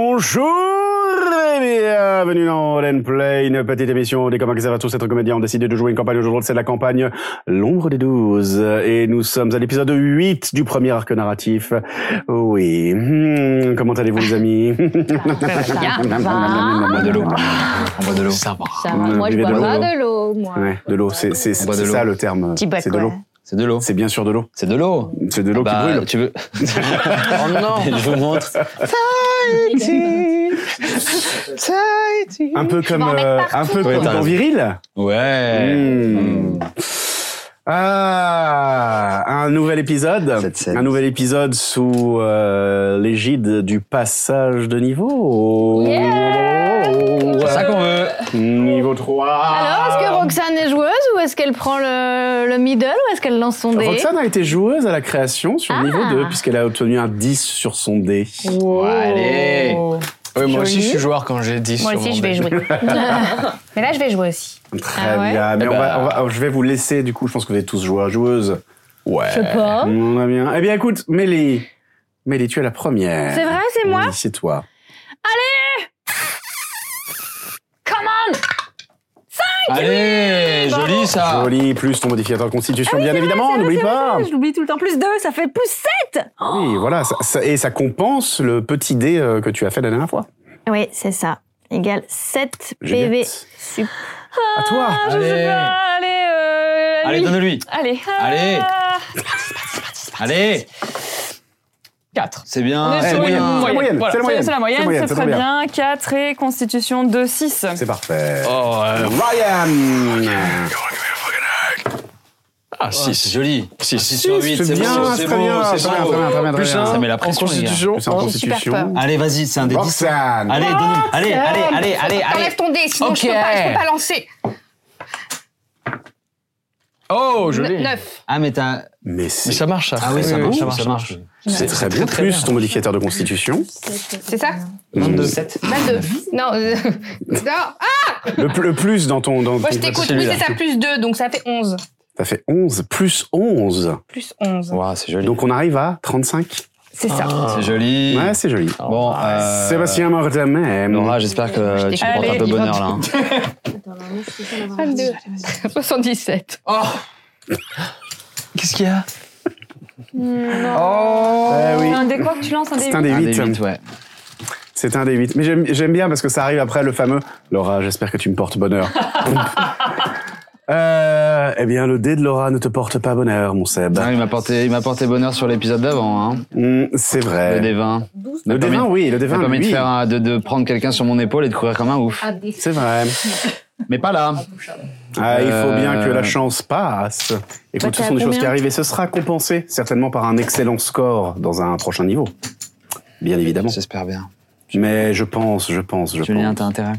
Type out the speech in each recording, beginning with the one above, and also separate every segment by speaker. Speaker 1: Bonjour et bienvenue dans Roll and Play, une petite émission des comédiens qui servent à tous être comédiens ont décidé de jouer une campagne aujourd'hui, c'est la campagne L'ombre des douze et nous sommes à l'épisode 8 du premier arc narratif. Oui, Hmm, comment allez-vous les amis
Speaker 2: de l'eau.
Speaker 3: Ah.
Speaker 4: On boit de l'eau.
Speaker 5: Ça va.
Speaker 2: Ça va,
Speaker 1: Vous
Speaker 2: moi je
Speaker 1: buvez
Speaker 2: bois
Speaker 1: de l'eau,
Speaker 2: pas de l'eau, moi.
Speaker 1: Ouais, de l'eau, c'est c'est-
Speaker 4: On boit de
Speaker 1: c'est
Speaker 4: l'eau.
Speaker 1: ça le terme.
Speaker 5: Tu bois
Speaker 1: C'est de
Speaker 5: quoi
Speaker 1: l'eau.
Speaker 4: C'est de l'eau.
Speaker 1: C'est bien sûr de l'eau.
Speaker 4: C'est de l'eau.
Speaker 1: C'est de l'eau
Speaker 4: Bah,
Speaker 1: qui brûle.
Speaker 4: Tu veux Oh non Je vous montre.
Speaker 1: Un peu comme
Speaker 2: en mettre
Speaker 1: euh, un
Speaker 2: partout,
Speaker 1: peu
Speaker 2: quoi.
Speaker 1: comme
Speaker 4: Ouais, t'as
Speaker 1: dans
Speaker 4: raison.
Speaker 1: viril.
Speaker 4: Ouais.
Speaker 1: Mmh. Ah, un nouvel épisode.
Speaker 4: Cette scène.
Speaker 1: Un nouvel épisode sous euh, l'égide du passage de niveau.
Speaker 2: Yeah
Speaker 4: C'est ça qu'on veut.
Speaker 1: Niveau 3.
Speaker 2: Alors, est-ce
Speaker 3: Ah.
Speaker 2: que Roxane est joueuse ou est-ce qu'elle prend le, le middle ou est-ce qu'elle lance son dé
Speaker 1: Roxane a été joueuse à la création sur
Speaker 2: Ah.
Speaker 1: niveau 2 puisqu'elle a obtenu un 10 sur son dé.
Speaker 2: Wow.
Speaker 4: Ouais, allez.
Speaker 5: Oui, moi aussi,
Speaker 2: Joli.
Speaker 5: je suis joueur quand j'ai 10
Speaker 3: Moi
Speaker 5: sur
Speaker 3: aussi,
Speaker 5: mon
Speaker 3: je vais
Speaker 5: dé.
Speaker 3: jouer. Mais là, je vais jouer aussi.
Speaker 1: Très
Speaker 2: Ah ouais
Speaker 1: bien. Mais
Speaker 4: Eh
Speaker 1: on va-
Speaker 4: ben.
Speaker 1: on va- je vais vous laisser du coup, je pense que vous êtes tous joueurs joueuses.
Speaker 4: Ouais.
Speaker 2: Je sais pas.
Speaker 1: On a bien. Eh bien écoute, Mélie. Mélie, tu es la première.
Speaker 2: C'est vrai, c'est moi
Speaker 1: Oui, c'est toi.
Speaker 4: Allez, joli ça.
Speaker 1: Joli, plus ton modificateur constitution,
Speaker 6: Ah
Speaker 1: bien évidemment, n'oublie pas.
Speaker 3: Je l'oublie tout le temps. Plus 2, ça fait plus 7
Speaker 1: Oui,
Speaker 6: Oh.
Speaker 1: voilà, ça- ça- et ça compense le petit dé euh, que tu as fait la dernière fois.
Speaker 3: Oui, c'est ça. Égale 7
Speaker 6: Eh ben,
Speaker 1: Juliette.
Speaker 3: PV. sup.
Speaker 1: À
Speaker 6: Ah.
Speaker 1: toi.
Speaker 2: Ah, Je sais
Speaker 4: Allez.
Speaker 2: pas, allez, euh, la
Speaker 4: Allez,
Speaker 2: nuit.
Speaker 4: donne-lui.
Speaker 2: Allez.
Speaker 4: Allez.
Speaker 2: Ah.
Speaker 4: Allez.
Speaker 7: 4.
Speaker 4: C'est
Speaker 7: On
Speaker 4: bien.
Speaker 7: est
Speaker 1: Eh, moyenne,
Speaker 7: sur
Speaker 1: c'est
Speaker 7: une
Speaker 1: la
Speaker 7: moyenne.
Speaker 1: moyenne,
Speaker 7: Voilà,
Speaker 1: c'est la moyenne,
Speaker 7: C'est la
Speaker 1: c'est la
Speaker 7: moyenne,
Speaker 1: moyenne,
Speaker 7: c'est
Speaker 1: c'est
Speaker 7: très
Speaker 1: très Ah
Speaker 7: bien. 4 et constitution 2, 6.
Speaker 1: C'est parfait.
Speaker 4: Oh, euh,
Speaker 1: Ryan.
Speaker 5: Ah,
Speaker 4: c'est
Speaker 5: 6.
Speaker 4: joli. 6 sur 8,
Speaker 1: c'est
Speaker 4: c'est
Speaker 1: bien,
Speaker 4: bon,
Speaker 1: c'est
Speaker 4: c'est
Speaker 1: très bien,
Speaker 4: bon, c'est
Speaker 1: très bien, très bien, très bien,
Speaker 4: bon.
Speaker 1: très
Speaker 4: Plus
Speaker 1: bien.
Speaker 4: un,
Speaker 1: Ça
Speaker 4: ça
Speaker 1: met
Speaker 4: met la
Speaker 5: En
Speaker 4: pression, les gars.
Speaker 5: constitution,
Speaker 6: Ah,
Speaker 1: C'est en
Speaker 5: oh,
Speaker 1: constitution.
Speaker 4: Allez, vas-y, c'est un des 10.
Speaker 1: Roxane.
Speaker 4: Allez, donne Allez, allez, allez, allez, allez.
Speaker 6: T'enlèves ton dé, sinon je,
Speaker 4: Ok.
Speaker 6: peux pas, je peux pas lancer.
Speaker 5: Oh, joli.
Speaker 6: 9.
Speaker 4: Ah, mais t'as.
Speaker 1: Mais c'est
Speaker 5: Mais ça marche, ça.
Speaker 4: Ah oui, ça marche, ça marche, ça marche.
Speaker 1: c'est très bien. Plus ton modificateur de constitution.
Speaker 6: C'est ça
Speaker 4: 22, 7.
Speaker 6: 22. Non. euh, non. Ah,
Speaker 1: Le, pl- le plus dans ton. Dans
Speaker 6: moi je
Speaker 1: ton-
Speaker 6: t'écoute. Oui,
Speaker 4: celui-là.
Speaker 6: c'est ça, plus 2, donc ça fait 11.
Speaker 1: Ça fait 11, plus 11.
Speaker 6: Plus 11.
Speaker 4: Waouh, c'est joli.
Speaker 1: Donc on arrive à 35.
Speaker 6: C'est ça.
Speaker 1: Ah.
Speaker 4: C'est joli.
Speaker 1: Ouais, c'est joli.
Speaker 4: Bon, euh,
Speaker 1: Sébastien Mortamem.
Speaker 4: Laura, j'espère que tu
Speaker 7: Allez,
Speaker 4: portes un peu
Speaker 6: il va
Speaker 4: bonheur là. hein.
Speaker 6: 22. 77.
Speaker 4: Qu'est-ce qu'il y a
Speaker 1: Eh oui.
Speaker 7: Un dé quoi que tu lances, un dé
Speaker 1: C'est un des
Speaker 4: Un des
Speaker 1: 8.
Speaker 4: huit, ouais.
Speaker 1: C'est un des 8. Mais j'aime- j'aime bien parce que ça arrive après le fameux Laura, j'espère que tu me portes bonheur. euh, eh bien, le dé de Laura ne te porte pas bonheur, mon Seb.
Speaker 4: Non, il m'a porté, il m'a porté bonheur sur l'épisode d'avant, hein.
Speaker 1: Mm, c'est
Speaker 4: Le
Speaker 1: vrai.
Speaker 4: D20.
Speaker 1: Le
Speaker 4: m'a
Speaker 1: dé
Speaker 4: permis-
Speaker 1: 20, oui, le dé
Speaker 4: Ça m'a
Speaker 1: 20,
Speaker 4: permis de,
Speaker 1: oui.
Speaker 4: faire un- de, de prendre quelqu'un sur mon épaule et de courir comme un ouf.
Speaker 1: C'est vrai.
Speaker 4: Mais pas là.
Speaker 1: Ah, Il faut bien
Speaker 4: Euh,
Speaker 1: que la chance passe. Et que ce sont des choses qui arrivent et ce sera compensé certainement par un excellent score dans un prochain niveau. Bien évidemment.
Speaker 4: J'espère bien.
Speaker 1: Mais je pense, je pense, je
Speaker 4: Julien,
Speaker 1: pense.
Speaker 4: t'as intérêt.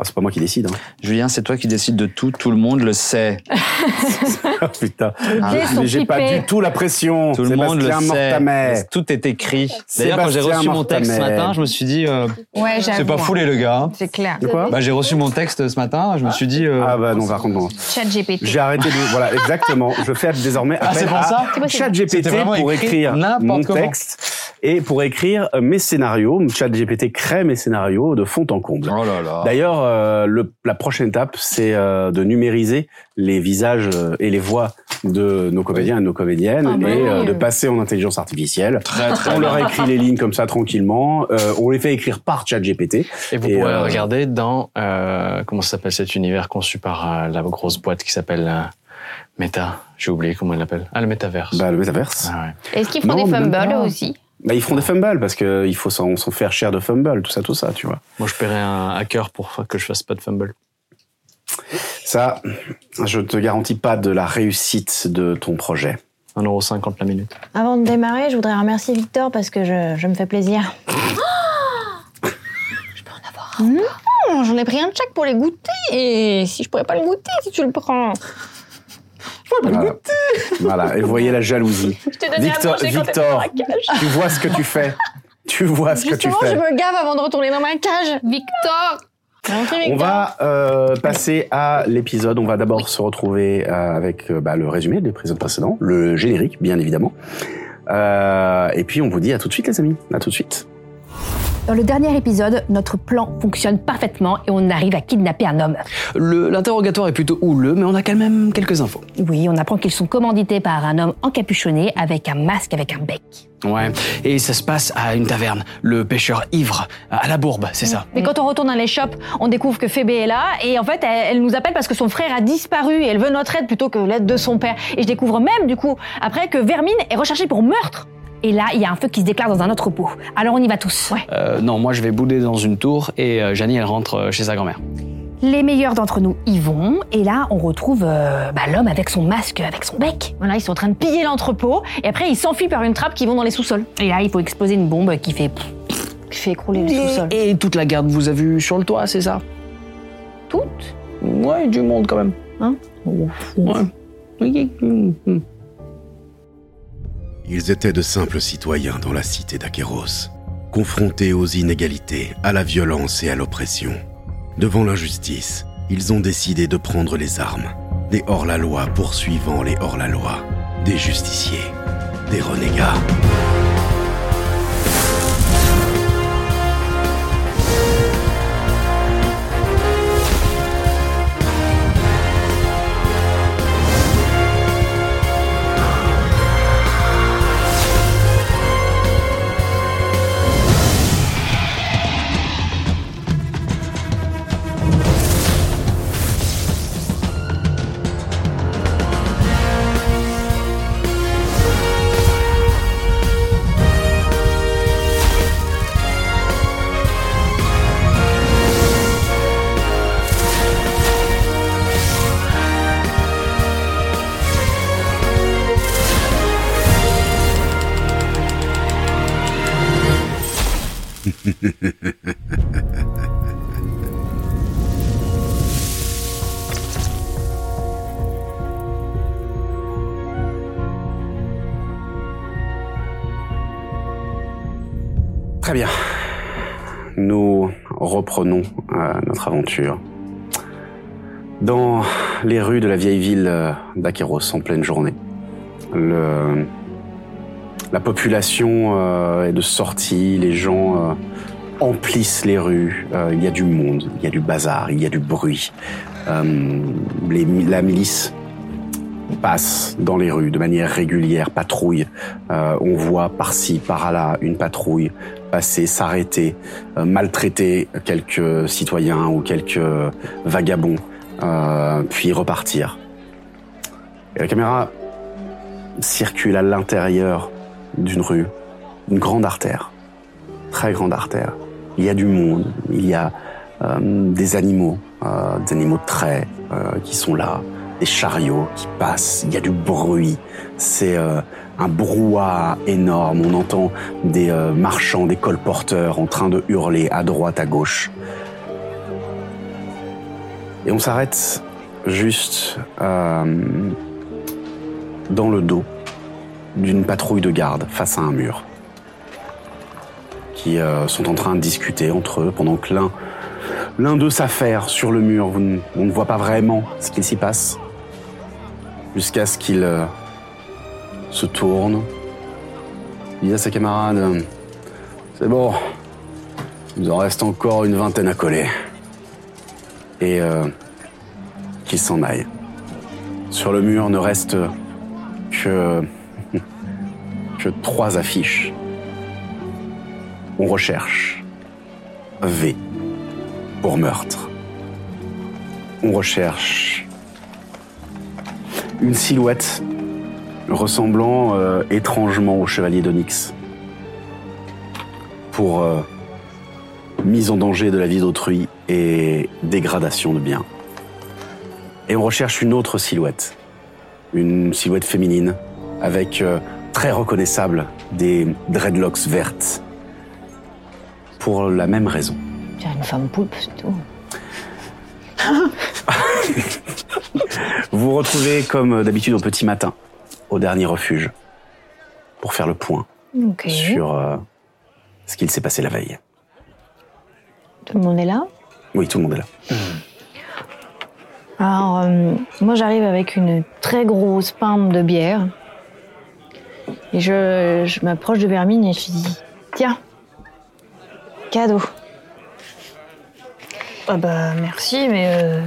Speaker 1: Ah, c'est pas moi qui décide. hein.
Speaker 4: Julien, c'est toi qui décides de tout. Tout le monde le sait.
Speaker 1: Ah, Putain.
Speaker 4: Ah,
Speaker 2: dés sont
Speaker 1: Mais j'ai pas
Speaker 2: pipés.
Speaker 1: du tout la pression.
Speaker 4: Tout le monde le
Speaker 1: Sébastien Mortamet.
Speaker 4: sait. Tout est écrit. D'ailleurs, quand j'ai
Speaker 1: Sébastien
Speaker 4: reçu mon
Speaker 1: Mortamet.
Speaker 4: texte ce matin, je me suis dit, euh,
Speaker 6: Ouais, j'avoue. hein.
Speaker 4: c'est pas foulé le gars.
Speaker 6: C'est clair.
Speaker 1: De quoi
Speaker 4: Bah, j'ai reçu mon texte ce matin. Je me suis dit, euh,
Speaker 1: Ah bah non, par contre, non.
Speaker 6: Chat GPT.
Speaker 1: J'ai arrêté de... Voilà, exactement. Je fais désormais
Speaker 4: Ah, c'est
Speaker 1: appel
Speaker 4: pour
Speaker 1: à
Speaker 4: ça C'était
Speaker 1: ChatGPT
Speaker 4: vraiment
Speaker 1: pour
Speaker 4: écrit
Speaker 1: écrire
Speaker 4: n'importe
Speaker 1: mon
Speaker 4: comment.
Speaker 1: texte et pour écrire euh, mes scénarios. ChatGPT crée mes scénarios de fond en comble.
Speaker 4: Oh là là.
Speaker 1: D'ailleurs, euh, le- la prochaine étape, c'est euh, de numériser les visages euh, et les voix de nos comédiens et de nos comédiennes
Speaker 2: Ah bah
Speaker 1: et euh,
Speaker 2: oui.
Speaker 1: de passer en intelligence artificielle.
Speaker 4: Très
Speaker 1: On
Speaker 4: très
Speaker 1: leur écrit les lignes comme ça tranquillement. euh, on les fait écrire par ChatGPT.
Speaker 5: Et vous
Speaker 1: Et,
Speaker 5: pourrez
Speaker 1: euh,
Speaker 5: regarder dans, euh, comment ça s'appelle cet univers conçu par euh, la grosse boîte qui s'appelle euh, Meta. J'ai oublié comment elle l'appelle. Ah, le Metaverse.
Speaker 1: Bah, le métaverse.
Speaker 5: Ah ouais.
Speaker 2: Est-ce qu'ils font
Speaker 1: Non,
Speaker 2: des
Speaker 1: mais même
Speaker 2: fumbles
Speaker 1: pas.
Speaker 2: aussi
Speaker 1: Bah, ils feront des fumbles parce que il faut s'en s'en faire cher de fumble, tout ça, tout ça, tu vois.
Speaker 5: Moi, je paierais un hacker pour que je fasse pas de fumble.
Speaker 1: Ça, je te garantis pas de la réussite de ton projet.
Speaker 5: 1,50€ la minute.
Speaker 3: Avant de démarrer, je voudrais remercier Victor parce que je, je me fais plaisir. je peux en avoir un. J'en ai pris un de chaque pour les goûter. Et si je pourrais pas le goûter, si tu le prends.
Speaker 1: Voilà. voilà. Et vous voyez la jalousie.
Speaker 3: Je t'ai
Speaker 1: Victor, Victor, tu vois ce que tu fais. Tu vois ce que tu
Speaker 3: Justement, je
Speaker 1: fais.
Speaker 3: me gave avant de retourner dans ma cage.
Speaker 6: Victor
Speaker 1: On va euh, passer à l'épisode. On va d'abord se retrouver euh, avec euh, bah, le résumé de l'épisode précédent, le générique, bien évidemment. Euh, et puis on vous dit à tout de suite, les amis. À tout de suite.
Speaker 8: Dans le dernier épisode, notre plan fonctionne parfaitement et on arrive à kidnapper un homme.
Speaker 9: Le- L'interrogatoire est plutôt houleux, mais on a quand même quelques infos.
Speaker 8: Oui, on apprend qu'ils sont commandités par un homme encapuchonné avec un masque avec un bec.
Speaker 9: Ouais, et ça se passe à une taverne. Le pêcheur ivre, à la bourbe, c'est ça.
Speaker 8: Mais quand on retourne dans les shops, on découvre que Fébé est là et en fait, elle, elle nous appelle parce que son frère a disparu et elle veut notre aide plutôt que l'aide de son père. Et je découvre même du coup après que Vermine est recherchée pour meurtre. Et là, il y a un feu qui se déclare dans un autre pot. Alors on y va tous.
Speaker 5: Euh, non, moi je vais bouder dans une tour et euh, Janie elle rentre euh, chez sa grand-mère.
Speaker 8: Les meilleurs d'entre nous y vont et là, on retrouve euh, bah, l'homme avec son masque, avec son bec. Voilà, ils sont en train de piller l'entrepôt et après ils s'enfuient par une trappe qui vont dans les sous-sols. Et là, il faut exploser une bombe qui fait qui fait écrouler les sous-sols.
Speaker 9: Et, et toute la garde vous a vu sur le toit, c'est ça
Speaker 8: Toutes
Speaker 9: Ouais, du monde quand même.
Speaker 8: Hein
Speaker 4: Oh,
Speaker 9: Ouais. Ok, hum, hum.
Speaker 10: Ils étaient de simples citoyens dans la cité d'Aqueros, confrontés aux inégalités, à la violence et à l'oppression. Devant l'injustice, ils ont décidé de prendre les armes, des hors-la-loi poursuivant les hors-la-loi, des justiciers, des renégats.
Speaker 1: Très bien. Nous reprenons euh, notre aventure dans les rues de la vieille ville euh, d'Aqueros en pleine journée. Le- la population euh, est de sortie, les gens euh, emplissent les rues, euh, il y a du monde, il y a du bazar, il y a du bruit. Euh, les mi- la milice passe dans les rues de manière régulière, patrouille. Euh, on voit par-ci, par-là une patrouille passer, s'arrêter, euh, maltraiter quelques citoyens ou quelques vagabonds, euh, puis repartir. Et la caméra circule à l'intérieur d'une rue, une grande artère, très grande artère. Il y a du monde, il y a euh, des animaux, euh, des animaux de trait euh, qui sont là, des chariots qui passent, il y a du bruit, c'est euh, un brouhaha énorme, on entend des euh, marchands, des colporteurs en train de hurler à droite, à gauche. Et on s'arrête juste euh, dans le dos d'une patrouille de garde face à un mur, qui euh, sont en train de discuter entre eux pendant que l'un l'un d'eux s'affaire sur le mur. Vous ne- on ne voit pas vraiment ce qu'il s'y passe, jusqu'à ce qu'il euh, se tourne il dit à ses camarades euh, C'est bon, il nous en reste encore une vingtaine à coller. Et euh, qu'il s'en aille. Sur le mur ne reste que. que trois affiches. On recherche V pour meurtre. On recherche une silhouette ressemblant euh, étrangement au chevalier d'Onyx. Pour euh, mise en danger de la vie d'autrui et dégradation de biens. Et on recherche une autre silhouette. Une silhouette féminine avec euh, très reconnaissable des dreadlocks vertes. Pour la même raison.
Speaker 11: Une femme poulpe, c'est tout.
Speaker 1: Vous vous retrouvez comme euh, d'habitude au petit matin, au dernier refuge, pour faire le point
Speaker 11: Ok.
Speaker 1: sur euh, ce qu'il s'est passé la veille.
Speaker 11: Tout le monde est là.
Speaker 1: Oui, tout le monde est là.
Speaker 11: Alors, euh, moi j'arrive avec une très grosse pinte de bière. Et je, je m'approche de Vermine et je lui dis Tiens, Cadeau. Ah bah merci, mais euh,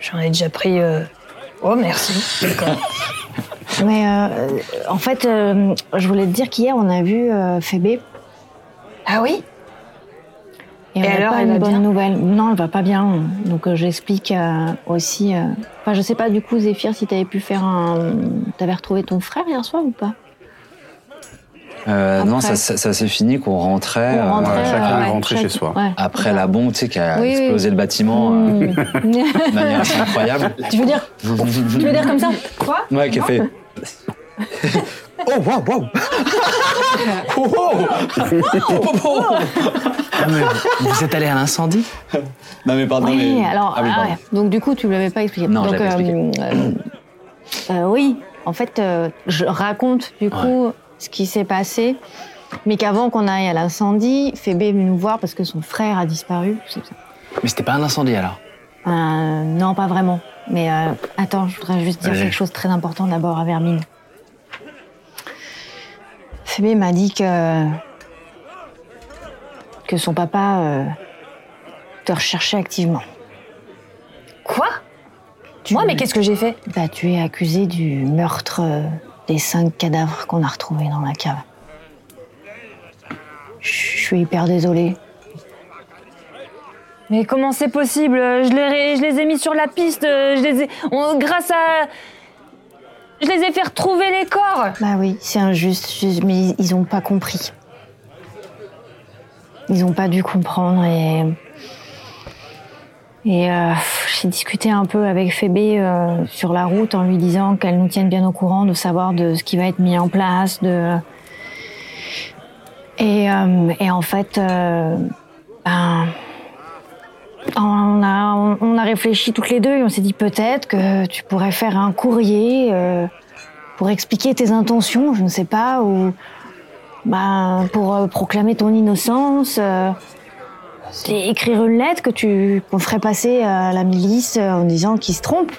Speaker 11: j'en ai déjà pris. euh, Oh merci.
Speaker 3: Mais euh, en fait, euh, je voulais te dire qu'hier, on a vu euh, Phébé.
Speaker 11: Ah oui
Speaker 3: Et,
Speaker 11: Et alors,
Speaker 3: alors, pas
Speaker 11: elle
Speaker 3: une
Speaker 11: va
Speaker 3: bonne
Speaker 11: bien
Speaker 3: nouvelle. Non, elle va pas bien. Donc, euh, j'explique euh, aussi. euh, Enfin, je sais pas du coup, Zéphyr, si t'avais pu faire un. T'avais retrouvé ton frère hier soir ou pas
Speaker 4: Euh, non, ça, ça, ça s'est fini qu'on rentrait. euh,
Speaker 3: On rentrait, Euh, Ouais, chacun est ouais, rentré chacun- chez soi. ouais.
Speaker 4: Après la bombe, tu sais, qui a
Speaker 8: euh, Oui,
Speaker 4: explosé
Speaker 8: oui.
Speaker 4: le bâtiment euh, de manière assez incroyable.
Speaker 8: Tu veux dire, tu veux dire comme ça Quoi
Speaker 4: Ouais, qui a fait. oh, waouh, waouh! Oh, oh. Oh, oh, oh.
Speaker 9: Vous êtes allé à l'incendie
Speaker 4: Non, mais pardon.
Speaker 3: Oui,
Speaker 4: mais-
Speaker 3: alors.
Speaker 4: Ah oui,
Speaker 3: ah
Speaker 4: pardon.
Speaker 3: ouais. Donc, du coup, tu l'avais pas expliqué.
Speaker 4: Non, je
Speaker 3: Donc,
Speaker 4: l'avais pas expliqué.
Speaker 3: euh, euh, oui, en fait, euh, je raconte du coup ce qui s'est passé. Mais qu'avant qu'on aille à l'incendie, Phébé est venu nous voir parce que son frère a disparu. C'est ça.
Speaker 9: Mais c'était pas un incendie alors
Speaker 3: Euh, non, pas vraiment. Mais euh, attends, je voudrais juste dire
Speaker 9: Vas-y.
Speaker 3: quelque chose de très important d'abord à Vermine. Fébé m'a dit que. que son papa euh, te recherchait activement.
Speaker 11: Quoi Moi, mais qu'est-ce que j'ai fait
Speaker 3: Bah, tu es accusé du meurtre euh, des cinq cadavres qu'on a retrouvés dans la cave. Je suis hyper désolée.
Speaker 7: Mais comment c'est possible je les, ré- je les ai mis sur la piste, euh, je les ai... on- grâce à... Je les ai fait retrouver les corps
Speaker 3: Bah oui, c'est injuste, je- mais ils- ils ont pas compris. Ils ont pas dû comprendre et. Et euh, pff, j'ai discuté un peu avec Phébé euh, sur la route en lui disant qu'elle nous tienne bien au courant de savoir de ce qui va être mis en place, de. Et, euh, et en fait, euh, ben, on a, on- on a réfléchi toutes les deux et on s'est dit peut-être que tu pourrais faire un courrier euh, pour expliquer tes intentions, je ne sais pas, ou bah, pour euh, proclamer ton innocence. euh, c'est écrire une lettre que tu qu'on ferait passer à la milice euh, en disant qu'ils se trompent.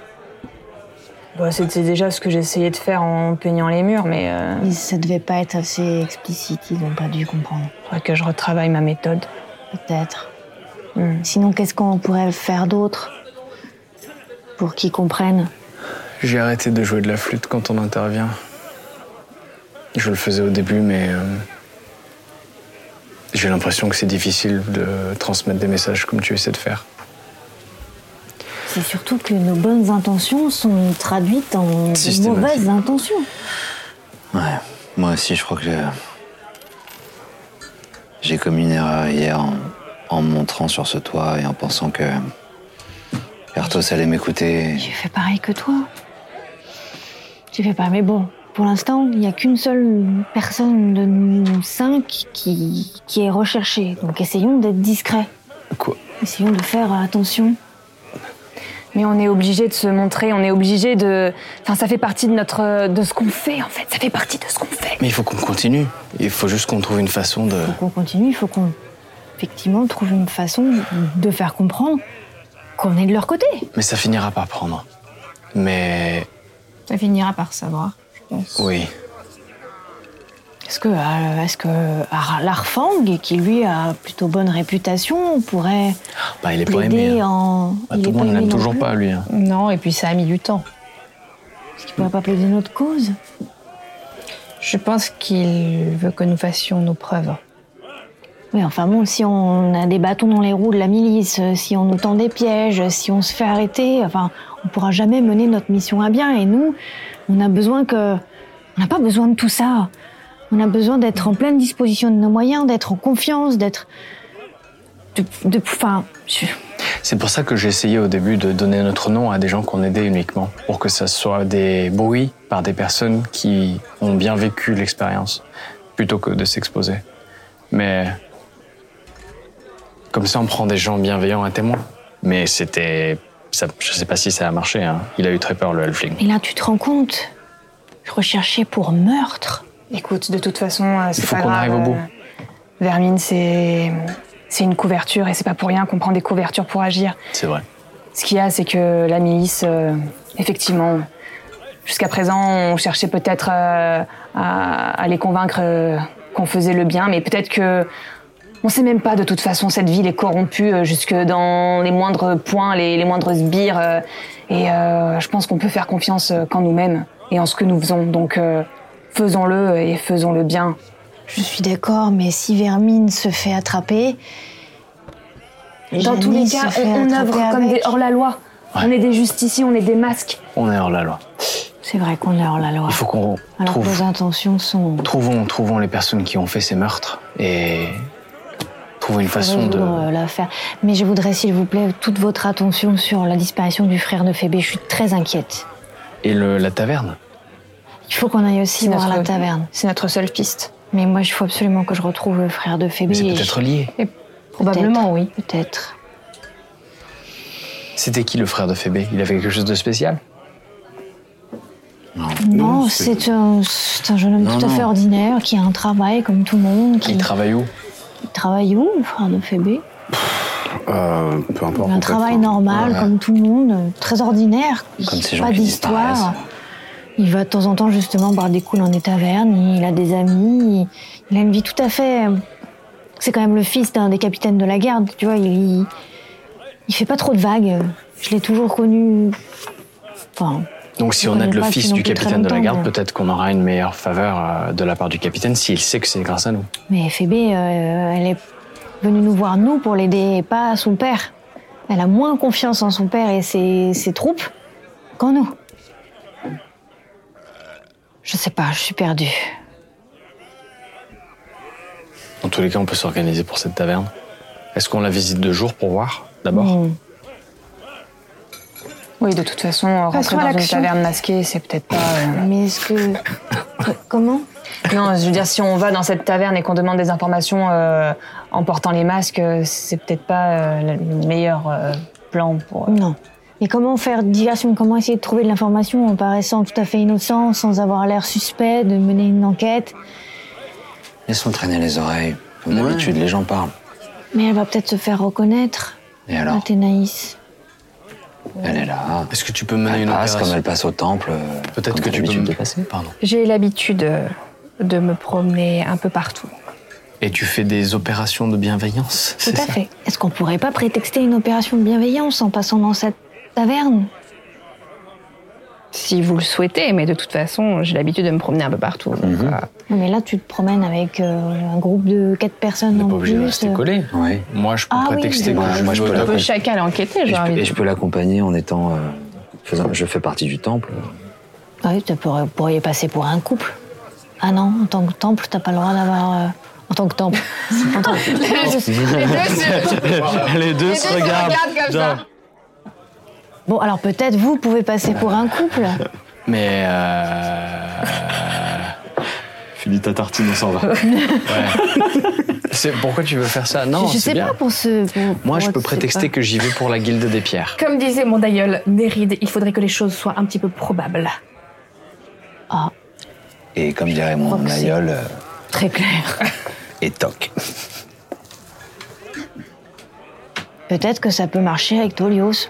Speaker 11: Bah, C'était déjà ce que j'essayais de faire en peignant les murs, mais. euh,
Speaker 3: Et ça devait pas être assez explicite, ils n'ont pas dû comprendre.
Speaker 11: Faudrait que je retravaille ma méthode.
Speaker 3: Peut-être. Hmm. Sinon, qu'est-ce qu'on pourrait faire d'autre pour qu'ils comprennent
Speaker 5: J'ai arrêté de jouer de la flûte quand on intervient. Je le faisais au début, mais euh, j'ai l'impression que c'est difficile de transmettre des messages comme tu essaies de faire.
Speaker 3: C'est surtout que nos bonnes intentions sont traduites en de
Speaker 4: Systématique.
Speaker 3: mauvaises intentions.
Speaker 4: Ouais, moi aussi, je crois que j'ai- j'ai commis une erreur hier en, en me montrant sur ce toit et en pensant que Cartos allait m'écouter.
Speaker 3: Je fais pareil que toi. Tu fais pas, mais bon, pour l'instant, il n'y a qu'une seule personne de nous cinq qui, qui est recherchée. Donc essayons d'être discrets.
Speaker 5: Quoi
Speaker 3: Essayons de faire attention.
Speaker 7: Mais on est obligé de se montrer, on est obligé de... Enfin, ça fait partie de notre... de ce qu'on fait, en fait. Ça fait partie de ce qu'on fait.
Speaker 5: Mais il faut qu'on continue. Il faut juste qu'on trouve une façon de.
Speaker 3: Qu'on continue, il faut qu'on, effectivement, trouve une façon de faire comprendre qu'on est de leur côté.
Speaker 5: Mais ça finira par prendre. Mais
Speaker 6: Ça finira par savoir.
Speaker 5: oui.
Speaker 3: Est-ce que, euh, est-ce que Ar- Larfang, qui lui a plutôt bonne réputation, pourrait
Speaker 5: Bah, il est pas
Speaker 3: plaider
Speaker 5: aimé. hein.
Speaker 3: en...
Speaker 5: Bah, tout le monde
Speaker 3: aimé
Speaker 5: l'aime
Speaker 3: non
Speaker 5: toujours
Speaker 3: plus.
Speaker 5: pas, lui. hein.
Speaker 6: Non, et puis ça a mis du temps.
Speaker 3: Est-ce qu'il pourrait pas plaider notre cause
Speaker 6: Je pense qu'il veut que nous fassions nos preuves.
Speaker 3: Oui, enfin bon, si on a des bâtons dans les roues de la milice, euh, si on nous tend des pièges, euh, si on se fait arrêter, enfin, on pourra jamais mener notre mission à bien. Et nous, on a besoin que. On n'a pas besoin de tout ça. On a besoin d'être en pleine disposition de nos moyens, d'être en confiance, d'être. De, de, enfin, je-
Speaker 5: C'est pour ça que j'ai essayé au début de donner notre nom à des gens qu'on aidait uniquement, pour que ça soit des bruits par des personnes qui ont bien vécu l'expérience, plutôt que de s'exposer. Mais comme ça, on prend des gens bienveillants à témoin. Mais c'était, ça, je sais pas si ça a marché. hein. Il a eu très peur le Halfling.
Speaker 3: Et là, tu te rends compte Je recherchais pour meurtre.
Speaker 11: Écoute, de toute façon, euh, c'est
Speaker 5: Il faut
Speaker 11: pas
Speaker 5: qu'on
Speaker 11: grave,
Speaker 5: arrive au bout.
Speaker 11: euh, Vermine, c'est. C'est une couverture et c'est pas pour rien qu'on prend des couvertures pour agir.
Speaker 5: C'est vrai.
Speaker 11: Ce qu'il y a, c'est que la milice, euh, effectivement, jusqu'à présent, on cherchait peut-être euh, à, à les convaincre euh, qu'on faisait le bien, mais peut-être que
Speaker 7: On sait même pas de toute façon, cette ville est corrompue euh, jusque dans les moindres points, les, les moindres sbires. euh, et euh, je pense qu'on peut faire confiance euh, qu'en nous-mêmes et en ce que nous faisons. Donc euh, faisons-le et faisons-le bien.
Speaker 3: Je suis d'accord, mais si Vermine se fait attraper.
Speaker 12: Dans tous les
Speaker 3: Janice
Speaker 12: cas,
Speaker 3: se fait
Speaker 12: on, on
Speaker 3: attraper
Speaker 12: œuvre comme
Speaker 3: avec.
Speaker 12: des hors-la-loi. On est des justiciers, on est des masques.
Speaker 5: On est hors la loi.
Speaker 3: C'est vrai qu'on est hors la loi.
Speaker 5: Il faut qu'on
Speaker 3: Alors que
Speaker 5: trouve.
Speaker 3: nos intentions sont.
Speaker 5: Trouvons, trouvons les personnes qui ont fait ces meurtres et trouvons une
Speaker 3: pour
Speaker 5: façon de.
Speaker 3: résoudre, euh, l'affaire. Mais je voudrais, s'il vous plaît, toute votre attention sur la disparition du frère de Phébé. Je suis très inquiète.
Speaker 5: Et le, la taverne
Speaker 3: Il faut qu'on aille aussi
Speaker 2: C'est
Speaker 3: voir
Speaker 2: notre-
Speaker 3: la taverne.
Speaker 2: C'est notre seule piste.
Speaker 3: Mais moi, il faut absolument que je retrouve le frère de Phébé.
Speaker 5: Mais c'est
Speaker 3: et je-
Speaker 5: peut-être lié.
Speaker 2: Probablement, oui.
Speaker 3: Peut-être.
Speaker 5: C'était qui le frère de Phébé Il avait quelque chose de spécial
Speaker 3: Non, c'est un, c'est un jeune homme
Speaker 5: Non,
Speaker 3: tout à fait
Speaker 5: non.
Speaker 3: ordinaire qui a un travail comme tout le monde. Qui
Speaker 5: Il travaille où
Speaker 3: Il travaille où, le frère de Phébé
Speaker 1: Euh, peu importe.
Speaker 3: Un
Speaker 1: en fait.
Speaker 3: travail normal,
Speaker 1: Ouais.
Speaker 3: comme tout le monde, euh, très ordinaire.
Speaker 1: Comme ces gens
Speaker 3: pas
Speaker 1: qui
Speaker 3: d'histoire.
Speaker 1: disparaissent.
Speaker 3: Il va de temps en temps justement boire des coups dans des tavernes, il a des amis, il- il a une vie tout à fait. C'est quand même le fils d'un des capitaines de la garde, tu vois, il, il, il fait pas trop de vagues. Je l'ai toujours connu. Enfin.
Speaker 5: Donc si
Speaker 3: je
Speaker 5: on
Speaker 3: connais
Speaker 5: aide le
Speaker 3: pas
Speaker 5: fils du
Speaker 3: depuis non plus très
Speaker 5: capitaine de la
Speaker 3: longtemps,
Speaker 5: garde,
Speaker 3: mais-
Speaker 5: peut-être qu'on aura une meilleure faveur euh, de la part du capitaine s'il sait que c'est grâce à nous.
Speaker 3: Mais FB, elle est venue nous voir nous pour l'aider et pas son père. Elle a moins confiance en son père et ses, ses troupes qu'en nous. Je sais pas, je suis perdue.
Speaker 5: Dans tous les cas, on peut s'organiser pour cette taverne. Est-ce qu'on la visite de jour pour voir d'abord
Speaker 2: Oui, de toute façon, rentrer dans
Speaker 3: à
Speaker 2: une
Speaker 3: l'action.
Speaker 2: taverne masquée, c'est peut-être pas. euh,
Speaker 3: Mais est-ce que. Comment
Speaker 2: Non, je veux dire, si on va dans cette taverne et qu'on demande des informations euh, en portant les masques, euh, c'est peut-être pas euh, le meilleur euh, plan pour. euh,
Speaker 3: Non. Et comment faire diversion Comment essayer de trouver de l'information en paraissant tout à fait innocent, sans avoir l'air suspect, de mener une enquête
Speaker 4: Laissons traîner les oreilles. Comme d'habitude, les gens parlent.
Speaker 3: Mais elle va peut-être se faire reconnaître.
Speaker 4: Et alors
Speaker 3: Athénaïs.
Speaker 4: Elle est là.
Speaker 5: Est-ce que tu peux mener
Speaker 4: elle
Speaker 5: une
Speaker 4: passe
Speaker 5: opération
Speaker 4: comme elle passe au temple. euh, Peut-être que tu peux de passer.
Speaker 5: Pardon.
Speaker 2: J'ai l'habitude euh, de me promener un peu partout.
Speaker 5: Et tu fais des opérations de bienveillance
Speaker 3: Tout à fait. Est-ce qu'on pourrait pas prétexter une opération de bienveillance en passant dans cette taverne
Speaker 2: Si vous le souhaitez, mais de toute façon, j'ai l'habitude de me promener un peu partout. donc,
Speaker 5: Mhm.
Speaker 2: euh,
Speaker 3: Non, Mais là, tu te promènes avec euh, un groupe de quatre personnes en
Speaker 5: Pas obligé de
Speaker 3: plus.
Speaker 5: rester collé. Moi, je peux
Speaker 3: Ah oui,
Speaker 5: prétexter
Speaker 3: je-
Speaker 5: que
Speaker 4: Moi,
Speaker 5: je
Speaker 4: moi, je
Speaker 5: joue
Speaker 4: peux
Speaker 5: au-
Speaker 4: la
Speaker 2: peut
Speaker 4: comprendre.
Speaker 2: chacun l'enquêter,
Speaker 4: Et
Speaker 2: j'ai
Speaker 4: je,
Speaker 2: envie
Speaker 4: peux-
Speaker 2: de
Speaker 4: et je peux l'accompagner en étant. euh, faisant- je fais partie du temple.
Speaker 3: Ah Oui, tu pourrais- pourriez passer pour un couple. Ah non, en tant que temple, t'as pas le droit d'avoir. euh, En tant que temple. En tant que-
Speaker 5: Les deux se regardent. genre.
Speaker 3: Bon, alors peut-être vous pouvez passer pour un couple.
Speaker 5: Mais. Euh... Finis ta tartine, on s'en va. C'est Pourquoi tu veux faire ça Non,
Speaker 3: je
Speaker 5: c'est
Speaker 3: sais
Speaker 5: bien.
Speaker 3: pas pour ce.
Speaker 5: Moi, je peux prétexter que j'y vais pour la guilde des pierres.
Speaker 13: Comme disait mon d'aïeul, Néride, il faudrait que les choses soient un petit peu probables.
Speaker 3: Ah,
Speaker 4: Et comme dirait mon
Speaker 13: Proxy.
Speaker 4: aïeul, euh,
Speaker 3: très clair.
Speaker 4: et toc.
Speaker 3: Peut-être que ça peut marcher avec Tolios.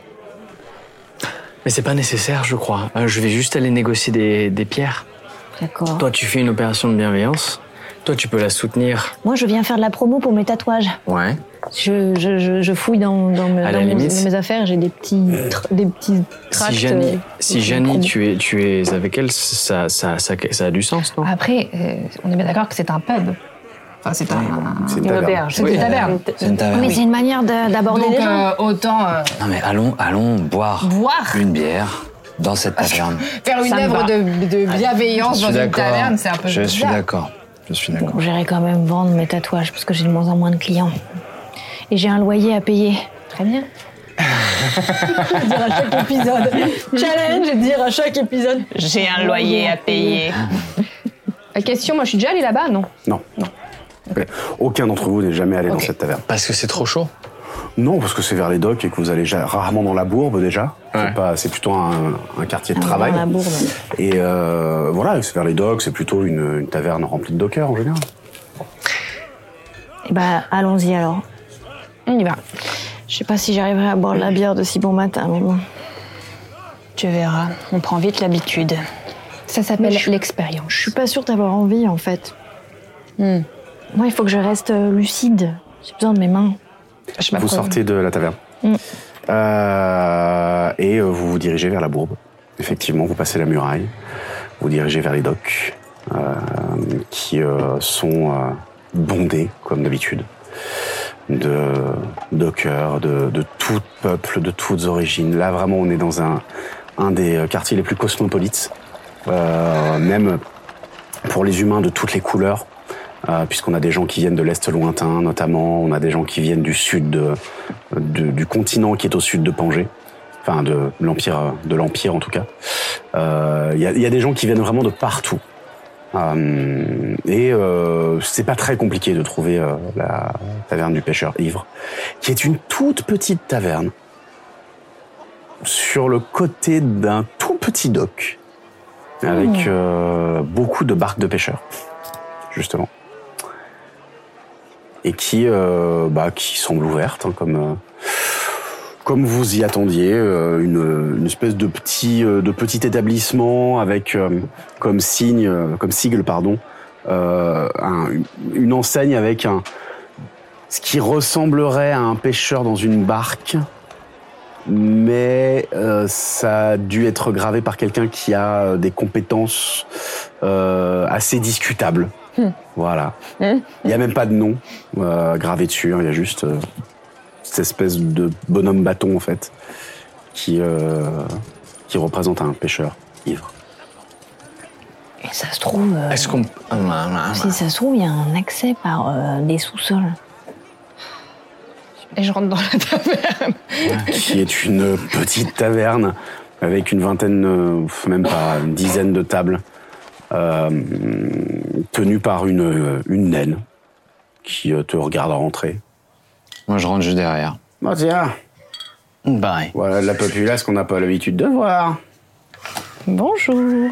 Speaker 5: Mais c'est pas nécessaire, je crois. Euh, je vais juste aller négocier des, des pierres.
Speaker 3: D'accord.
Speaker 5: Toi, tu fais une opération de bienveillance. Toi, tu peux la soutenir.
Speaker 3: Moi, je viens faire de la promo pour mes tatouages.
Speaker 5: Ouais.
Speaker 3: Je, je- je- je fouille dans, dans mes,
Speaker 5: À la
Speaker 3: dans mes-
Speaker 5: limite.
Speaker 3: dans mes affaires, j'ai des petits, tr- des petits tracts.
Speaker 5: Si Janie,
Speaker 3: euh,
Speaker 5: si Janie, tu, es, tu es avec elle, ça, ça, ça, ça a du sens, non
Speaker 13: Après, euh, on est bien d'accord que c'est un pub. Enfin, c'est un.
Speaker 5: c'est une taverne.
Speaker 13: auberge. C'est
Speaker 4: Oui.
Speaker 13: une taverne.
Speaker 4: euh, C'est une taverne.
Speaker 3: Mais c'est une manière de- d'aborder
Speaker 13: Donc,
Speaker 3: les gens.
Speaker 13: euh, autant euh,
Speaker 4: Non mais allons, allons boire,
Speaker 13: Boire
Speaker 4: une bière dans cette taverne.
Speaker 13: faire une
Speaker 4: Ça me
Speaker 13: œuvre
Speaker 4: va.
Speaker 13: de, de bienveillance
Speaker 4: Je
Speaker 13: dans
Speaker 4: suis
Speaker 13: une
Speaker 4: d'accord.
Speaker 13: taverne, c'est un peu
Speaker 4: Je suis
Speaker 13: bizarre.
Speaker 4: d'accord. Je suis d'accord.
Speaker 3: Bon, j'irai quand même vendre mes tatouages parce que j'ai de moins en moins de clients. Et j'ai un loyer à payer. Très bien.
Speaker 9: dire à chaque épisode. Challenge et dire à chaque épisode. J'ai un loyer à payer.
Speaker 13: La question, moi je suis déjà allée là-bas, non
Speaker 1: Non. Ouais. Aucun d'entre vous n'est jamais allé dans
Speaker 13: Ok.
Speaker 1: cette taverne.
Speaker 5: Parce que c'est trop chaud
Speaker 1: Non, parce que c'est vers les docks et que vous allez ja- rarement dans la bourbe déjà. C'est pas- C'est plutôt un, un quartier de travail.
Speaker 3: Ah, dans la bourbe.
Speaker 1: Et euh, voilà, c'est vers les docks, c'est plutôt une, une taverne remplie de dockers en général.
Speaker 3: Et bah, allons-y alors. On y va. Je sais pas si j'arriverai à boire de la bière de si bon matin, mais bon.
Speaker 9: Tu verras, on prend vite l'habitude.
Speaker 3: Ça
Speaker 9: s'appelle
Speaker 3: l'expérience. Hmm. Je suis pas sûre d'avoir envie en fait. Moi, il faut que je reste euh, lucide J'ai besoin de mes mains.
Speaker 1: Vous sortez de la taverne.
Speaker 3: Mm.
Speaker 1: Euh, et euh, vous vous dirigez vers la bourbe. Effectivement, vous passez la muraille, vous dirigez vers les docks, euh, qui euh, sont euh, bondés, comme d'habitude, de dockers, de, de tout peuple, de toutes origines. Là, vraiment, on est dans un, un des euh, quartiers les plus cosmopolites, euh, même pour les humains de toutes les couleurs. Euh, puisqu'on a des gens qui viennent de l'Est lointain notamment, on a des gens qui viennent du sud de, de- du continent qui est au sud de Pangée, enfin de l'Empire, euh, de l'Empire en tout cas. Euh, Il y, a, il y a des gens qui viennent vraiment de partout. Euh, et euh, c'est pas très compliqué de trouver euh, la taverne du pêcheur ivre, qui est une toute petite taverne sur le côté d'un tout petit dock avec
Speaker 7: Mmh.
Speaker 1: euh, beaucoup de barques de pêcheurs, justement, et qui, euh, bah, qui semble ouverte, hein, comme euh, comme vous y attendiez, euh, une, une espèce de petit euh, de petit établissement avec euh, comme signe, euh, comme sigle, pardon, euh, un- une enseigne avec un ce qui ressemblerait à un pêcheur dans une barque mais euh, ça a dû être gravé par quelqu'un qui a euh, des compétences euh, assez discutables.
Speaker 14: Hmm.
Speaker 1: Voilà.
Speaker 14: Hmm.
Speaker 1: Il n'y a même pas de nom euh, gravé dessus, hein, il y a juste euh, cette espèce de bonhomme bâton en fait qui, euh, qui représente un pêcheur ivre.
Speaker 3: Et ça se trouve. euh,
Speaker 4: Est-ce qu'on. Ah,
Speaker 3: Si ça se trouve, il y a un accès par euh, des sous-sols.
Speaker 2: Et je rentre dans la taverne.
Speaker 1: qui est une petite taverne avec une vingtaine, euh, pff, même pas une dizaine de tables, euh, tenues par une, euh, une naine qui euh, te regarde rentrer.
Speaker 4: Moi, je rentre juste derrière.
Speaker 1: Bah tiens. Voilà de la populace qu'on n'a pas l'habitude de voir.
Speaker 3: Bonjour.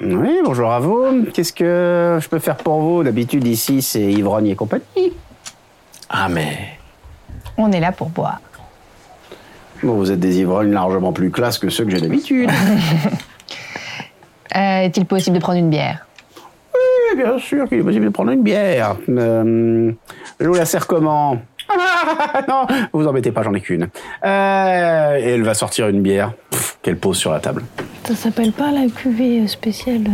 Speaker 1: Oui, bonjour à vous. Qu'est-ce que je peux faire pour vous D'habitude, ici, c'est ivrogne et compagnie.
Speaker 4: Ah, mais.
Speaker 2: On est là pour boire.
Speaker 1: Bon, vous êtes des ivrognes largement plus classe que ceux que j'ai d'habitude.
Speaker 2: Euh, Est-il possible de prendre une bière
Speaker 1: Oui, bien sûr qu'il est possible de prendre une bière. Euh, je vous la sers comment Ah, Non, vous embêtez pas, j'en ai qu'une. Euh, et elle va sortir une bière pff, qu'elle pose sur la table.
Speaker 3: Ça s'appelle pas la cuvée spéciale.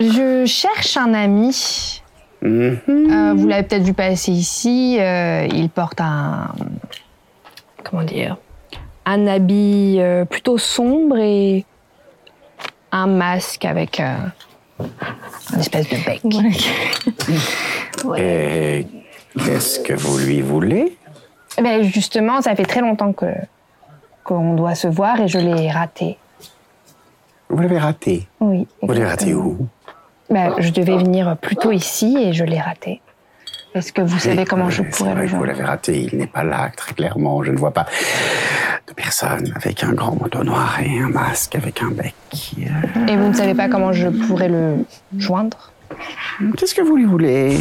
Speaker 3: euh,
Speaker 2: Je cherche un ami.
Speaker 1: Mhm.
Speaker 2: Euh, vous l'avez peut-être vu passer ici. euh, il porte un. Comment dire Un habit euh, plutôt sombre et un masque avec euh, un espèce de bec.
Speaker 1: Et qu'est-ce que vous lui voulez
Speaker 2: Ben, justement, ça fait très longtemps que qu'on doit se voir et je l'ai raté.
Speaker 1: Vous l'avez raté.
Speaker 2: Oui.
Speaker 1: Vous l'avez raté où
Speaker 2: Ben, je devais venir plus tôt ici et je l'ai raté. Est-ce que vous savez comment je
Speaker 1: Oui, c'est
Speaker 2: pourrais
Speaker 1: vrai
Speaker 2: le
Speaker 1: que Vous
Speaker 2: joindre
Speaker 1: l'avez raté, il n'est pas là, très clairement. Je ne vois pas de personne avec un grand manteau noir et un masque avec un bec.
Speaker 2: Et vous ne savez pas comment je pourrais le joindre
Speaker 1: Qu'est-ce que vous lui voulez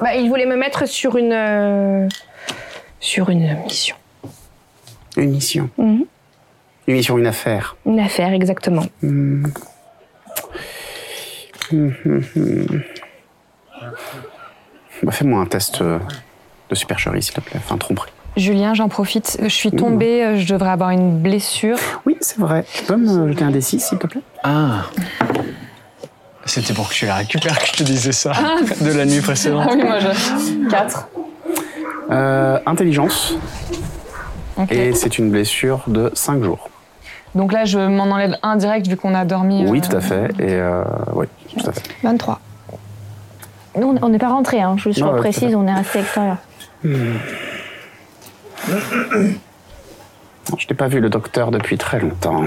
Speaker 2: Bah, il voulait me mettre sur une euh, sur une mission,
Speaker 1: Une mission.
Speaker 2: Mhm.
Speaker 1: Une mission, une affaire.
Speaker 2: une affaire exactement.
Speaker 1: Hmm. Hmm, hmm, hmm. Bah, Fais-moi un test euh, de supercherie, s'il te plaît. Enfin, tromperie.
Speaker 7: Julien, j'en profite. Je suis tombée, euh, je devrais avoir une blessure.
Speaker 1: Oui, c'est vrai. Tu peux me jeter un D6, s'il te plaît
Speaker 4: Ah C'était pour que tu la récupères que je te disais ça
Speaker 13: Ah.
Speaker 4: de la nuit précédente.
Speaker 7: Ah oui, moi je. 4.
Speaker 1: Euh, intelligence.
Speaker 7: Ok.
Speaker 1: Et c'est une blessure de 5 jours.
Speaker 7: Donc là, je m'en enlève un direct vu qu'on a dormi.
Speaker 1: Oui,
Speaker 7: euh,
Speaker 1: tout à fait. Et euh, oui, tout à fait.
Speaker 2: 23.
Speaker 3: Nous, on- on n'est pas rentrés, hein, je, je
Speaker 1: Non, ouais,
Speaker 3: précise, on est resté extérieur.
Speaker 1: Hmm. Je n'ai pas vu le docteur depuis très longtemps.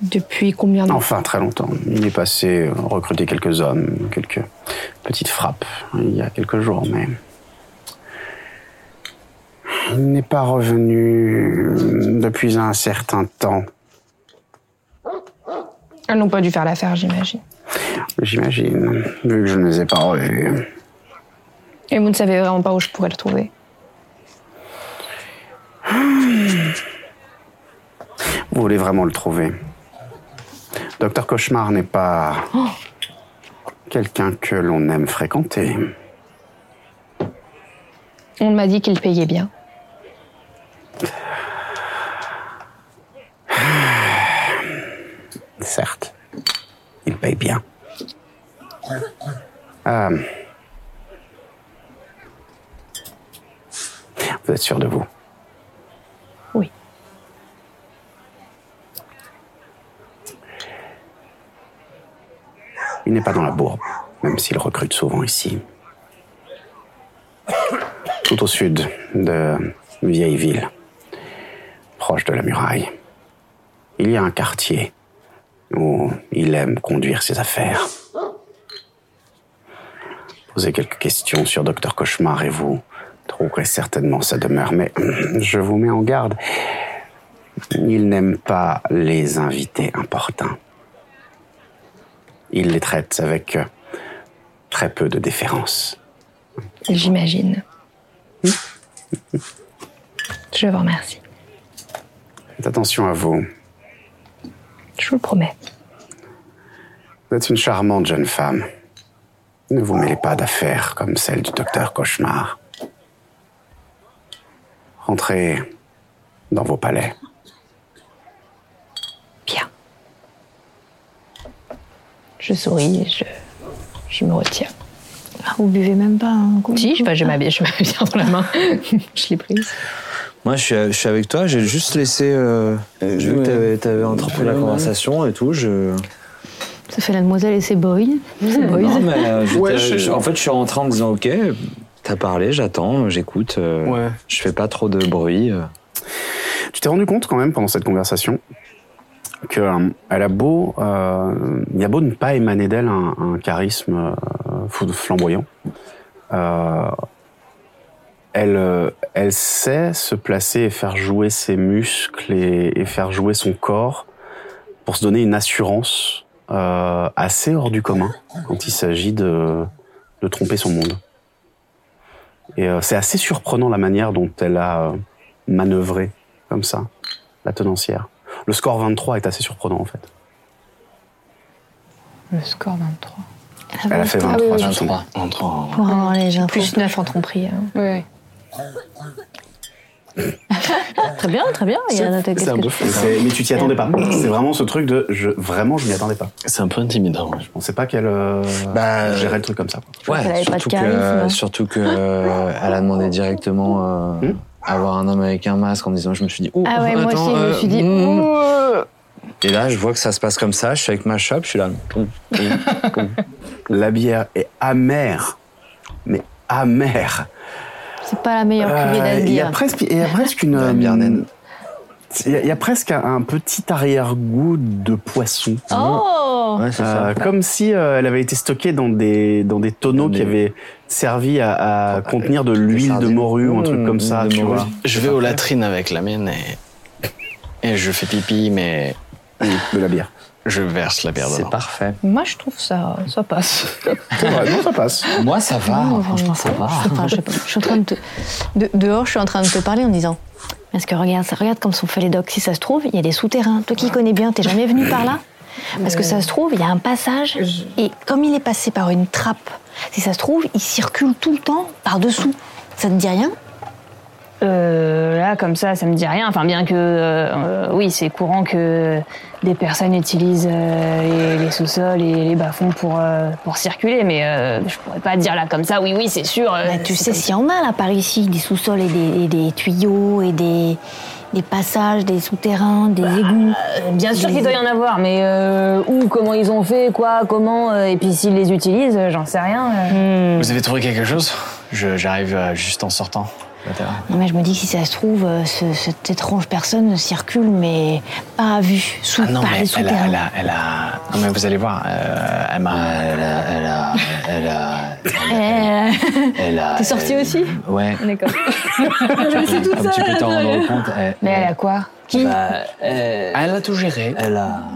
Speaker 2: Depuis combien de temps
Speaker 1: Enfin, très longtemps. Il est passé euh, recruter quelques hommes, quelques petites frappes, hein, il y a quelques jours, mais. Il n'est pas revenu euh, depuis un certain temps,
Speaker 2: Elles n'ont pas dû faire l'affaire, j'imagine.
Speaker 1: j'imagine, vu que je ne les ai pas revus.
Speaker 2: Et vous ne savez vraiment pas où je pourrais le trouver.
Speaker 1: Vous voulez vraiment le trouver Docteur Cauchemar n'est pas Quelqu'un que l'on aime fréquenter.
Speaker 2: On m'a dit qu'il payait bien.
Speaker 1: Certes, il paye bien. Euh, Vous êtes sûr de vous
Speaker 2: Oui.
Speaker 1: Il n'est pas dans la bourbe, même s'il recrute souvent ici. Tout au sud de vieille ville, proche de la muraille, il y a un quartier où il aime conduire ses affaires. Posez quelques questions sur Docteur Cauchemar et vous trouverez certainement sa demeure, mais je vous mets en garde. Il n'aime pas les invités importuns. Il les traite avec euh, très peu de déférence.
Speaker 2: J'imagine. Je vous remercie.
Speaker 1: Faites attention à vous.
Speaker 2: Je vous le promets.
Speaker 1: Vous êtes une charmante jeune femme. Ne vous mêlez pas d'affaires comme celle du docteur Cauchemar. Rentrez dans vos palais.
Speaker 2: Bien. Je souris et je, je me retiens.
Speaker 3: Ah, Vous buvez même pas hein, un coup
Speaker 2: Si, je, bah, j'ai ma bière, j'ai ma bière dans la main. je l'ai prise.
Speaker 4: Moi, je suis, je suis avec toi. J'ai juste laissé. Euh, j'ai vu que t'avais, t'avais entrepris la conversation et tout. Je.
Speaker 3: Ça fait la demoiselle et ses boys. Ses boys.
Speaker 4: Non, mais, euh, j'étais-
Speaker 3: Ouais, je-
Speaker 4: je- en fait, je suis rentré en disant OK, t'as parlé, j'attends, j'écoute. euh, Je fais pas trop de bruit. euh.
Speaker 1: Tu t'es rendu compte quand même pendant cette conversation que euh, elle a beau, euh, il y a beau ne pas émaner d'elle un, un charisme euh, fou- flamboyant, euh, elle, euh, elle sait se placer et faire jouer ses muscles et, et faire jouer son corps pour se donner une assurance euh, assez hors du commun quand il s'agit de, de tromper son monde. Et euh, c'est assez surprenant la manière dont elle a euh, manœuvré comme ça, la tenancière. Le score 23 est assez surprenant en fait.
Speaker 7: Le score 23.
Speaker 3: Ah
Speaker 1: Elle a fait 23 sur son-
Speaker 3: Pour avoir Ah, les infos.
Speaker 2: Plus 9 en tromperie. hein.
Speaker 3: Très bien, très bien. Il y en a
Speaker 1: C'est un peu fou. C'est- Mais tu Ah t'y attendais pas. C'est vraiment ce truc de je, vraiment je m'y attendais pas. C'est un peu intimidant. Je pensais pas qu'elle euh,
Speaker 3: Bah,
Speaker 1: gérait le truc comme ça.
Speaker 3: crois qu'elle avait pas de
Speaker 4: surtout
Speaker 3: charisme. hein.
Speaker 4: que, surtout que euh, elle a demandé directement
Speaker 3: Hmm
Speaker 4: euh, avoir un homme avec un masque en me disant, je me suis dit, oh,
Speaker 3: Ah ouais, moi
Speaker 4: attends,
Speaker 3: aussi, je me
Speaker 4: euh,
Speaker 3: suis dit.
Speaker 4: hmm.
Speaker 3: ouh.
Speaker 4: Et là, je vois que ça se passe comme ça. Je suis avec ma chope, je suis là.
Speaker 1: la bière est amère, mais amère.
Speaker 3: C'est pas la meilleure
Speaker 1: Euh,
Speaker 3: cuvée
Speaker 1: Il y a
Speaker 3: d'Asgir.
Speaker 1: presque, il y a presque une. euh, Il y, a- il y a presque un, un petit arrière-goût de poisson.
Speaker 3: Oh
Speaker 4: Ouais, c'est ça.
Speaker 1: Euh, comme si euh, elle avait été stockée dans des, dans des Ah, euh, tonneaux qui avaient servi à, à contenir de l'huile de morue ou un truc
Speaker 4: Hmm,
Speaker 1: comme ça, tu vois.
Speaker 5: Je vais aux latrines avec la mienne et, et je fais pipi, mais.
Speaker 1: De la bière.
Speaker 5: Je verse la bière dedans.
Speaker 4: C'est parfait.
Speaker 2: Moi, je trouve ça, ça passe.
Speaker 1: C'est vrai, non, ça passe.
Speaker 4: Moi, ça
Speaker 3: ah,
Speaker 4: va. franchement, ça va.
Speaker 3: Enfin, je, sais pas, je suis en train de te. de- dehors, je suis en train de te parler en disant. Parce que regarde, ça- regarde comme sont faits les docks. Si ça se trouve, il y a des souterrains. Toi qui connais bien, t'es jamais venu par là Parce que ça se trouve, il y a un passage. Et comme il est passé par une trappe, si ça se trouve, il circule tout le temps par-dessous. Ça te dit rien
Speaker 7: Euh, là, comme ça, ça me dit rien. Enfin, bien que, euh, euh, oui, c'est courant que des personnes utilisent euh, les, les sous-sols et les bas-fonds pour, euh, pour circuler, mais euh, je pourrais pas dire là comme ça, oui, oui, c'est sûr. euh,
Speaker 3: Bah, tu
Speaker 7: c'est
Speaker 3: sais
Speaker 7: comme
Speaker 3: s'il y en a là par ici, des sous-sols et des, et des tuyaux et des, des passages, des souterrains, des égouts.
Speaker 7: Bien sûr
Speaker 3: des-
Speaker 7: qu'il doit y en avoir, mais euh, où, comment ils ont fait, quoi, comment, euh, et puis s'ils les utilisent, euh, j'en sais rien. euh.
Speaker 5: Vous avez trouvé quelque chose Je- J'arrive euh, juste en sortant. de la terrasse.
Speaker 3: Non, mais je me dis que si ça se trouve, euh, ce- cette étrange personne circule, mais pas à vue, sous,
Speaker 5: Ah non,
Speaker 3: par
Speaker 5: mais
Speaker 3: les
Speaker 5: elle a,
Speaker 3: souterrains.
Speaker 5: elle a, elle a- Non, mais vous allez voir, euh, elle m'a. Elle a. Elle a. Elle a. elle a-
Speaker 15: T'es sortie aussi
Speaker 5: Ouais.
Speaker 15: D'accord.
Speaker 7: Je
Speaker 15: me suis toute
Speaker 5: Un petit
Speaker 15: seule.
Speaker 5: peu t'en rendre compte. elle-
Speaker 7: Mais elle a quoi Qui
Speaker 5: Elle a tout géré.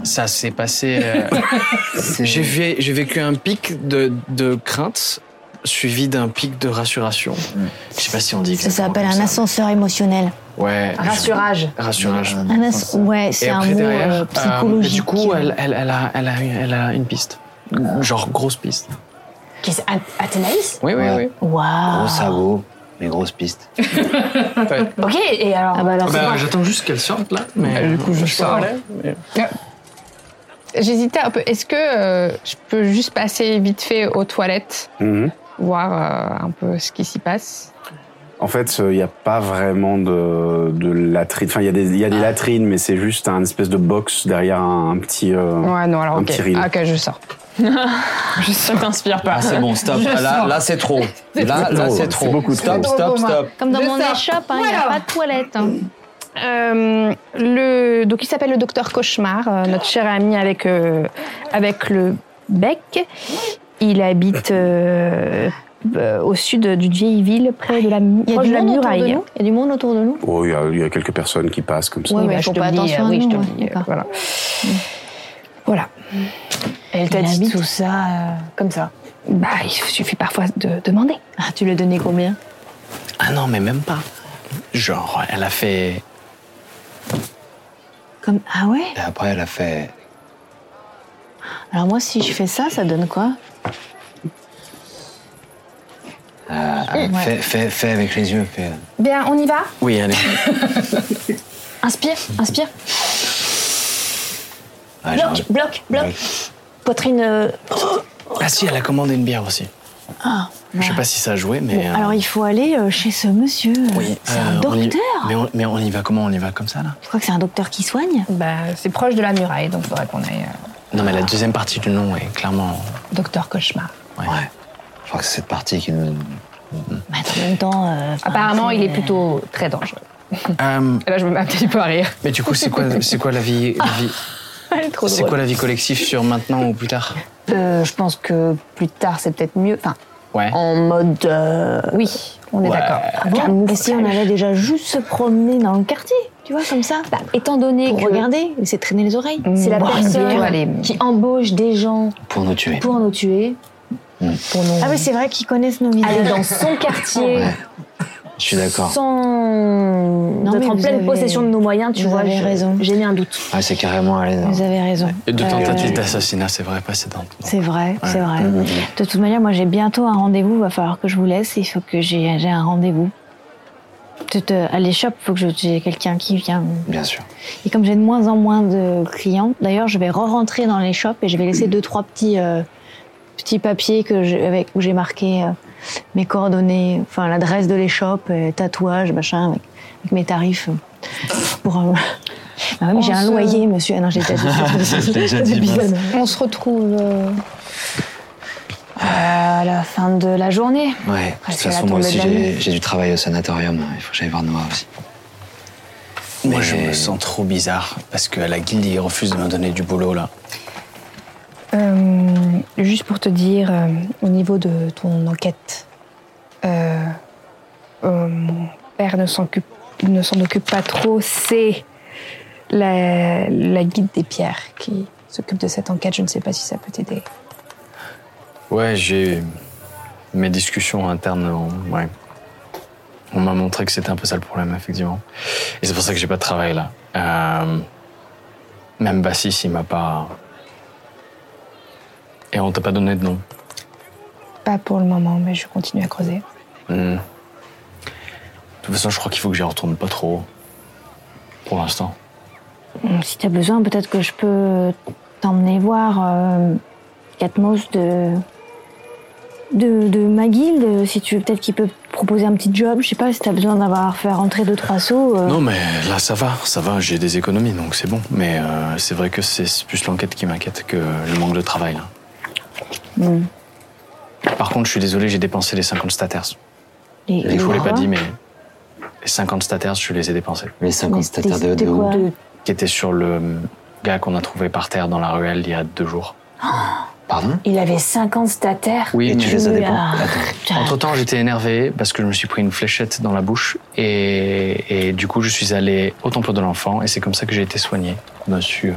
Speaker 5: Ça s'est passé. euh, j'ai vé- j'ai vécu un pic de, de crainte suivi d'un pic de rassuration. Mm. Je sais pas si on dit.
Speaker 3: Ça s'appelle
Speaker 5: exactement
Speaker 3: un Ah. ascenseur émotionnel.
Speaker 5: comme ça. Ouais.
Speaker 7: Rassurage.
Speaker 5: Rassurage.
Speaker 3: Un as- ouais, c'est
Speaker 5: Et
Speaker 3: un
Speaker 5: après,
Speaker 3: mot
Speaker 5: derrière,
Speaker 3: euh,
Speaker 5: euh,
Speaker 3: psychologique.
Speaker 5: du coup, elle, elle, elle a, elle, a, une- elle a une piste. Genre grosse piste.
Speaker 16: Qui est A- Athénaïs
Speaker 5: Oui, oui, oui.
Speaker 16: Waouh
Speaker 4: Gros sabots, mais grosse piste.
Speaker 16: Ok, et alors Ah bah alors,
Speaker 5: Bah, J'attends juste qu'elle sorte là. Mais du coup, je sors.
Speaker 2: J'hésitais un peu. Est-ce que euh, je peux juste passer vite fait aux toilettes,
Speaker 1: Mhm.
Speaker 2: voir euh, un peu ce qui s'y passe
Speaker 1: En fait, il n'y a pas vraiment de, de latrine. Enfin, il y a des, il y a des latrines, mais c'est juste un espèce de box derrière un, un petit. euh,
Speaker 2: Ouais, non, alors
Speaker 1: un
Speaker 2: ok.
Speaker 1: petit rideau.
Speaker 2: Ah, ok, je sors. je
Speaker 16: Ça t'inspire pas.
Speaker 17: Ah, c'est bon, stop.
Speaker 2: Je
Speaker 17: Là,
Speaker 2: sors.
Speaker 17: là c'est trop.
Speaker 2: C'est
Speaker 17: Là,
Speaker 2: trop.
Speaker 17: là
Speaker 2: C'est
Speaker 17: c'est trop.
Speaker 2: beaucoup
Speaker 17: stop,
Speaker 2: trop.
Speaker 17: stop, stop.
Speaker 5: bah,
Speaker 3: Comme dans
Speaker 2: Je
Speaker 3: mon
Speaker 2: sors.
Speaker 3: échoppe, il n'y a
Speaker 2: Voilà.
Speaker 3: pas de toilette. hein.
Speaker 2: Euh, le, donc il s'appelle le docteur Cauchemar, euh, notre cher ami avec, euh,
Speaker 7: avec le bec. Il habite euh, euh, au sud d'une vieille ville près
Speaker 2: Ah,
Speaker 7: de la,
Speaker 3: Il y a
Speaker 7: proche
Speaker 3: du
Speaker 7: de la
Speaker 3: monde autour de
Speaker 7: muraille.
Speaker 3: nous. Il y a du monde autour de nous.
Speaker 1: Oh, il y, a- il y a quelques personnes qui passent comme ça.
Speaker 3: Ouais, ouais,
Speaker 7: bah,
Speaker 3: ils font
Speaker 7: je te
Speaker 3: pas
Speaker 7: le dis,
Speaker 3: attention
Speaker 7: euh,
Speaker 3: à
Speaker 7: oui,
Speaker 3: nous,
Speaker 7: je te
Speaker 3: ouais,
Speaker 2: hein,
Speaker 7: le dis, euh,
Speaker 3: d'accord.
Speaker 7: voilà.
Speaker 2: Mm.
Speaker 7: Voilà. Elle t'a dit tout ça euh, comme ça Bah, il suffit parfois de demander.
Speaker 3: tu lui as donné combien
Speaker 18: Ah non, mais même pas. Genre, elle a fait.
Speaker 3: Comme ah ouais.
Speaker 4: Et après, elle a fait.
Speaker 3: Alors moi, si je fais ça, ça donne quoi
Speaker 4: euh, euh,
Speaker 2: Ouais.
Speaker 4: fais, fais- fais avec les yeux. Fais.
Speaker 2: Bien, on y va
Speaker 18: Oui, allez.
Speaker 8: Inspire, inspire.
Speaker 4: Ah, j'ai
Speaker 8: bloc,
Speaker 4: envie.
Speaker 8: bloc, bloc. Poitrine. euh,
Speaker 18: Ah si, elle a commandé une bière aussi.
Speaker 3: Ah,
Speaker 18: Je sais
Speaker 3: ouais.
Speaker 18: pas si ça a joué, mais.
Speaker 3: Bon,
Speaker 18: euh,
Speaker 3: alors il faut aller euh, chez ce monsieur.
Speaker 18: oui,
Speaker 3: C'est un
Speaker 18: euh, on y-
Speaker 3: docteur.
Speaker 18: mais, on, mais on y va comment On y va comme ça là
Speaker 3: Je crois que c'est un docteur qui soigne.
Speaker 2: Bah, c'est proche de la muraille, donc faudrait qu'on aille.
Speaker 7: euh,
Speaker 18: Non, mais la deuxième partie du nom est clairement.
Speaker 2: Docteur Cauchemar.
Speaker 18: Ouais.
Speaker 4: Je crois que c'est cette partie qui nous.
Speaker 3: Mais en Bah, même temps, euh, enfin,
Speaker 2: Apparemment,
Speaker 3: c'est-
Speaker 2: il est plutôt très dangereux.
Speaker 18: Euh,
Speaker 2: Et là, je me mets un petit peu à rire.
Speaker 18: mais du coup, c'est quoi, c'est quoi la vie, la vie-
Speaker 2: Elle est trop
Speaker 18: c'est
Speaker 2: drôle.
Speaker 18: quoi la vie collective sur maintenant ou plus tard
Speaker 2: Euh, je pense que plus tard, c'est peut-être mieux. Enfin,
Speaker 18: Ouais.
Speaker 2: en mode. euh, Oui, on est
Speaker 18: Ouais.
Speaker 2: d'accord.
Speaker 3: Ah bon Et si on allait déjà juste se promener dans le quartier, tu vois, comme ça
Speaker 11: Bah,
Speaker 8: Étant donné que.
Speaker 3: Regardez, c'est traîner les oreilles.
Speaker 8: C'est la
Speaker 3: Boire une
Speaker 8: personne
Speaker 3: bière, aller-
Speaker 8: qui embauche des gens
Speaker 4: Pour nous tuer.
Speaker 8: pour nous tuer. Pour nous.
Speaker 3: Ah oui, c'est vrai qu'ils connaissent nos visages.
Speaker 8: Aller dans son quartier.
Speaker 4: Je suis d'accord.
Speaker 8: Sans
Speaker 3: Non, mais
Speaker 8: être en
Speaker 3: vous
Speaker 8: pleine
Speaker 3: avez-
Speaker 8: possession de nos moyens, tu
Speaker 3: vous
Speaker 8: vois.
Speaker 3: avez
Speaker 8: je-
Speaker 3: raison.
Speaker 8: J'ai mis un doute.
Speaker 4: Ah, c'est carrément aller dans.
Speaker 3: Vous avez raison.
Speaker 18: Et de
Speaker 3: Euh,
Speaker 18: tentatives d'assassinat, c'est vrai, pas c'est dans-
Speaker 3: C'est vrai, c'est
Speaker 18: Ouais.
Speaker 3: vrai.
Speaker 18: Mhm.
Speaker 3: De toute manière, moi j'ai bientôt un rendez-vous, va falloir que je vous laisse, il faut que j'ai j'ai un rendez-vous. Tout, euh, à l'échoppe, il faut que je- j'ai quelqu'un qui vient.
Speaker 4: Bien sûr.
Speaker 3: Et comme j'ai de moins en moins de clients, d'ailleurs je vais re-rentrer dans les shops et je vais laisser deux, trois petits, euh, petits papiers que j'ai- avec, où j'ai marqué euh, mes coordonnées, enfin l'adresse de l'échoppe, euh, tatouage, machin, avec, avec mes tarifs. euh, pour un- Ah ouais, mais
Speaker 2: On
Speaker 3: j'ai un
Speaker 2: se-
Speaker 3: loyer, monsieur. Ah non, j'ai déjà dit ça.
Speaker 2: Je t'ai déjà dit, mince. On se retrouve euh,
Speaker 7: Euh, à la fin de la journée. Après,
Speaker 4: Ouais, de toute
Speaker 7: c'est la
Speaker 4: façon, moi
Speaker 7: tombée de
Speaker 4: aussi,
Speaker 7: la nuit.
Speaker 4: j'ai j'ai du travail au sanatorium. Il faut que j'aille voir Noah aussi.
Speaker 18: Moi, je me sens trop bizarre parce que la guilde, ils refusent de me donner du boulot là.
Speaker 2: Euh, juste pour te dire, euh, au niveau de ton enquête, euh, euh, mon père ne s'en occupe, ne s'en occupe pas trop. C'est la, la guide des pierres qui s'occupe de cette enquête. Je ne sais pas si ça peut t'aider.
Speaker 5: Ouais, j'ai mes discussions internes. on- Ouais. On m'a montré que c'était un peu ça le problème, effectivement. Et c'est pour ça que j'ai pas de travail là. Euh, Même Bassis, il m'a pas. Et on t'a pas donné de nom.
Speaker 2: Pas pour le moment, mais je continue à creuser.
Speaker 5: Hmm. De toute façon, je crois qu'il faut que j'y retourne pas trop. Pour l'instant.
Speaker 3: Si t'as besoin, peut-être que je peux t'emmener voir euh, Katmos de, de, de ma guilde, si tu veux. Peut-être qu'il peut te proposer un petit job. Je sais pas si t'as besoin d'avoir fait rentrer deux, trois sous. euh.
Speaker 5: Non, mais là, ça va, ça va, j'ai des économies, donc c'est bon. Mais euh, c'est vrai que c'est plus l'enquête qui m'inquiète que le manque de travail là.
Speaker 3: Hmm.
Speaker 5: Par contre, je suis désolé, j'ai dépensé les 50 staters.
Speaker 3: Les-
Speaker 5: je vous l'ai
Speaker 3: quoi
Speaker 2: Ah.
Speaker 5: pas dit, mais les 50 staters, je les ai dépensés.
Speaker 4: Les 50 staters de, de où
Speaker 5: Qui étaient sur le gars qu'on a trouvé par terre dans la ruelle il y a deux jours.
Speaker 4: Pardon
Speaker 8: Il avait 50 statères.
Speaker 5: Oui, mais-
Speaker 8: Oula.
Speaker 5: Entre temps, j'étais énervé parce que je me suis pris une fléchette dans la bouche et, et du coup, je suis allé au temple de l'enfant et c'est comme ça que j'ai été soigné, monsieur.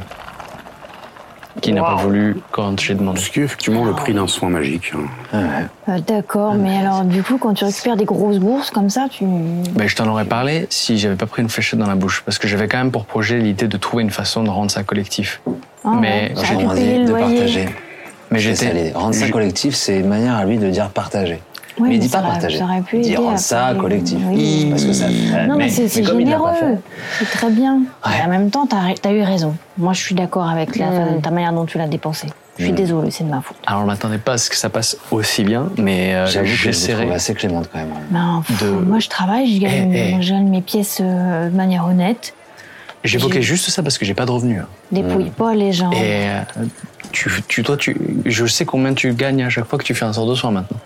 Speaker 5: Qui n'a pas voulu quand j'ai demandé.
Speaker 1: Ce qui est effectivement le prix d'un soin magique. hein.
Speaker 3: Ah, D'accord, mais alors du coup, quand tu récupères des grosses bourses comme ça, tu. hein,
Speaker 5: Ben, je t'en aurais parlé si j'avais pas pris une fléchette dans la bouche, parce que j'avais quand même pour projet l'idée de trouver une façon de rendre ça collectif.
Speaker 3: Ah ouais,
Speaker 5: mais
Speaker 3: ça aurait pu payer le loyer.
Speaker 19: Mais j'étais.
Speaker 4: Rendre ça
Speaker 19: je-
Speaker 4: collectif, c'est une manière à lui de dire partager.
Speaker 3: Oui,
Speaker 4: mais il
Speaker 3: mais
Speaker 4: dit pas
Speaker 3: ça aurait-
Speaker 4: partager.
Speaker 3: ça aurait pu
Speaker 4: il dit
Speaker 3: aider
Speaker 4: rendre
Speaker 3: à
Speaker 4: ça
Speaker 3: parler,
Speaker 4: collectif.
Speaker 3: oui.
Speaker 4: Parce
Speaker 5: Mm.
Speaker 4: que ça.
Speaker 3: Non, mais, c'est c'est
Speaker 4: comme il l'a pas fait,
Speaker 3: généreux. C'est très bien. Et en même temps, t'as as eu raison. Moi, je suis d'accord avec la, ta manière dont tu l'as dépensé. Je suis
Speaker 5: Mm.
Speaker 3: désolée, c'est de ma faute.
Speaker 5: Alors, je m'attendais pas à ce que ça passe aussi bien, mais euh,
Speaker 4: J'avoue que je vous
Speaker 5: j'essaierai.
Speaker 4: trouve assez clémente quand même.
Speaker 3: Ben, pff,
Speaker 5: De-
Speaker 3: Moi, je travaille, je gagne,
Speaker 5: Eh, eh.
Speaker 3: moi, je gagne mes pièces euh, de manière honnête.
Speaker 5: J'évoquais juste ça parce que j'ai pas de revenus. hein.
Speaker 3: Dépouille pas les gens.
Speaker 5: Et euh, tu, tu, toi, tu, je sais combien tu gagnes à chaque fois que tu fais un sort de soin maintenant.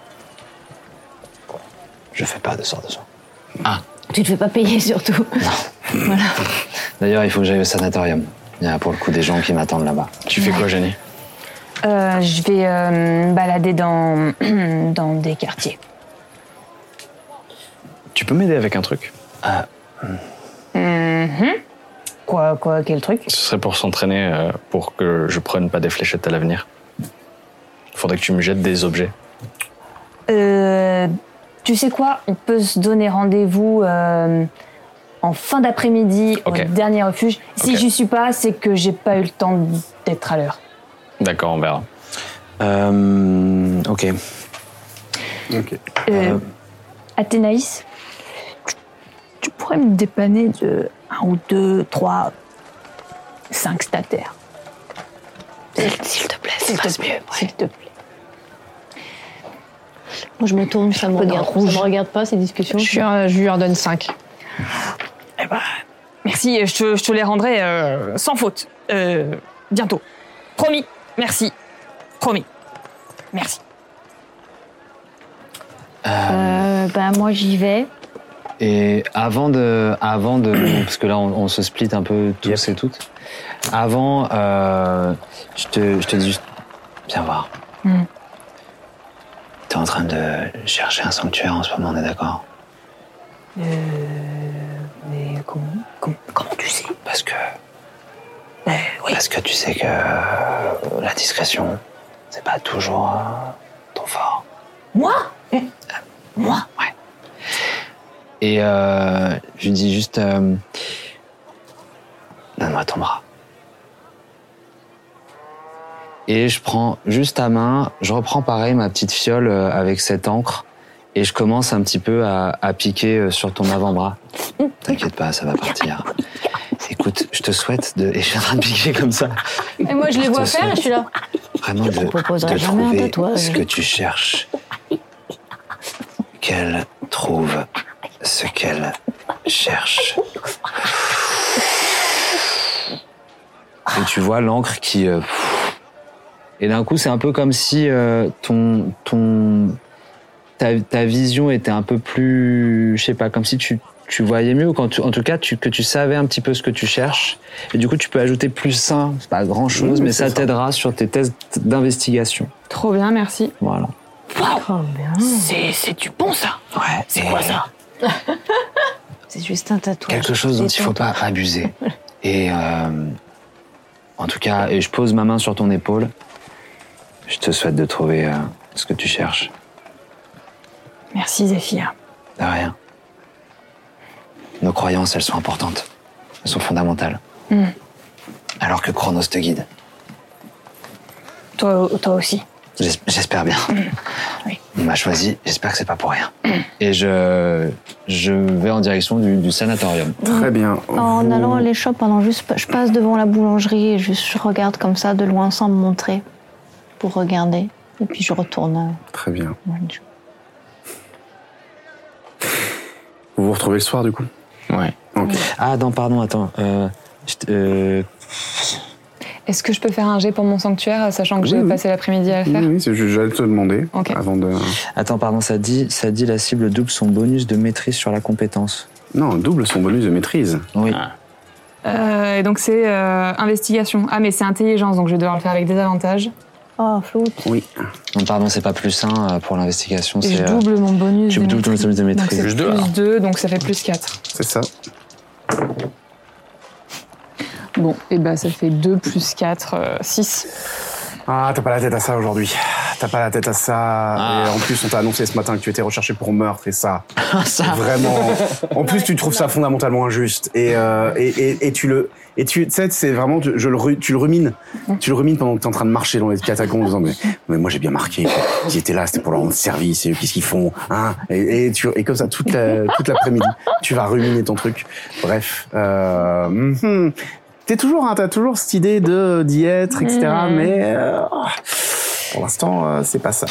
Speaker 4: Je fais pas de sort de soin.
Speaker 3: Tu te fais pas payer surtout. voilà.
Speaker 4: D'ailleurs, il faut que j'aille au sanatorium. Il y a pour le coup des gens qui m'attendent là-bas.
Speaker 5: Tu fais quoi, Jenny
Speaker 7: Euh, je vais euh, me balader dans, dans des quartiers.
Speaker 5: Tu peux m'aider avec un truc
Speaker 7: Mhm. Quoi, quoi, quel truc
Speaker 5: Ce serait pour s'entraîner euh, pour que je prenne pas des fléchettes à l'avenir. Faudrait que tu me jettes des objets.
Speaker 7: Euh, Tu sais quoi On peut se donner rendez-vous euh, en fin d'après-midi,
Speaker 5: Ok.
Speaker 7: au dernier refuge. Si
Speaker 5: Ok.
Speaker 7: j'y suis pas, c'est que j'ai pas eu le temps d'être à l'heure.
Speaker 5: D'accord, on verra.
Speaker 19: Euh, ok.
Speaker 5: Ok.
Speaker 7: Euh, Athénaïs, tu- tu pourrais me dépanner de 1 ou 2, 3, 5 stataires. S'il te plaît, s'il
Speaker 5: Ah,
Speaker 7: te plaît. S'il te plaît.
Speaker 8: Moi, je me tourne, ça me regarde. Ça me regarde pas, ces discussions.
Speaker 7: Je, lui en donne 5. Merci, je te, je te les rendrai euh, sans faute. Euh, bientôt. Promis. Merci. Promis. Merci.
Speaker 3: Euh, ben, moi, j'y vais.
Speaker 4: Et avant de, avant de, parce que là on, on se split un peu tous et toutes. Avant, euh, je te, je te dis juste, viens voir.
Speaker 7: Hmm.
Speaker 4: T'es en train de chercher un sanctuaire en ce moment, on est d'accord
Speaker 7: Euh, mais comment, com- comment tu sais Ben,
Speaker 4: Parce que, parce que tu sais que euh, la discrétion, c'est pas toujours euh, ton fort.
Speaker 7: Moi Moi
Speaker 4: Et euh, je lui dis juste, euh, donne-moi ton bras. Et je prends juste ta main, je reprends pareil ma petite fiole euh, avec cette encre et je commence un petit peu à, à piquer euh, sur ton avant-bras. T'inquiète pas, ça va partir. Écoute, je te souhaite de. Et je suis en train de piquer comme ça.
Speaker 8: Et moi, je les
Speaker 4: te
Speaker 8: vois faire et je suis là.
Speaker 4: Vraiment de,
Speaker 8: proposerai
Speaker 4: de
Speaker 8: jamais un
Speaker 4: trouver
Speaker 8: tatouage.
Speaker 4: ce que tu cherches. Qu'elle trouve ce qu'elle cherche. Et tu vois l'encre qui. euh, pff. et d'un coup, c'est un peu comme si euh, ton. ton ta, ta vision était un peu plus. Je sais pas, comme si tu, tu voyais mieux, ou qu'en tout- en tout cas, tu, que tu savais un petit peu ce que tu cherches. Et du coup, tu peux ajouter plus sain. C'est pas grand chose,
Speaker 20: Mmh,
Speaker 4: mais
Speaker 20: c'est
Speaker 4: ça
Speaker 20: ça.
Speaker 4: t'aidera sur tes tests d'investigation.
Speaker 7: Trop bien, merci.
Speaker 4: Voilà.
Speaker 8: Oh, hein. C'est c'est du bon, ça.
Speaker 4: Ouais.
Speaker 8: C'est
Speaker 4: et
Speaker 8: quoi ça C'est juste un tatouage.
Speaker 4: Quelque chose dont il faut pas abuser. Et euh, en tout cas, et je pose ma main sur ton épaule. Je te souhaite de trouver euh, ce que tu cherches.
Speaker 7: Merci, Zéphir.
Speaker 4: De rien. Nos croyances, elles sont importantes. Elles sont fondamentales.
Speaker 7: Hmm.
Speaker 4: Alors que Chronos te guide.
Speaker 7: Toi, toi aussi.
Speaker 4: J'es- J'espère bien. On m'a choisi, j'espère que c'est pas pour rien. Et je, je vais en direction du, du sanatorium.
Speaker 1: Très bien.
Speaker 3: En allant à l'échoppe, pendant juste, je passe devant la boulangerie et juste je regarde comme ça de loin sans me montrer pour regarder. Et puis je retourne.
Speaker 1: Très bien.
Speaker 3: euh,
Speaker 1: Vous vous retrouvez le soir du coup
Speaker 5: Ouais.
Speaker 4: Ah non, pardon, attends. Euh, je t- euh,
Speaker 9: Est-ce que je peux faire un jet pour mon sanctuaire, euh, sachant que j'ai passé l'après-midi à le faire
Speaker 1: Oui, oui, c'est juste- j'allais te demander avant de.
Speaker 4: Attends, pardon, ça dit, ça dit la cible double son bonus de maîtrise sur la compétence.
Speaker 1: Non, double son bonus de maîtrise.
Speaker 4: Oui.
Speaker 9: Euh, Et donc c'est euh, investigation. Ah mais c'est intelligence, donc je vais devoir le faire avec des avantages.
Speaker 3: Oh, floute.
Speaker 1: Oui.
Speaker 4: Non, pardon, c'est pas plus sain euh, pour l'investigation.
Speaker 9: Et je
Speaker 4: c'est, euh,
Speaker 9: double mon bonus.
Speaker 4: tu
Speaker 9: de
Speaker 4: doubles ton
Speaker 9: maîtrise.
Speaker 4: bonus de
Speaker 9: Donc
Speaker 4: maîtrise.
Speaker 9: c'est
Speaker 4: Juste deux, alors.
Speaker 9: plus 2, donc ça fait plus 4.
Speaker 1: C'est ça.
Speaker 7: eh
Speaker 9: Bon, et bah ça fait 2 plus 4, 6.
Speaker 7: ben, euh,
Speaker 1: Ah, t'as pas la tête à ça aujourd'hui. t'as pas la tête à ça. Et en plus, on t'a annoncé ce matin que tu étais recherché pour meurtre et ça.
Speaker 9: Ça.
Speaker 1: Vraiment. En plus, tu trouves ça fondamentalement injuste et euh, et, et, et tu le et tu tu sais, c'est vraiment tu, je le ru- tu le rumines, tu le rumines pendant que t'es en train de marcher dans les catacombes en disant mais, mais moi j'ai bien marqué, quoi. ils étaient là, c'était pour leur rendre service et qu'est-ce qu'ils font, hein et, et tu et comme ça toute la, toute l'après-midi, tu vas ruminer ton truc. Bref, euh, mhm. t'es toujours hein, t'as toujours cette idée de d'y être, etc.
Speaker 21: Mhm.
Speaker 1: Mais euh, pour l'instant, euh, c'est pas ça.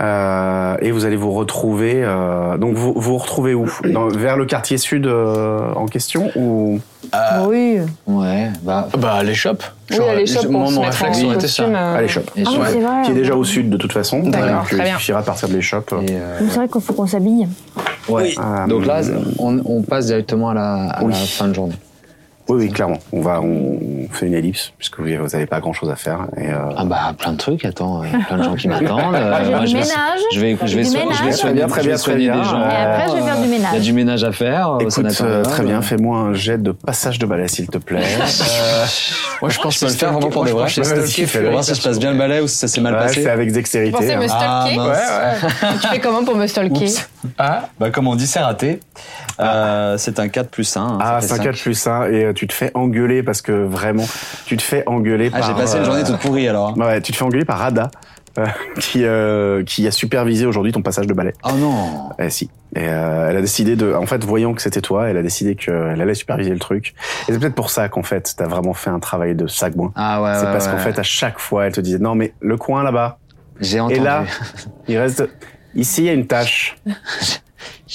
Speaker 1: Euh, et vous allez vous retrouver. euh, donc vous vous retrouvez où Dans- Vers le quartier sud euh, en question ou
Speaker 11: Oui.
Speaker 4: Ouais. Bah,
Speaker 9: bah les shops.
Speaker 11: Oui, à les shops, on
Speaker 9: Mon,
Speaker 11: se
Speaker 9: mon
Speaker 11: mettra
Speaker 9: réflexe
Speaker 11: en
Speaker 9: aurait été ça.
Speaker 11: costume, euh,
Speaker 1: Allez, shop.
Speaker 9: Et
Speaker 22: Ah oui,
Speaker 9: ouais.
Speaker 22: c'est vrai.
Speaker 1: Qui est déjà au sud de toute façon.
Speaker 22: D'accord,
Speaker 1: donc,
Speaker 22: très
Speaker 1: il
Speaker 22: bien.
Speaker 1: suffira de partir de l'échoppe.
Speaker 22: Mais C'est vrai qu'il faut qu'on s'habille.
Speaker 4: euh, Ouais. Donc là, on, on passe directement à la, à la fin de journée.
Speaker 1: Oui, oui, clairement. On va, on fait une ellipse puisque vous n'avez pas grand-chose à faire. Et, Ah
Speaker 4: bah plein de trucs. Attends, euh, plein de gens qui m'attendent. euh,
Speaker 1: J'ai
Speaker 4: moi,
Speaker 1: du
Speaker 4: je vais-
Speaker 1: ménage.
Speaker 4: Je vais, je vais,
Speaker 1: Du
Speaker 4: so-
Speaker 1: ménage.
Speaker 4: je vais
Speaker 1: Très
Speaker 4: soigner,
Speaker 1: bien, très
Speaker 4: je vais
Speaker 1: bien, très
Speaker 4: soigner
Speaker 1: bien.
Speaker 4: des gens.
Speaker 1: Et après, je vais faire du
Speaker 4: Il y
Speaker 1: ménage.
Speaker 4: a du ménage à faire. au
Speaker 1: Écoute,
Speaker 4: sanatorium.
Speaker 1: euh, très bien, fais-moi un jet de passage de balai, s'il te plaît.
Speaker 4: Moi, je pense que je peux le faire vraiment pour
Speaker 1: Moi,
Speaker 4: de
Speaker 1: je pense
Speaker 4: vrai.
Speaker 1: que je vais stalker,
Speaker 4: Pour voir si je passe bien le balai ou si ça s'est mal
Speaker 1: Ouais,
Speaker 4: passé.
Speaker 1: c'est avec dextérité. hein.
Speaker 11: Vous pensez me stalker
Speaker 4: Ah, mince.
Speaker 11: Tu fais comment pour me stalker
Speaker 4: Ah, bah comme on dit, c'est raté. Euh, c'est un 4 plus 1.
Speaker 1: Ah, 5 4 plus 1, et euh, tu te fais engueuler parce que vraiment, tu te fais engueuler
Speaker 4: Ah,
Speaker 1: par... euh,
Speaker 4: j'ai passé une journée toute pourrie, alors.
Speaker 1: Ouais, tu te fais engueuler par Rada, euh, qui, euh, qui a supervisé aujourd'hui ton passage de balai.
Speaker 4: Oh non
Speaker 1: Eh si. Et euh, elle a décidé de... En fait, voyant que c'était toi, elle a décidé qu'elle allait superviser le truc. Et c'est peut-être pour ça qu'en fait, t'as vraiment fait un travail de sagouin.
Speaker 4: Ah ouais,
Speaker 1: C'est
Speaker 4: ouais,
Speaker 1: parce qu'en
Speaker 4: ouais.
Speaker 1: fait, à chaque fois, elle te disait, non mais le coin là-bas.
Speaker 4: J'ai entendu.
Speaker 1: Et là, il reste... Ici, il y a une tâche.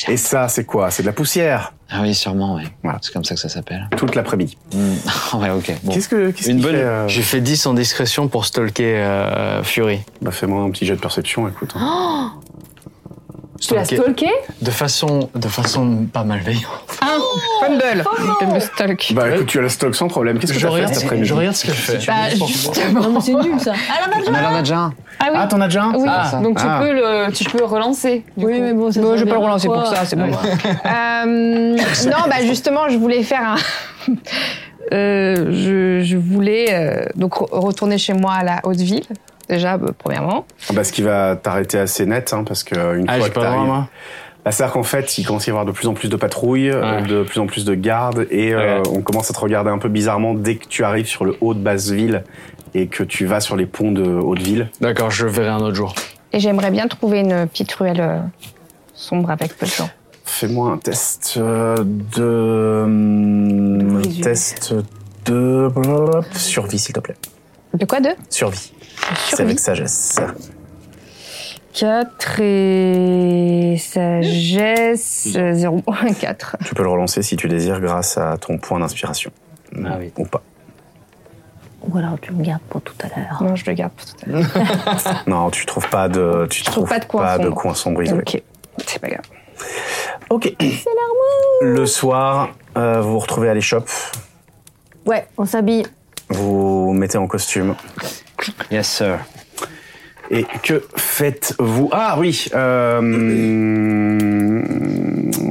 Speaker 1: Et ça, c'est quoi C'est de la poussière.
Speaker 4: Ah oui, sûrement, oui. C'est comme ça que ça s'appelle. Mm.
Speaker 1: Toute l'après-midi.
Speaker 4: ouais, ok. bon.
Speaker 1: Qu'est-ce que- qu'est-ce
Speaker 5: Une
Speaker 1: qu'il
Speaker 5: bonne.
Speaker 1: fait, euh,
Speaker 5: J'ai fait 10 en discrétion pour stalker euh, Fury.
Speaker 1: Bah fais-moi un petit jet de perception, écoute. hein.
Speaker 7: Tu l'as stalké
Speaker 5: De façon, de façon pas malveillante.
Speaker 11: Un fumble. Elle me stalk.
Speaker 1: Bah écoute, tu as le stock sans problème. Qu'est-ce que
Speaker 5: Oh, Je
Speaker 1: tu fait
Speaker 5: regarde-
Speaker 1: cet après-midi
Speaker 5: je regarde ce que je fais.
Speaker 11: Bah, justement. c'est nul ça.
Speaker 7: Ah, là,
Speaker 4: Mais elle en a déjà un.
Speaker 11: Ah, oui.
Speaker 1: t'en as déjà un
Speaker 11: Oui,
Speaker 4: Ah, ça.
Speaker 11: donc tu,
Speaker 4: Ah.
Speaker 11: peux le, tu peux relancer. Oui, mais bon, ça
Speaker 2: Bah, je vais pas le relancer pour ça, c'est bon. Euh, non, bah justement, je voulais faire un. Euh, je, je voulais euh, donc re- retourner chez moi à la haute ville, déjà, bah, premièrement.
Speaker 1: Ah Bah ce qui va t'arrêter assez net, hein, parce que euh, une
Speaker 5: Ah,
Speaker 1: fois
Speaker 5: j'ai
Speaker 1: que
Speaker 5: pas le droit,
Speaker 1: t'arrives...
Speaker 5: moi.
Speaker 1: Bah, C'est-à-dire qu'en fait, il commence à y avoir de plus en plus de patrouilles, euh, de plus en plus de gardes, et euh, on commence à te regarder un peu bizarrement dès que tu arrives sur le haut de Basse-Ville et que tu vas sur les ponts de Haute-Ville.
Speaker 5: D'accord, je verrai un autre jour.
Speaker 2: Et j'aimerais bien trouver une petite ruelle euh, sombre avec peu de gens.
Speaker 1: Fais-moi un test euh, de... Test de... Survie, s'il te plaît.
Speaker 2: De quoi deux
Speaker 1: Survie. C'est avec sagesse.
Speaker 2: 4 et sagesse 0, 4.
Speaker 1: Tu peux le relancer si tu désires grâce à ton point d'inspiration. Ou pas.
Speaker 22: Ou alors tu me gardes pour tout à l'heure.
Speaker 2: Non, je le garde pour tout
Speaker 22: à l'heure.
Speaker 1: Non, tu trouves pas de, tu trouves
Speaker 2: pas de coin sombre.
Speaker 1: coin sombre isolé.
Speaker 2: Ok, c'est pas grave.
Speaker 1: Ok. Le soir, euh, vous vous retrouvez à l'échoppe,
Speaker 22: Ouais, on s'habille.
Speaker 1: vous vous mettez en costume.
Speaker 4: Yes, sir.
Speaker 1: Et que faites-vous Ah oui, euh,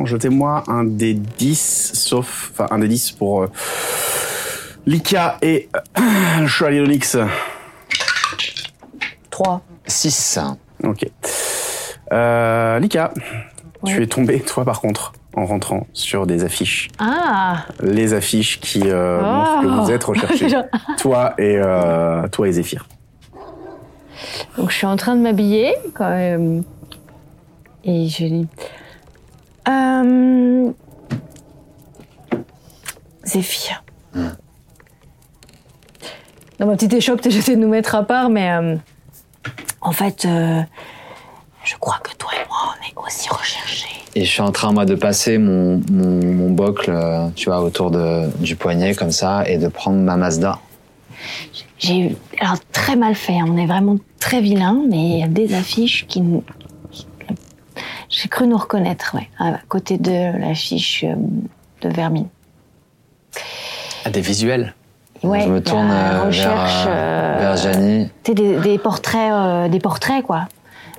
Speaker 1: jetez-moi un des 10, sauf, enfin un des 10 pour euh, Lika et euh, le Chevalier de l'X.
Speaker 4: 3. 6.
Speaker 1: Ok. Euh, Lika, tu es tombée, toi par contre, en rentrant sur des affiches.
Speaker 3: Ah
Speaker 1: les affiches qui euh,
Speaker 3: Oh.
Speaker 1: montrent que vous êtes recherchés. toi et euh, toi et Zéphyr.
Speaker 3: Donc je suis en train de m'habiller quand même. Et je dis. Euh... Zéphir.
Speaker 11: Hmm.
Speaker 3: Dans ma petite échoppe, j'essaie de nous mettre à part, mais euh, en fait, euh, je crois que toi et moi, on est aussi recherchés.
Speaker 4: Et je suis en train, moi, de passer mon, mon, mon bocle, euh, tu vois, autour de, du poignet, comme ça, et de prendre ma Mazda.
Speaker 22: J'ai eu alors très mal fait. hein. On est vraiment très vilain, mais il y a des affiches qui. nous- qui- J'ai cru nous reconnaître, ouais, à côté de l'affiche euh, de Vermine.
Speaker 9: Ah, des visuels.
Speaker 22: Ouais,
Speaker 4: je me tourne
Speaker 22: la
Speaker 4: euh,
Speaker 22: recherche,
Speaker 4: vers, euh,
Speaker 22: euh,
Speaker 4: vers Janie.
Speaker 22: Tu sais, des, des portraits, euh, des portraits quoi,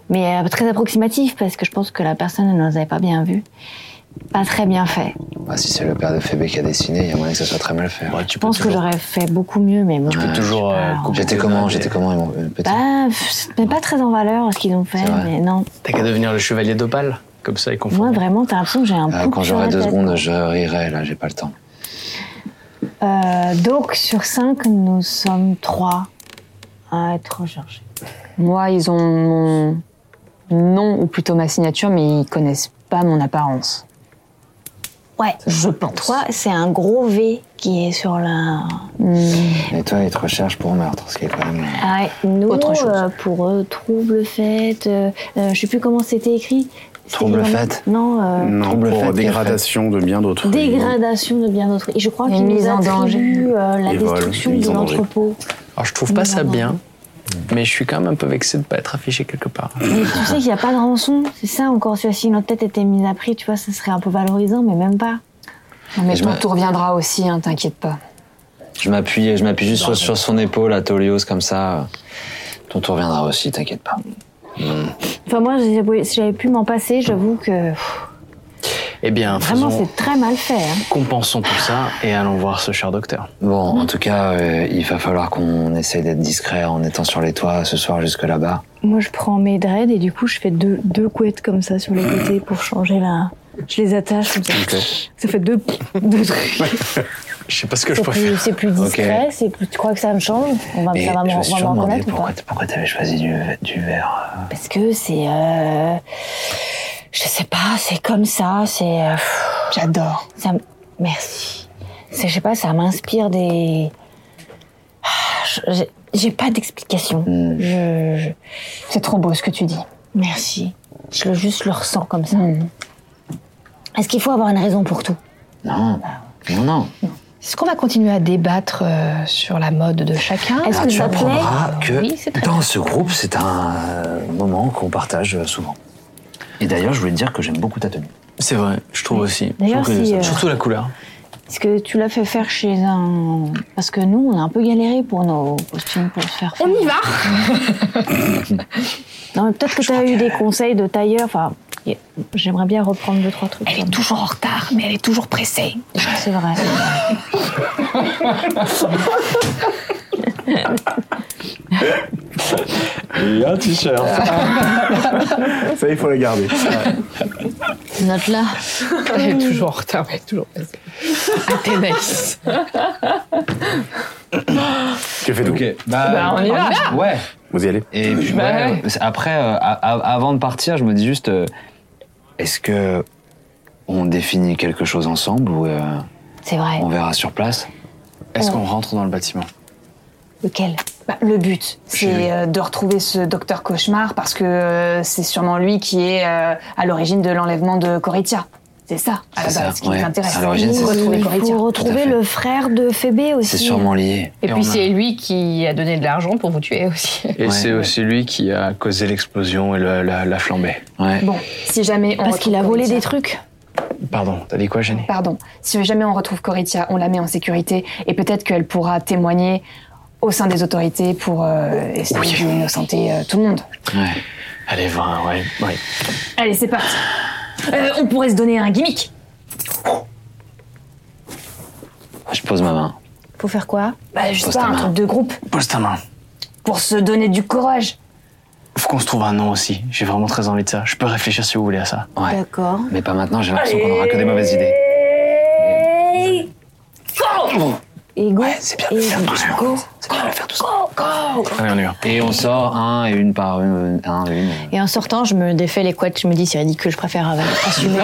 Speaker 22: mais euh, très approximatifs parce que je pense que la personne ne nous avait pas bien vus.
Speaker 3: Pas très bien fait.
Speaker 4: Ah, si c'est le père de Fébé qui a dessiné, il y a moyen que ça soit très mal fait.
Speaker 3: Je pense que j'aurais fait beaucoup mieux, mais bon.
Speaker 22: euh,
Speaker 4: peux toujours. euh, J'étais comment J'étais comment ils m'ont- euh, petit
Speaker 3: Bah, pff, c'est pas très en valeur ce qu'ils ont fait, mais non.
Speaker 5: T'as qu'à devenir le chevalier d'Opale, comme ça, ils confondent.
Speaker 3: Moi, vraiment, t'as l'impression que j'ai un
Speaker 4: Ah,
Speaker 3: pouls
Speaker 4: Quand
Speaker 3: sur
Speaker 4: j'aurai
Speaker 3: la
Speaker 4: deux
Speaker 3: tête.
Speaker 4: secondes, je rirai, là, j'ai pas le temps.
Speaker 3: Euh, donc, sur 5, nous sommes 3 à être recherchés.
Speaker 23: Moi, ils ont mon nom, ou plutôt ma signature, mais ils connaissent pas mon apparence.
Speaker 3: Ouais,
Speaker 23: je pense.
Speaker 3: Toi, c'est un gros V qui est sur la.
Speaker 4: Et toi, ils te recherchent pour meurtre, ce qui est quand même.
Speaker 3: Ah, ouais, nous, euh, pour eux, trouble fait, euh, euh, je sais plus comment c'était écrit. C'était
Speaker 1: Trouble
Speaker 3: vraiment-
Speaker 1: fait
Speaker 3: Non, euh,
Speaker 1: Non, pour dégradation de bien d'autres.
Speaker 3: dégradation de bien d'autres. Et je crois
Speaker 23: Une
Speaker 3: qu'ils
Speaker 23: mise
Speaker 3: nous
Speaker 23: en danger.
Speaker 3: attribuent euh, la
Speaker 5: Les vols,
Speaker 3: destruction
Speaker 5: une mise
Speaker 3: de
Speaker 5: en danger.
Speaker 3: l'entrepôt.
Speaker 5: Alors, je trouve pas ça bien, mais je suis quand même un peu vexé de pas être affiché quelque part.
Speaker 3: Mais tu sais qu'il n'y a pas de rançon, c'est ça encore. tu vois, Si notre tête était mise à prix, tu vois, ça serait un peu valorisant, mais même pas.
Speaker 23: Non, mais
Speaker 4: Je
Speaker 23: ton
Speaker 4: me-
Speaker 23: tour viendra aussi, hein, t'inquiète pas.
Speaker 4: Je m'appuie, je m'appuie juste sur, sur son épaule, à Tolios, comme ça. Ton tour viendra aussi, t'inquiète pas.
Speaker 3: Enfin, moi, j'ai- si j'avais pu m'en passer, j'avoue que.
Speaker 5: Eh bien,
Speaker 3: Vraiment,
Speaker 5: faisons-
Speaker 3: c'est très mal fait. hein.
Speaker 5: compensons tout ça et allons voir ce cher docteur.
Speaker 4: Bon, en tout cas, euh, il va falloir qu'on essaye d'être discret en étant sur les toits ce soir jusque là-bas.
Speaker 3: Moi, je prends mes dreads et du coup, je fais deux, deux couettes comme ça sur les côtés pour changer la. Je les attache comme ça. Ça fait deux, deux trucs.
Speaker 5: Je sais pas ce que je
Speaker 3: C'est plus,
Speaker 5: préfère.
Speaker 3: c'est plus discret, c'est plus- tu crois que ça me change On va,
Speaker 4: Et
Speaker 3: Ça va me
Speaker 4: je me suis
Speaker 3: on va
Speaker 4: toujours
Speaker 3: me
Speaker 4: demandé
Speaker 3: reconnaître ou
Speaker 4: pourquoi,
Speaker 3: pas
Speaker 4: pourquoi t'avais choisi du, du verre.
Speaker 3: Parce que c'est. euh, je sais pas, c'est comme ça, c'est. euh, J'adore. Ça, m- merci. C'est- Je sais pas, ça m'inspire des. Ah, je- j'ai- J'ai pas d'explication. Je- je-
Speaker 23: C'est trop beau ce que tu dis.
Speaker 3: Merci. Je le juste le ressens comme ça. Est-ce qu'il faut avoir une raison pour tout
Speaker 4: Non, non, non.
Speaker 2: Est-ce qu'on va continuer à débattre euh, sur la mode de chacun
Speaker 4: Ah, tu apprendras que
Speaker 2: Oui, c'est très
Speaker 4: dans
Speaker 2: bien.
Speaker 4: ce groupe, c'est un euh, moment qu'on partage euh, souvent. Et d'ailleurs, je voulais te dire que j'aime beaucoup ta tenue.
Speaker 5: C'est vrai, je trouve aussi.
Speaker 3: D'ailleurs,
Speaker 5: Je trouve que
Speaker 3: si,
Speaker 5: ça-
Speaker 3: euh,
Speaker 5: Surtout la couleur.
Speaker 3: Est-ce que tu l'as fait faire chez un. Parce que nous, on a un peu galéré pour nos costumes, pour se faire faire. On y va Non, mais peut-être que tu as eu des conseils de tailleur. Enfin, y- j'aimerais bien reprendre deux, trois trucs. Elle est toujours en retard, mais elle est toujours pressée. C'est vrai.
Speaker 1: Et un t-shirt. Ça, il faut le garder.
Speaker 3: Note là.
Speaker 11: Elle est toujours en retard, mais elle est toujours passée. Athénaïs.
Speaker 1: Tu fais tout.
Speaker 11: Bah, on y va.
Speaker 4: Ouais.
Speaker 1: Vous y allez.
Speaker 4: Et puis,
Speaker 11: Bah
Speaker 4: ouais,
Speaker 11: ouais.
Speaker 4: c'est- après, euh, a- a- avant de partir, je me dis juste, euh, est-ce que on définit quelque chose ensemble ou euh,
Speaker 3: C'est vrai.
Speaker 4: on verra sur place
Speaker 3: Est-ce qu'on
Speaker 4: rentre dans le bâtiment
Speaker 3: Lequel
Speaker 23: Bah, le but, c'est euh, de retrouver ce docteur cauchemar parce que euh, c'est sûrement lui qui est euh, à l'origine de l'enlèvement de Coritia. C'est ça, à la
Speaker 4: C'est
Speaker 23: base,
Speaker 4: ça,
Speaker 23: qui
Speaker 4: ouais.
Speaker 23: m'intéresse.
Speaker 4: À l'origine, c'est ça.
Speaker 23: retrouver
Speaker 4: Il faut
Speaker 23: Coritia.
Speaker 3: Retrouver le frère de Phébé aussi.
Speaker 4: C'est sûrement lié.
Speaker 11: Et, puis
Speaker 5: on a-
Speaker 11: c'est lui qui a donné de l'argent pour vous tuer aussi.
Speaker 5: Et c'est aussi lui qui a causé l'explosion et le- la, la flambée.
Speaker 4: Ouais.
Speaker 23: Bon, si jamais on
Speaker 3: Parce qu'il a
Speaker 23: retrouve
Speaker 3: volé
Speaker 23: Coritia-
Speaker 3: des trucs.
Speaker 5: Pardon, t'as dit quoi, Jenny
Speaker 23: Pardon. Si jamais on retrouve Coritia, on la met en sécurité et peut-être qu'elle pourra témoigner au sein des autorités pour euh, essayer d'innocenter euh, tout le monde.
Speaker 5: Ouais. Allez, 20, ouais. ouais.
Speaker 23: Allez, c'est parti. Euh, on pourrait se donner un gimmick.
Speaker 4: Je pose ma main.
Speaker 3: Faut faire quoi
Speaker 23: Bah, je sais
Speaker 4: Pose
Speaker 23: pas,
Speaker 4: ta
Speaker 23: un
Speaker 4: main.
Speaker 23: truc de groupe
Speaker 5: Pose ta main.
Speaker 23: pour se donner du courage.
Speaker 5: Faut qu'on se trouve un nom aussi. J'ai vraiment très envie de ça. Je peux réfléchir si vous voulez à ça.
Speaker 4: Ouais.
Speaker 3: D'accord.
Speaker 4: Mais pas maintenant, j'ai l'impression qu'on aura que des mauvaises idées.
Speaker 3: Et go
Speaker 4: C'est bien de le faire tous ensemble. C'est bien de le faire tous ensemble.
Speaker 5: Allez, on y va.
Speaker 4: Et on sort un et une par une, un et une.
Speaker 3: Et en sortant, je me défais les couettes, je me dis c'est ridicule, je préfère av- assumer,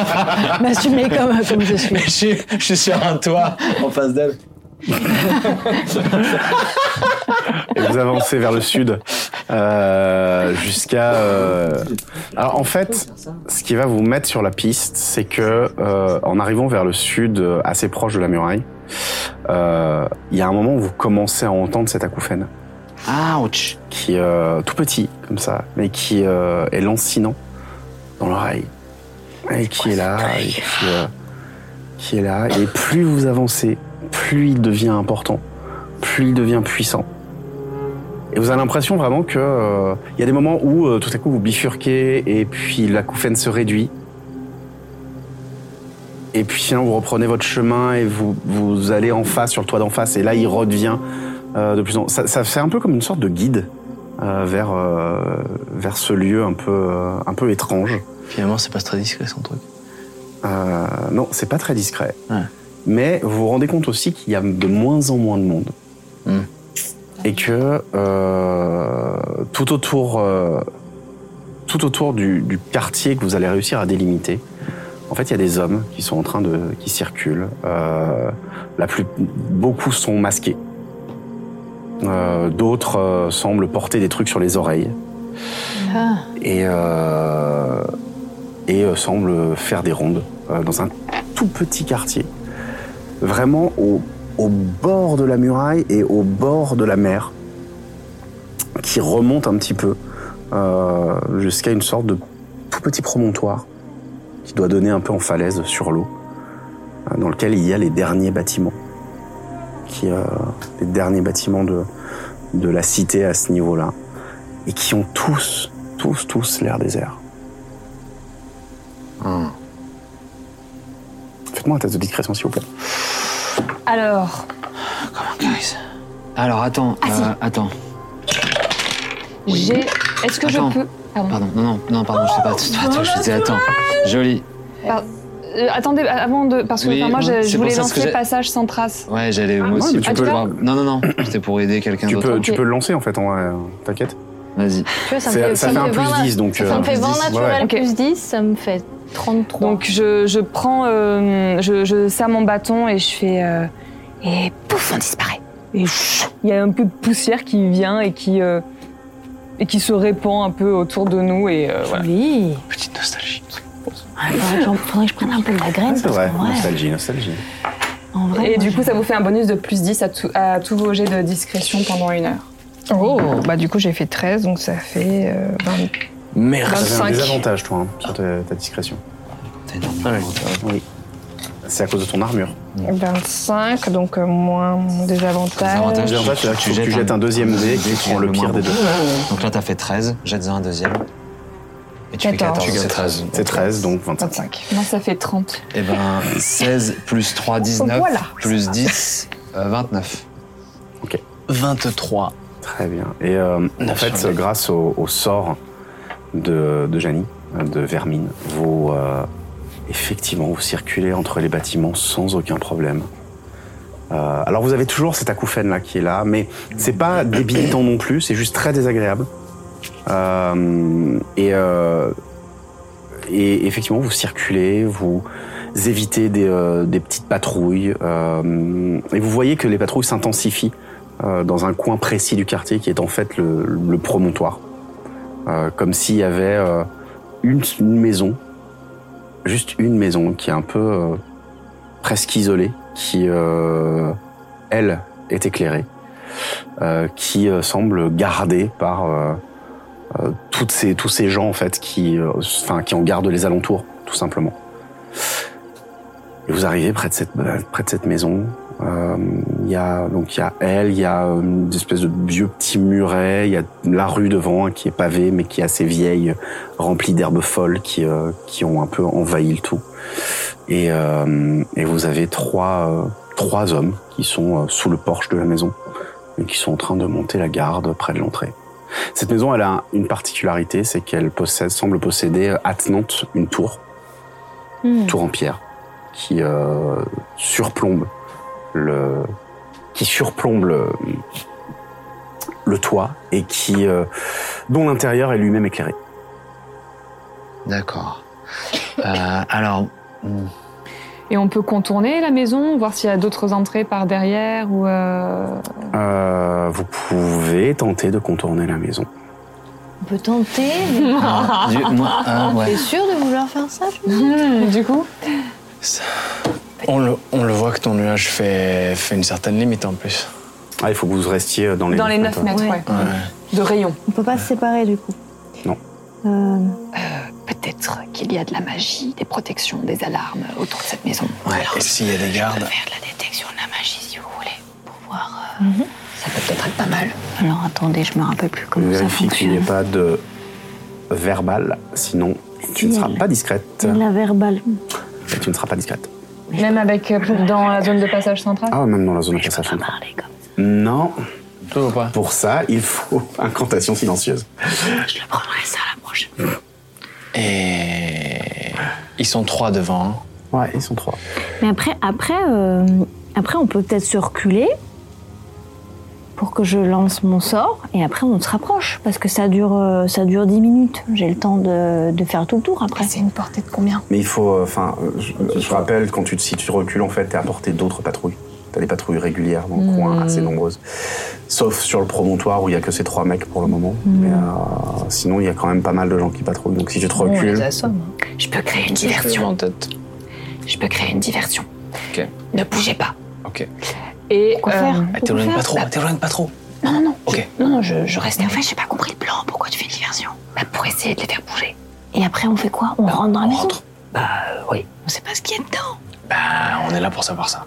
Speaker 3: m'assumer comme, comme je suis.
Speaker 5: Je suis, je suis sur un toit en face d'elle.
Speaker 1: Et vous avancez vers le sud euh, jusqu'à. euh, Alors en fait, ce qui va vous mettre sur la piste, c'est que euh, en arrivant vers le sud, euh, assez proche de la muraille, euh, il y a un moment où vous commencez à entendre cette acouphène.
Speaker 4: Ah, Ouch
Speaker 1: Qui euh, tout petit comme ça, mais qui euh, est lancinant dans l'oreille et qui est là, et qui, euh, qui est là. Et plus vous avancez, plus il devient important, plus il devient puissant. Et vous avez l'impression vraiment que euh, il y a des moments où euh, tout à coup vous bifurquez et puis l'acouphène se réduit. Et puis sinon, vous reprenez votre chemin et vous, vous allez en face, sur le toit d'en face. Et là, il redevient euh, de plus en Ça, ça fait un peu comme une sorte de guide euh, vers, euh, vers ce lieu un peu, euh, un peu étrange.
Speaker 9: Finalement, c'est pas très discret son truc.
Speaker 1: Euh, non, c'est pas très discret. Mais vous vous rendez compte aussi qu'il y a de moins en moins de monde. Et que euh, tout autour, euh, tout autour du, du quartier que vous allez réussir à délimiter, en fait, il y a des hommes qui sont en train de, qui circulent. Euh, la plus, beaucoup sont masqués. Euh, D'autres euh, semblent porter des trucs sur les oreilles et, euh, et euh, semble faire des rondes euh, dans un tout petit quartier, vraiment au, au bord de la muraille et au bord de la mer, qui remonte un petit peu euh, jusqu'à une sorte de tout petit promontoire qui doit donner un peu en falaise sur l'eau, euh, dans lequel il y a les derniers bâtiments, qui, euh, les derniers bâtiments de, de la cité à ce niveau-là, et qui ont tous, tous, tous l'air désert. Faites-moi un test de discrétion, s'il vous plaît.
Speaker 6: Alors,
Speaker 4: Alors attends,
Speaker 6: Ah,
Speaker 4: euh, attends.
Speaker 6: j'ai. Est-ce que
Speaker 4: Attends.
Speaker 6: je peux. Pardon.
Speaker 4: Pardon, non, non, non, pardon, je sais pas. c'est pas toi, je te dis, attends. Joli.
Speaker 6: Par- euh, attendez, avant de. Parce que
Speaker 4: Oui,
Speaker 6: enfin, moi, je, je
Speaker 4: ouais, c'est pour
Speaker 6: voulais
Speaker 4: ça, parce que
Speaker 6: lancer
Speaker 4: j'ai-
Speaker 6: passage sans trace.
Speaker 4: Ouais, j'allais
Speaker 6: Ah,
Speaker 4: moi
Speaker 6: ouais,
Speaker 4: aussi.
Speaker 6: mais tu
Speaker 4: je
Speaker 6: peux-
Speaker 4: voir. Non, non, non, c'était pour aider quelqu'un
Speaker 1: Tu
Speaker 4: d'autre.
Speaker 1: peux, tu
Speaker 6: Ok.
Speaker 1: peux le lancer en fait, en vrai, euh, t'inquiète.
Speaker 4: Vas-y.
Speaker 8: Tu vois, ça me
Speaker 1: C'est-
Speaker 8: fait,
Speaker 1: ça fait
Speaker 8: me
Speaker 1: un plus
Speaker 8: 20,
Speaker 1: 10, donc,
Speaker 8: Ça
Speaker 1: euh,
Speaker 8: me fait
Speaker 1: plus
Speaker 8: 20
Speaker 1: 10,
Speaker 8: naturel
Speaker 1: ouais.
Speaker 8: plus 10, ça me fait 33.
Speaker 6: Donc, je, je prends. euh, je, je serre mon bâton et je fais. euh, et pouf, on disparaît. Et chou, il y a un peu de poussière qui vient et qui. euh, et qui se répand un peu autour de nous et euh, voilà.
Speaker 9: Petite nostalgie.
Speaker 3: Ah, bah, faudrait que je prenne un peu de la graine.
Speaker 1: Ah, C'est vrai,
Speaker 3: ouais.
Speaker 1: nostalgie, nostalgie.
Speaker 6: et du coup, ça vous fait un bonus de plus 10 à, tout- à tous vos jets de discrétion pendant une heure.
Speaker 2: Oh, bah du coup j'ai fait 13, donc ça fait euh, 20.
Speaker 1: T'avais un
Speaker 2: 25.
Speaker 1: désavantage, toi, hein, sur ta, ta discrétion. Oui. C'est à cause de ton armure.
Speaker 2: 25, donc euh, moins mon désavantage.
Speaker 1: Désavantage, Désavantage, c'est-à-dire qu'il faut que tu jettes Bah, un deuxième dé qui prend le pire des deux.
Speaker 4: Donc là, t'as fait 13, jettes-en un deuxième. Et
Speaker 6: 14.
Speaker 4: tu fais 14,
Speaker 6: Tu
Speaker 4: c'est
Speaker 6: gagnes
Speaker 4: 13.
Speaker 1: C'est 13, donc 25.
Speaker 6: Non, ça fait 30.
Speaker 4: Et ben 16 plus 3, 19.
Speaker 6: Voilà.
Speaker 4: Plus 10, euh, 29.
Speaker 1: Ok.
Speaker 9: 23.
Speaker 1: Très bien. Et euh, en
Speaker 9: Neuf
Speaker 1: fait,
Speaker 9: sur dix.
Speaker 1: grâce au, au sort de, de Janie, euh, de Vermine, vous, euh, effectivement, vous circulez entre les bâtiments sans aucun problème. Euh, alors, vous avez toujours cette acouphène là qui est là, mais c'est pas débilitant non plus, c'est juste très désagréable. Euh, et, euh, et effectivement, vous circulez, vous évitez des, euh, des petites patrouilles, euh, et vous voyez que les patrouilles s'intensifient euh, dans un coin précis du quartier qui est en fait le, le promontoire. Euh, comme s'il y avait euh, une, une maison, juste une maison qui est un peu euh, presque isolée, qui, euh, elle, est éclairée, euh, qui euh, semble gardée par euh, euh, toutes ces, tous ces gens en fait qui, euh, enfin, qui en gardent les alentours, tout simplement. Et vous arrivez près de cette, euh, près de cette maison. Euh, Il y a donc il y a elle, il y a euh, une espèce de vieux petit muret, il y a la rue devant hein, qui est pavée mais qui est assez vieille, remplie d'herbes folles qui euh, qui ont un peu envahi le tout. Et, euh, et vous avez trois euh, trois hommes qui sont euh, sous le porche de la maison et qui sont en train de monter la garde près de l'entrée. Cette maison, elle a une particularité, c'est qu'elle possède, semble posséder euh, attenante une tour tour en pierre qui euh, surplombe le qui surplombe le, le toit et qui euh, dont l'intérieur est lui-même éclairé.
Speaker 4: D'accord. Euh, alors, hmm,
Speaker 6: Et on peut contourner la maison, voir s'il y a d'autres entrées par derrière ou. euh,
Speaker 1: Euh, vous pouvez tenter de contourner la maison.
Speaker 3: On peut tenter. mais-
Speaker 4: Ah, du- moi, ah, ouais.
Speaker 3: T'es sûr de vouloir faire ça je
Speaker 6: me- Du coup
Speaker 9: On le, on le voit que ton nuage fait, fait une certaine limite en plus.
Speaker 1: Ah, il faut que vous restiez dans
Speaker 6: Dans les 9 mètres, ouais. De rayon.
Speaker 3: On peut pas se séparer du coup.
Speaker 1: Non.
Speaker 3: Euh,
Speaker 11: Peut-être qu'il y a de la magie, des protections, des alarmes autour de cette maison.
Speaker 9: Ouais, et s'il y a des gardes.
Speaker 11: Faire de la détection de la magie si vous voulez, pour voir. euh, Ça peut peut-être être pas mal.
Speaker 3: Alors attendez, je me rappelle plus
Speaker 1: Je
Speaker 3: comment ça
Speaker 1: vérifie qu'il n'y ait pas
Speaker 3: fonctionne.
Speaker 1: de verbal, sinon tu ne seras pas discrète.
Speaker 3: La verbale.
Speaker 1: Tu ne seras pas discrète.
Speaker 7: Même avec euh, pour- dans la zone de passage centrale.
Speaker 1: Ah, même dans la zone de passage. Non. Pour ça, il faut incantation silencieuse.
Speaker 24: Je le prendrai ça la prochaine Et. Ils sont trois
Speaker 9: hein.
Speaker 24: devant.
Speaker 1: Ouais, ils sont trois.
Speaker 3: Mais après, après, euh, après, on peut peut-être se reculer pour que je lance mon sort et après on se rapproche parce que ça dure, euh, ça dure 10 minutes. J'ai le temps de, de faire tout le tour après. C'est
Speaker 7: une portée de combien
Speaker 1: Mais il faut. euh, Enfin, euh, je, je rappelle, quand tu, si tu recules, en fait, t'es à portée d'autres patrouilles. T'as des patrouilles régulières dans le
Speaker 7: Mm.
Speaker 1: coin, assez nombreuses. Sauf sur le promontoire où il y a que ces trois mecs pour le moment. Mais euh, sinon, il y a quand même pas mal de gens qui patrouillent. Donc si tu te recules.
Speaker 8: Je peux créer une diversion. En tête. Je peux créer une diversion.
Speaker 24: Ok.
Speaker 8: Ne bougez pas.
Speaker 24: Ok.
Speaker 3: euh,
Speaker 8: Et
Speaker 24: Pourquoi faire Ah, t'éloignes pas trop,
Speaker 8: t'éloignes pas trop. Non, non, non.
Speaker 24: Ok.
Speaker 8: Non, non, je, je reste. Mais en fait, j'ai pas compris le plan. Pourquoi tu fais une diversion Bah, pour essayer de les faire bouger.
Speaker 3: Et après on fait quoi On rentre dans la maison
Speaker 8: Bah, oui. On sait pas ce qu'il y a dedans.
Speaker 24: Ah, on est là pour savoir ça.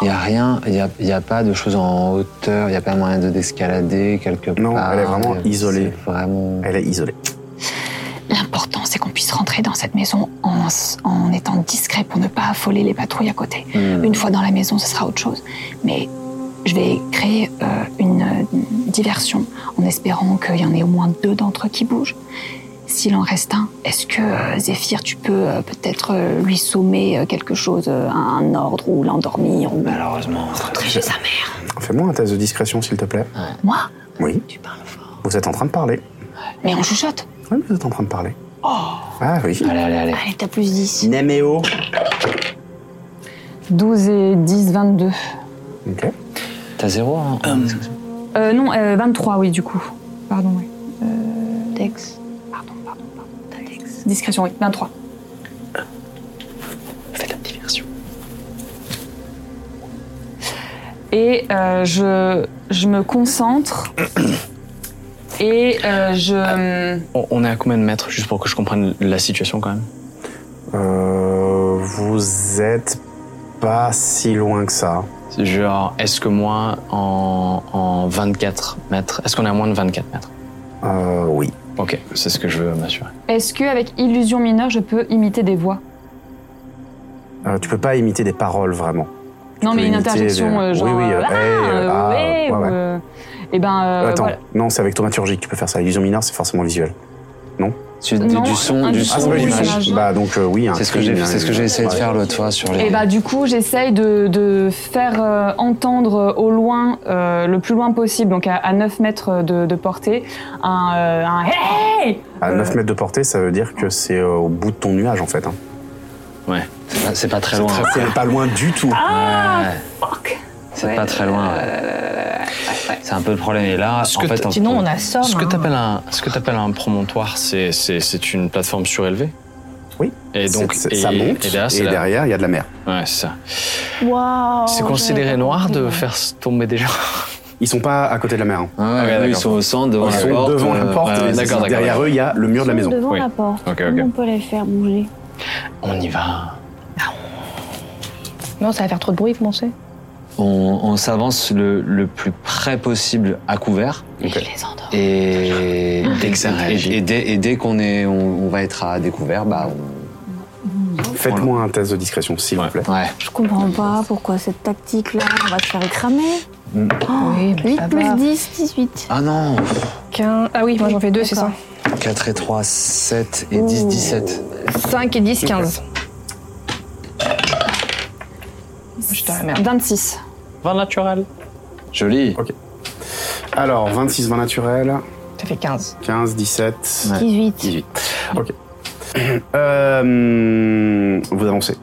Speaker 4: Il n'y a rien, il n'y a, y a pas de choses en hauteur, il n'y a pas moyen de d'escalader quelque part.
Speaker 1: Non, elle est vraiment isolée.
Speaker 4: Vraiment.
Speaker 1: Elle est isolée.
Speaker 8: L'important, c'est qu'on puisse rentrer dans cette maison en, s- en étant discret pour ne pas affoler les patrouilles à côté.
Speaker 4: Hmm.
Speaker 8: Une fois dans la maison, ce sera autre chose. Mais je vais créer euh, une euh, diversion en espérant qu'il y en ait au moins deux d'entre eux qui bougent. S'il en reste un, est-ce que euh, Zéphyr, tu peux euh, peut-être euh, lui sommer euh, quelque chose, euh, un ordre ou l'endormir ou...
Speaker 24: Malheureusement.
Speaker 8: Rentrer chez sa mère.
Speaker 1: Fais-moi un test de discrétion, s'il te plaît.
Speaker 8: Moi
Speaker 1: Oui. Tu parles fort. Vous êtes en train de parler.
Speaker 8: Mais on chuchote.
Speaker 1: Oui, vous êtes en train de parler. Ah oui. Allez, allez, allez.
Speaker 3: Allez, t'as plus 10.
Speaker 1: Naméo.
Speaker 7: 12 et 10, 22.
Speaker 1: Ok.
Speaker 4: T'as zéro hein
Speaker 7: Euh, non, euh, 23, oui, du coup. Pardon, oui.
Speaker 3: Dex.
Speaker 7: Pardon, pardon, pardon. Dex. Discrétion, oui. 23.
Speaker 24: Faites la diversion.
Speaker 7: Et euh, je, je me concentre. et euh, je.
Speaker 24: On on est à combien de mètres, juste pour que je comprenne la situation quand même
Speaker 1: Euh, vous êtes pas si loin que ça.
Speaker 24: C'est Genre, est-ce que moi, en, en 24 mètres, est-ce qu'on est à moins de 24 mètres
Speaker 1: Euh, oui.
Speaker 24: Ok, c'est ce que je veux m'assurer.
Speaker 7: Est-ce qu'avec illusion mineure, je peux imiter des voix
Speaker 1: Euh, tu peux pas imiter des paroles vraiment.
Speaker 7: Non, mais
Speaker 1: peux
Speaker 7: une
Speaker 1: imiter
Speaker 7: interjection,
Speaker 1: des-
Speaker 7: euh, genre.
Speaker 1: Oui, oui, euh,
Speaker 7: euh,
Speaker 1: hey, euh,
Speaker 7: ah,
Speaker 1: ah, ouais,
Speaker 7: ouais, ou,
Speaker 1: ouais.
Speaker 7: euh, Eh ben, euh,
Speaker 1: Attends,
Speaker 7: voilà.
Speaker 1: non, c'est avec thaumaturgie que tu peux faire ça. Illusion mineure, c'est forcément visuel. Non
Speaker 4: du,
Speaker 7: Non, du son- un du du son, son,
Speaker 1: ah,
Speaker 7: du
Speaker 1: l'image.
Speaker 7: personnage.
Speaker 1: Bah donc euh, oui. un
Speaker 4: C'est ce que j'ai-
Speaker 1: crime,
Speaker 4: c'est ce que j'ai
Speaker 1: euh,
Speaker 4: essayé de
Speaker 1: ouais.
Speaker 4: faire l'autre fois sur les.
Speaker 7: Et bah du coup, j'essaye de, de faire euh, entendre euh, au loin, euh, le plus loin possible, donc à, à 9 mètres de, de portée, un, euh, un Hey
Speaker 1: À 9 mètres de portée, ça veut dire que c'est euh, au bout de ton nuage en fait. hein.
Speaker 7: ben.
Speaker 4: Ouais, Ah, c'est pas- c'est pas très loin. hein.
Speaker 1: C'est pas loin du tout.
Speaker 4: Ah, C'est pas très loin. ouais. C'est un peu le problème. Et là, en
Speaker 24: que
Speaker 4: fait,
Speaker 24: t'as-
Speaker 4: en-
Speaker 24: Sinon, on
Speaker 8: assomme.
Speaker 24: Ce que
Speaker 4: hein.
Speaker 24: t'appelles un, ce que t'appelles un promontoire, c'est, c'est, c'est une plateforme surélevée
Speaker 1: Oui.
Speaker 24: Et donc,
Speaker 1: C'est- c'est-
Speaker 24: et-
Speaker 1: ça monte
Speaker 24: et derrière, c'est
Speaker 1: et
Speaker 24: la-
Speaker 1: derrière, il y a de la mer.
Speaker 24: Ouais, c'est ça.
Speaker 3: Waouh
Speaker 24: c'est considéré noir de faire s- tomber des gens.
Speaker 1: Ils sont pas à côté de la mer. hein.
Speaker 4: Ah ouais,
Speaker 24: Ok,
Speaker 4: eux, ils
Speaker 24: d'accord.
Speaker 4: sont au centre, devant
Speaker 1: Ils
Speaker 4: la
Speaker 1: sont
Speaker 4: porte.
Speaker 1: devant la
Speaker 4: euh,
Speaker 1: porte.
Speaker 4: ouais,
Speaker 1: et
Speaker 4: ouais, d'accord, d'accord,
Speaker 1: derrière
Speaker 4: d'accord.
Speaker 1: eux, il y a le mur de la maison.
Speaker 3: Devant la porte.
Speaker 24: Ok,
Speaker 3: Comment
Speaker 24: ok.
Speaker 3: On peut les faire bouger.
Speaker 24: On y va.
Speaker 7: Non, ça va faire trop de bruit, vous pensez
Speaker 4: On, on s'avance le, le plus près possible à couvert. Et dès que ça réagit. Et dès, et dès qu'on est, on, on va être à découvert, bah.
Speaker 1: Faites-moi un test de discrétion, s'il vous plaît.
Speaker 4: Ouais.
Speaker 3: Je comprends pas pourquoi cette tactique là, on va se faire écramer. Oh, 8 plus 10, 18.
Speaker 4: Ah non
Speaker 7: Ah oui, moi j'en fais 2, c'est ça.
Speaker 4: 4 et 3, 7 et 10, 17.
Speaker 7: 5 et 10, 15. Putain, la merde. 26.
Speaker 24: 20 naturel.
Speaker 4: Joli.
Speaker 1: Ok. Alors, 26, 20 naturel.
Speaker 7: Ça fait 15.
Speaker 1: 15, 17.
Speaker 3: Ouais. 18.
Speaker 1: 18. Ok. Euh, vous avancez.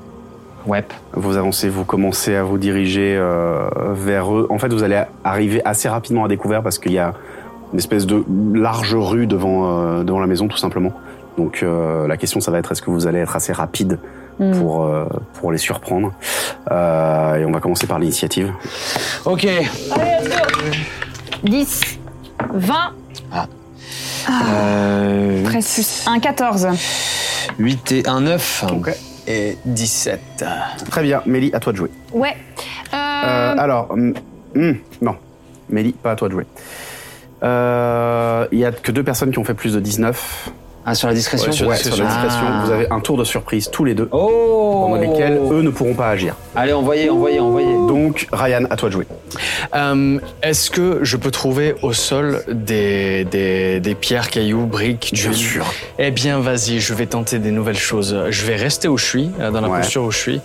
Speaker 4: Ouais.
Speaker 1: Vous avancez, vous commencez à vous diriger euh, vers eux. En fait, vous allez arriver assez rapidement à découvert parce qu'il y a une espèce de large rue devant, euh, devant la maison, tout simplement. Donc, euh, la question, ça va être est-ce que vous allez être assez rapide
Speaker 4: Mm.
Speaker 1: pour, euh, pour les surprendre Euh, Et on va commencer par l'initiative.
Speaker 4: Ok.
Speaker 7: 10, 20,
Speaker 5: Ah.
Speaker 4: Euh,
Speaker 7: 13 plus 1, 14.
Speaker 4: 8 et 1, 9.
Speaker 1: Et 17. Très bien. Mélie, à toi de jouer.
Speaker 7: Ouais.
Speaker 1: Euh, alors, hum, hum, non. Mélie, pas à toi de jouer. Euh, Il y a que deux personnes qui ont fait plus de 19.
Speaker 9: Ah, sur la discrétion
Speaker 1: Ouais, sur, ouais, sur la discrétion,
Speaker 9: Ah.
Speaker 1: vous avez un tour de surprise tous les deux,
Speaker 4: pendant
Speaker 1: lesquels
Speaker 5: Euh.
Speaker 1: eux ne pourront pas agir.
Speaker 4: Oh. Allez, envoyez, envoyez, envoyez.
Speaker 1: Donc, Ryan, à toi de jouer.
Speaker 5: Euh, Est-ce que je peux trouver au sol des, des, des pierres, cailloux, briques Bien sûr. Eh bien, vas-y, je vais tenter des nouvelles choses. Je vais rester où je suis, euh, dans la
Speaker 1: Ouais.
Speaker 5: posture où je suis,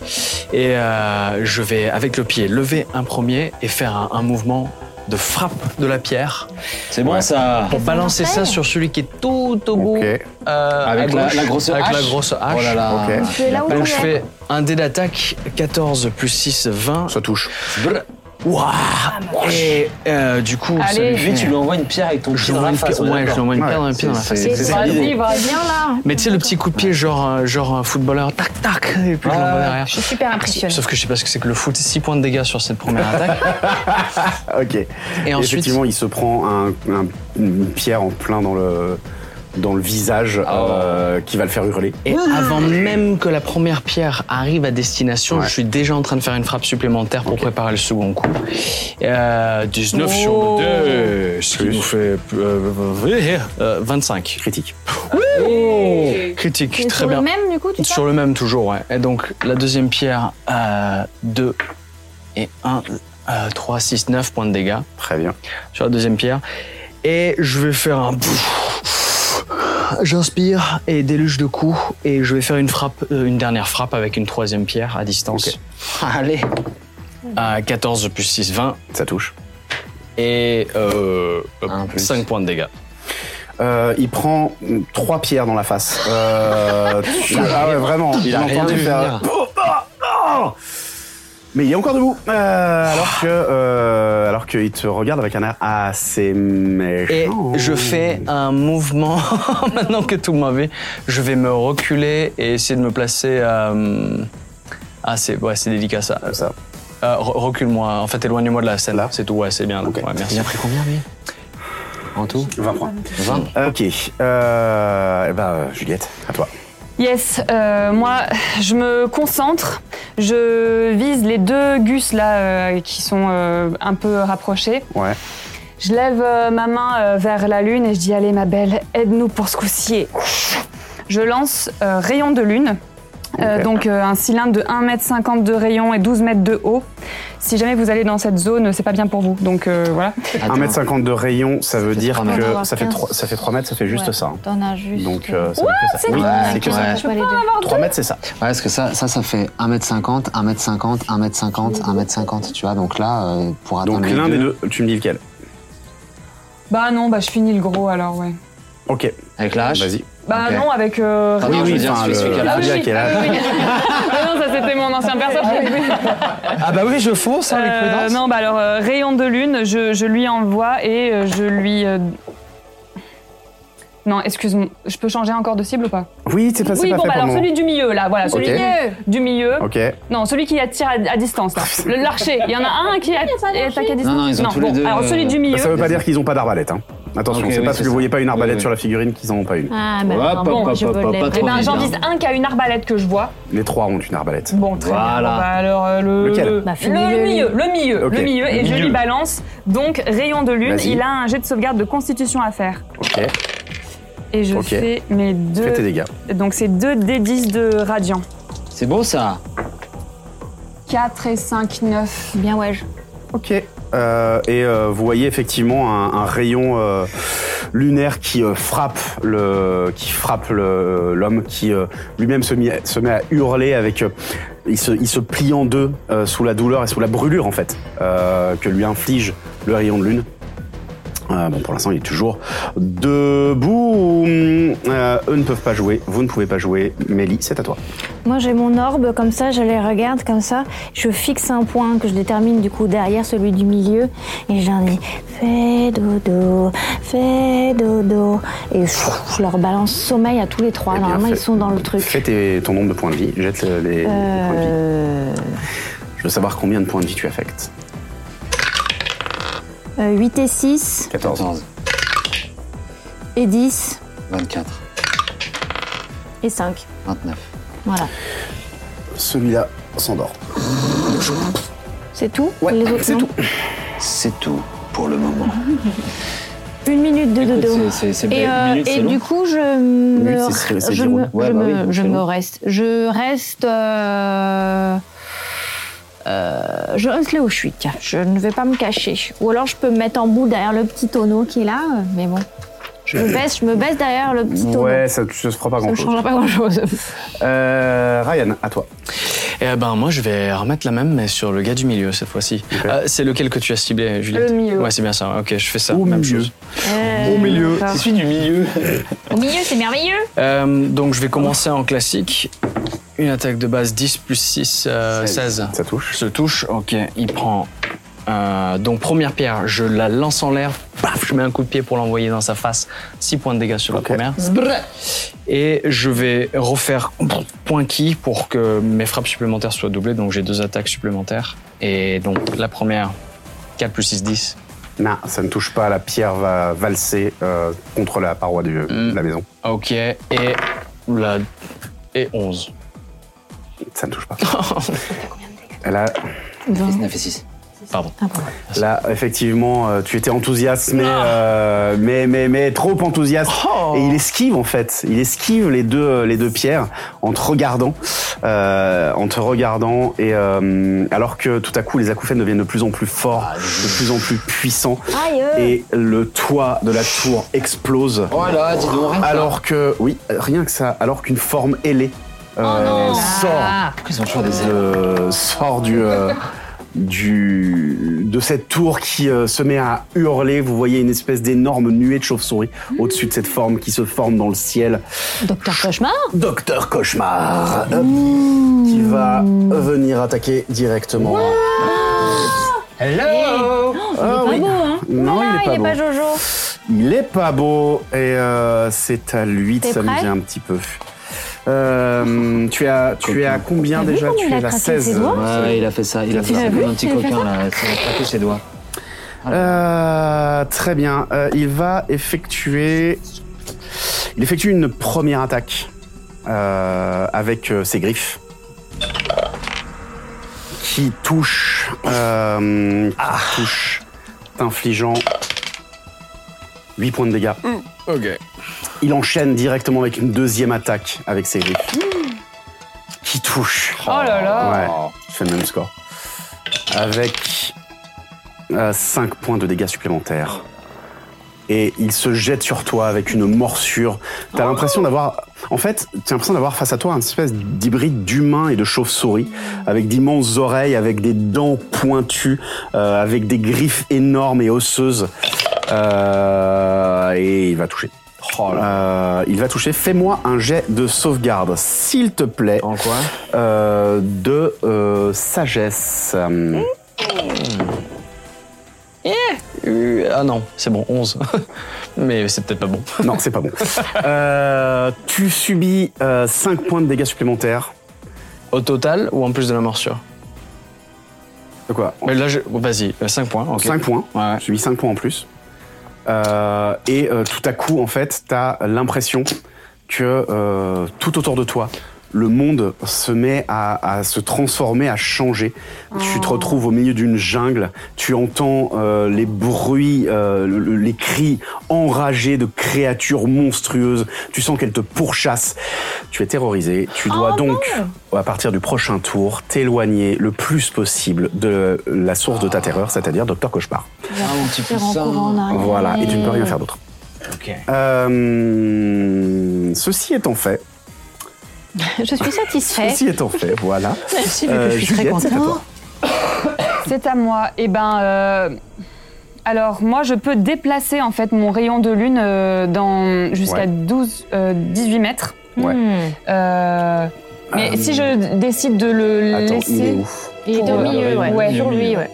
Speaker 5: et euh, je vais, avec le pied, lever un premier et faire un, un mouvement de frappe de la pierre.
Speaker 4: C'est bon, ça.
Speaker 5: Pour balancer ça sur celui qui est tout au bout. euh, à
Speaker 4: Avec la-
Speaker 5: gauche,
Speaker 4: la grosse
Speaker 5: avec
Speaker 4: hache
Speaker 5: la grosse hache.
Speaker 4: Oh là là. Ok. Tu es là où
Speaker 5: Donc
Speaker 4: on
Speaker 5: je
Speaker 4: est
Speaker 5: fais un dé d'attaque, 14 plus 6, 20. Ça touche. Et euh, du coup, ça
Speaker 4: Allez,
Speaker 5: lui fait-
Speaker 4: lui, tu lui envoies une pierre avec ton
Speaker 5: Je
Speaker 4: pied dans
Speaker 5: lui
Speaker 4: la
Speaker 5: envoie une
Speaker 4: face.
Speaker 5: pierre-
Speaker 4: on est
Speaker 5: ouais,
Speaker 4: d'accord.
Speaker 5: je lui envoie une pierre dans la- pierre dans la face.
Speaker 4: C'est- c'est-
Speaker 5: l'idée.
Speaker 6: bien là.
Speaker 5: Mais tu sais, le petit coup de pied, genre, euh, genre un footballeur, tac tac, et
Speaker 1: Ah,
Speaker 5: puis je l'envoie derrière.
Speaker 6: Je suis super impressionnée.
Speaker 5: Sauf que je sais pas ce que c'est que le foot, 6 points de dégâts sur cette première attaque.
Speaker 1: ok.
Speaker 5: Et ensuite-
Speaker 1: Effectivement, il se prend un- un- une pierre en plein dans le, dans le visage euh, qui va le faire hurler.
Speaker 5: Et avant même que la première pierre arrive à destination, je suis déjà en train de faire une frappe supplémentaire pour préparer le second coup. Euh, 19 sur
Speaker 1: Oh.
Speaker 5: le 2, ce qui nous fait euh, euh, 25. Critique. Oh. Critique,
Speaker 6: Et
Speaker 5: très
Speaker 6: sur
Speaker 5: bien.
Speaker 6: le même, du coup, tu
Speaker 5: Sur le même, toujours, ouais. Et donc, la deuxième pierre, 2 et euh, 1, 3, 6, 9 points de dégâts.
Speaker 1: Très bien.
Speaker 5: Sur la deuxième pierre. Et je vais faire un... J'inspire et déluge de coups et je vais faire une frappe, euh, une dernière frappe avec une troisième pierre à distance. Allez. À 14 plus 6, 20.
Speaker 1: Ça touche.
Speaker 5: Et euh, 5 points de dégâts.
Speaker 1: Euh, il prend mm, trois pierres dans la face. Euh, tu-
Speaker 5: Il a
Speaker 1: ah ouais,
Speaker 5: rien-
Speaker 1: vraiment.
Speaker 5: il
Speaker 1: Il
Speaker 5: a
Speaker 1: a
Speaker 5: rien
Speaker 1: entendu
Speaker 5: vu
Speaker 1: faire.
Speaker 5: venir.
Speaker 1: Oh, oh, oh Mais il est encore debout. Euh, alors que, euh, alors qu'il te regarde avec un air assez méchant.
Speaker 5: Et je fais un mouvement, maintenant que tout le monde m'a vu, je vais me reculer et essayer de me placer. euh, Ah, c'est ouais, c'est délicat ça. Euh, re- Recule-moi, en fait, éloigne-moi de la scène. C'est tout, ouais, c'est bien. là. Ouais, merci.
Speaker 4: Il a pris combien, lui
Speaker 5: En tout
Speaker 1: 20 points. Ok. Euh, eh ben, euh, Juliette, à toi.
Speaker 7: Yes, euh, moi je me concentre, je vise les deux gus là euh, qui sont euh, un peu rapprochés.
Speaker 1: Ouais.
Speaker 7: Je lève euh, ma main euh, vers la lune et je dis allez ma belle, aide-nous pour ce coup-ci. Et Je lance euh, rayon de lune. Euh,
Speaker 21: Ok.
Speaker 7: donc euh, un cylindre de 1,50 m de rayon et 12 mètres de haut. Si jamais vous allez dans cette zone, c'est pas bien pour vous. Donc euh, voilà.
Speaker 1: 1m50 de rayon, ça veut dire
Speaker 7: mètres.
Speaker 1: que
Speaker 7: Ouais,
Speaker 1: ça fait, 3, ça fait 3 mètres, ça fait juste
Speaker 3: Ouais,
Speaker 1: ça. hein.
Speaker 3: T'en as juste.
Speaker 1: Donc, euh, ça
Speaker 3: What
Speaker 1: fait ça.
Speaker 3: C'est
Speaker 1: Oui,
Speaker 3: vrai
Speaker 1: c'est que
Speaker 3: Ouais.
Speaker 1: ça.
Speaker 3: Je peux pas en avoir
Speaker 1: 3 mètres, c'est ça.
Speaker 9: Ouais, parce que ça, ça, ça fait 1m50, 1m50, 1m50, 1m50, tu vois. Donc là, euh, pour atteindre.
Speaker 1: Donc
Speaker 9: les
Speaker 1: l'un des deux, tu me dis lequel
Speaker 7: Bah non, bah je finis le gros alors ouais.
Speaker 1: Ok.
Speaker 9: Avec la hache
Speaker 1: Vas-y.
Speaker 7: Bah non, avec. euh,
Speaker 9: Ah oui,
Speaker 7: rayon
Speaker 9: oui,
Speaker 7: de
Speaker 9: je veux
Speaker 7: lune.
Speaker 9: dire, celui
Speaker 5: euh,
Speaker 9: qui a la
Speaker 7: Ah oui,
Speaker 9: hache.
Speaker 7: oui, ah oui, oui. Ah non, ça c'était mon ancien personnage.
Speaker 4: Ah bah oui, je fonce, hein, avec
Speaker 7: Euh,
Speaker 4: prudence.
Speaker 7: non, bah alors, euh, rayon de lune, je, je lui envoie et euh, je lui. euh, Non, excuse-moi, je peux changer encore de cible ou pas
Speaker 1: Oui, c'est pas, c'est
Speaker 7: Oui,
Speaker 1: pas
Speaker 7: bon,
Speaker 1: fait
Speaker 7: bah
Speaker 1: pour
Speaker 7: alors
Speaker 1: le
Speaker 7: celui
Speaker 1: moment.
Speaker 7: du milieu, là, voilà, celui
Speaker 1: Ok.
Speaker 7: du milieu.
Speaker 1: Ok.
Speaker 7: Non, celui qui attire à, à distance, là. Le- L'archer, il y en a un qui a- est attaqué à distance. bon, Alors celui du milieu.
Speaker 1: Bah, Ça veut pas dire qu'ils ont pas d'arbalète. Hein. Attention,
Speaker 4: Ok,
Speaker 1: c'est pas
Speaker 4: oui,
Speaker 1: parce
Speaker 4: c'est
Speaker 1: que vous
Speaker 4: ça.
Speaker 1: voyez pas une arbalète
Speaker 4: Oui, oui.
Speaker 1: sur la figurine qu'ils en ont pas une.
Speaker 3: Ah, bah, alors, bon, je veux les-
Speaker 7: Eh ben,
Speaker 4: hein.
Speaker 7: j'en vise un qui a une arbalète que je vois.
Speaker 1: Les trois ont une arbalète.
Speaker 7: Bon, très bien. Bon, bah, alors, euh, le,
Speaker 1: Lequel
Speaker 7: le,
Speaker 1: Bah,
Speaker 3: finis
Speaker 7: le
Speaker 3: le
Speaker 7: milieu,
Speaker 3: lune.
Speaker 7: le milieu,
Speaker 1: Ok.
Speaker 7: le milieu, et
Speaker 1: Le
Speaker 7: je
Speaker 1: milieu.
Speaker 7: lui balance. Donc, rayon de lune,
Speaker 1: Vas-y.
Speaker 7: il a un jet de sauvegarde de constitution à faire.
Speaker 1: Ok.
Speaker 7: Et je
Speaker 1: Ok.
Speaker 7: fais mes deux.
Speaker 1: Fais tes dégâts.
Speaker 7: Donc, c'est 2 D10 de radiant.
Speaker 4: C'est bon, ça
Speaker 7: 4 et 5, 9. Bien, ouais.
Speaker 1: Ok. Euh, et euh, vous voyez effectivement un, un rayon euh, lunaire qui euh, frappe le, qui frappe le- l'homme, qui euh, lui-même se, mit- se met à hurler avec, euh, il se, il se plie en deux euh, sous la douleur et sous la brûlure en fait euh, que lui inflige le rayon de lune. Euh, bon, pour l'instant, il est toujours debout. Euh, eux ne peuvent pas jouer, vous ne pouvez pas jouer. Mélie, c'est à toi.
Speaker 22: Moi, j'ai mon orbe comme ça, je les regarde comme ça. Je fixe un point que je détermine du coup derrière celui du milieu et j'en ai fais dodo, fais dodo. Et pff, je leur balance sommeil à tous les trois. Normalement,
Speaker 1: fait.
Speaker 22: ils sont dans le truc.
Speaker 1: Fais tes- ton nombre de points de vie, jette euh, les, les points de vie.
Speaker 22: Euh,
Speaker 1: Je veux savoir combien de points de vie tu affectes.
Speaker 22: euh, 8 et 6
Speaker 1: 14.
Speaker 22: et 10
Speaker 9: 24,
Speaker 22: et 5.
Speaker 9: 29.
Speaker 22: Voilà.
Speaker 1: Celui-là s'endort.
Speaker 22: C'est tout Les autres, non
Speaker 9: C'est tout pour le moment.
Speaker 3: Une minute de
Speaker 4: Écoute,
Speaker 3: dodo.
Speaker 4: c'est- c'est- c'est
Speaker 3: et euh,
Speaker 4: bien, une minute,
Speaker 3: et
Speaker 4: c'est long.
Speaker 3: du coup, je me,
Speaker 4: minute, c'est- c'est
Speaker 3: je
Speaker 4: zéro.
Speaker 3: me,
Speaker 4: Ouais, bah
Speaker 3: je me-
Speaker 4: oui,
Speaker 3: je
Speaker 4: c'est
Speaker 3: me
Speaker 4: long.
Speaker 3: reste. Je reste. euh, euh, je reste là où je suis. tiens. Je ne vais pas me cacher. Ou alors, je peux me mettre en bout derrière le petit tonneau qui est là. euh, Mais bon, je me baisse, je me baisse derrière le petit tonneau.
Speaker 1: Ouais, ça ne se fera pas
Speaker 3: Ça ne
Speaker 1: grand-chose.
Speaker 3: changera pas grand-chose.
Speaker 1: Euh, Ryan, à toi.
Speaker 5: Eh ben moi je vais remettre la même mais sur le gars du milieu cette fois-ci. Ah, c'est lequel que tu as ciblé Juliette
Speaker 7: Le milieu.
Speaker 5: Ouais c'est bien ça, ok je fais ça, même chose.
Speaker 3: Euh, d'accord.
Speaker 5: C'est celui du milieu.
Speaker 3: Au milieu, c'est merveilleux.
Speaker 5: Euh, donc je vais commencer en classique. Une attaque de base 10 plus 6, euh, 16.
Speaker 1: Ça touche.
Speaker 5: Se touche, ok, il prend. euh, donc première pierre, je la lance en l'air, paf, je mets un coup de pied pour l'envoyer dans sa face. 6 points de dégâts sur la première. Et je vais refaire point qui pour que mes frappes supplémentaires soient doublées, donc j'ai deux attaques supplémentaires. Et donc la première, 4 plus 6, 10.
Speaker 1: Non, ça ne touche pas. La pierre va valser euh, contre la paroi du- de la maison.
Speaker 5: Ok, et la... Et 11.
Speaker 1: Ça ne touche pas. Elle a-
Speaker 9: et 6.
Speaker 5: Pardon.
Speaker 1: Là, effectivement, euh, tu étais enthousiaste, mais, euh, mais, mais, mais trop enthousiaste. Et il esquive, en fait. Il esquive les deux, euh, les deux pierres en te regardant. euh, en te regardant. Et euh, alors que tout à coup, les acouphènes deviennent de plus en plus forts, de plus en plus puissants.
Speaker 3: Aïe,
Speaker 8: Ah.
Speaker 3: euh.
Speaker 1: Et le toit de la tour explose.
Speaker 4: Oh,
Speaker 9: Voilà, dis donc, rien que ça.
Speaker 1: Alors que, oui, rien que ça. Alors qu'une forme ailée euh, sort
Speaker 9: Ils ont toujours des
Speaker 1: euh, sort du, euh, du, de cette tour qui euh, se met à hurler. Vous voyez une espèce d'énorme nuée de chauves-souris au-dessus de cette forme qui se forme dans le ciel.
Speaker 3: Docteur Cauchemar
Speaker 1: Docteur Cauchemar hop, qui va venir attaquer directement. Hello Ah oui.
Speaker 3: hein.
Speaker 1: Non,
Speaker 3: Oh
Speaker 1: il est pas beau.
Speaker 3: Jojo.
Speaker 1: Il est pas beau et euh, c'est à lui de
Speaker 3: T'es
Speaker 1: s'amuser
Speaker 3: prêt
Speaker 1: un petit peu. Euh, tu as tu es à combien
Speaker 4: T'as vu
Speaker 1: Ah, déjà
Speaker 4: comment
Speaker 1: Tu
Speaker 4: il a
Speaker 1: es à euh,
Speaker 4: craqué
Speaker 1: 16.
Speaker 4: ses doigts Ouais, ouais, il a fait ça, il a
Speaker 1: Tu
Speaker 4: fait ça
Speaker 1: l'as
Speaker 4: comme
Speaker 1: vu
Speaker 4: un petit
Speaker 1: Il a fait
Speaker 4: coquin,
Speaker 1: ça
Speaker 4: là, il a craqué ses doigts.
Speaker 1: Euh, très bien. Euh, il va effectuer. Il effectue une première attaque euh, avec euh, ses griffes. Qui touche. euh, qui touche. T'infligeant 8 points de dégâts.
Speaker 5: Ok.
Speaker 1: Il enchaîne directement avec une deuxième attaque avec ses griffes. Qui touche.
Speaker 7: Oh là là.
Speaker 1: Ouais, c'est le même score. Avec 5 points de dégâts supplémentaires. Et il se jette sur toi avec une morsure. T'as l'impression d'avoir. En fait, t'as l'impression d'avoir face à toi un espèce d'hybride d'humain et de chauve-souris, avec d'immenses oreilles, avec des dents pointues, euh, avec des griffes énormes et osseuses. Euh, et il va toucher. Euh, il va toucher. Fais-moi un jet de sauvegarde, s'il te plaît. En quoi De euh, sagesse. Hum.
Speaker 5: Euh, ah non, c'est bon, 11. mais c'est peut-être pas bon.
Speaker 1: Non, c'est pas bon. Euh, tu subis 5 points de dégâts supplémentaires.
Speaker 5: Au total ou en plus de la morsure
Speaker 1: De quoi
Speaker 5: Mais là, je... vas-y, 5 points. ok.
Speaker 1: 5 points. Tu subis 5 points en plus. Euh, et euh, tout à coup, en fait, t'as l'impression que euh, tout autour de toi, le monde se met à, à se transformer, à changer. Tu te retrouves au milieu d'une jungle, tu entends euh, les bruits, euh, le- le- les cris enragés de créatures monstrueuses, tu sens qu'elles te pourchassent. Tu es terrorisé, tu dois donc, à partir du prochain tour, t'éloigner le plus possible de la source de ta terreur, c'est-à-dire Docteur Cauchemar.
Speaker 9: Ah, mon petit
Speaker 3: poussin.
Speaker 1: Voilà, et tu ne peux rien faire d'autre.
Speaker 9: Ok.
Speaker 1: Euh, ceci étant fait,
Speaker 3: Je suis satisfait.
Speaker 1: ceci étant fait, voilà.
Speaker 7: Merci, mais
Speaker 1: Euh,
Speaker 7: je suis très
Speaker 1: Juliette, c'est à
Speaker 7: contente.
Speaker 1: toi.
Speaker 7: C'est à moi. Eh ben, euh, alors moi, je peux déplacer en fait mon rayon de lune euh, dans jusqu'à
Speaker 1: Ouais.
Speaker 7: 12, euh, 18 mètres.
Speaker 1: Ouais.
Speaker 7: Euh, mais
Speaker 1: Euh,
Speaker 7: si je décide de le
Speaker 1: Attends,
Speaker 7: laisser,
Speaker 1: il est où
Speaker 7: Il est
Speaker 1: Pour,
Speaker 7: au
Speaker 1: euh,
Speaker 7: milieu, ouais.
Speaker 1: il est
Speaker 7: Ouais,
Speaker 1: au
Speaker 7: sur
Speaker 1: milieu.
Speaker 7: lui, ouais.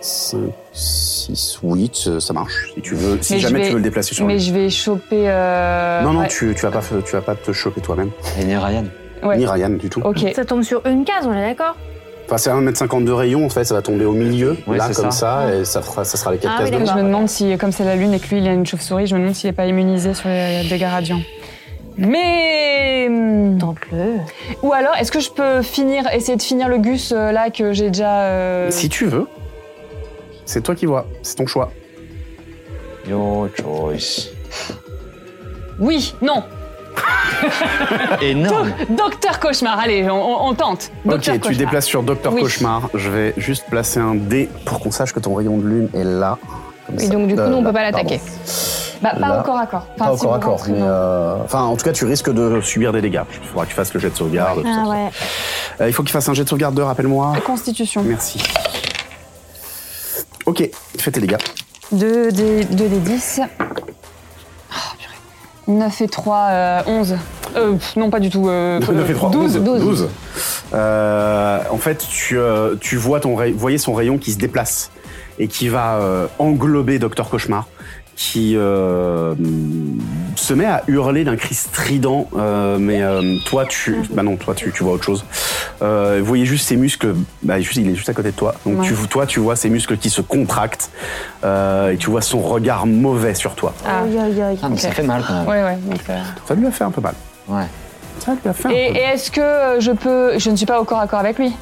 Speaker 1: 5, 6, 8, euh, ça marche. Si, tu veux, si
Speaker 7: Mais je
Speaker 1: jamais
Speaker 7: vais-
Speaker 1: tu veux le déplacer sur
Speaker 7: Mais
Speaker 1: lui.
Speaker 7: je vais choper. euh,
Speaker 1: non, non,
Speaker 7: ouais.
Speaker 1: tu, tu, vas pas, f- tu vas pas te choper toi-même.
Speaker 4: Et ni Ryan.
Speaker 7: Ouais. Oh.
Speaker 1: Ni Ryan du tout.
Speaker 3: Ça tombe sur une case, on est d'accord
Speaker 1: Enfin, c'est 1m50 de rayon, en fait, ça va tomber au milieu,
Speaker 4: Ouais,
Speaker 1: là,
Speaker 4: c'est
Speaker 1: comme ça,
Speaker 4: ça.
Speaker 1: et ça, fera- ça sera les 4
Speaker 7: Ah
Speaker 1: cases de
Speaker 7: je me demande si, comme c'est la lune et que lui il a une chauve-souris, je me demande s'il n'est pas immunisé sur les dégâts radiants. Mais. hmm,
Speaker 3: Tente-le.
Speaker 7: Ou alors, est-ce que je peux finir, essayer de finir le gus euh, là que j'ai déjà. euh,
Speaker 1: Si tu veux, c'est toi qui vois, c'est ton choix.
Speaker 4: Your choice.
Speaker 7: Oui, non.
Speaker 4: Énorme.
Speaker 1: Ah,
Speaker 7: Docteur Cauchemar, allez, on, on tente.
Speaker 1: Ok,
Speaker 7: Docteur
Speaker 1: tu
Speaker 7: Cauchemar.
Speaker 1: déplaces sur Docteur
Speaker 7: Oui.
Speaker 1: Cauchemar. Je vais juste placer un dé pour qu'on sache que ton rayon de lune est là. comme
Speaker 2: Et
Speaker 1: ça.
Speaker 2: donc, du coup,
Speaker 1: Euh,
Speaker 2: nous, on
Speaker 1: là,
Speaker 2: peut pas
Speaker 1: pardon.
Speaker 2: l'attaquer.
Speaker 7: Bah, pas
Speaker 1: Là.
Speaker 7: encore à corps. Enfin,
Speaker 1: pas
Speaker 7: si
Speaker 1: encore
Speaker 7: vous
Speaker 1: à corps,
Speaker 7: rentrez
Speaker 1: mais
Speaker 7: dans-
Speaker 1: euh, enfin, en tout cas, tu risques de subir des dégâts. Il faudra que tu fasses le jet de sauvegarde. tout ça.
Speaker 3: Ah ouais.
Speaker 1: Euh, il faut qu'il fasse un jet de sauvegarde de, rappelle-moi.
Speaker 7: Constitution.
Speaker 1: Merci. Ok, fais tes dégâts.
Speaker 7: 2 des, 2 des 10. 9 et 3, 11. Euh, pff, non, pas du tout. Euh,
Speaker 1: 9 et 3,
Speaker 7: 12.
Speaker 1: 12. Euh, en fait, tu, euh, tu vois ton ray- voyez son rayon qui se déplace et qui va euh, englober Docteur Cauchemar, qui euh, se met à hurler d'un cri strident. euh, mais euh, toi, tu, bah non, toi, tu, tu vois autre chose. Euh, vous voyez juste ses muscles. Bah, juste- il est juste à côté de toi. Donc
Speaker 7: Ouais.
Speaker 1: tu, toi, tu vois ses muscles qui se contractent euh, et tu vois son regard mauvais sur toi.
Speaker 3: Aïe, aïe, aïe.
Speaker 7: Ah, mais ça
Speaker 3: Ok.
Speaker 7: fait mal, quand même. Ouais, ouais. donc, euh.
Speaker 1: Ça lui a fait un peu mal.
Speaker 4: Ouais.
Speaker 1: Ça lui a fait un
Speaker 7: Et, et est-ce que euh, je peux. Je ne suis pas au corps à corps avec lui.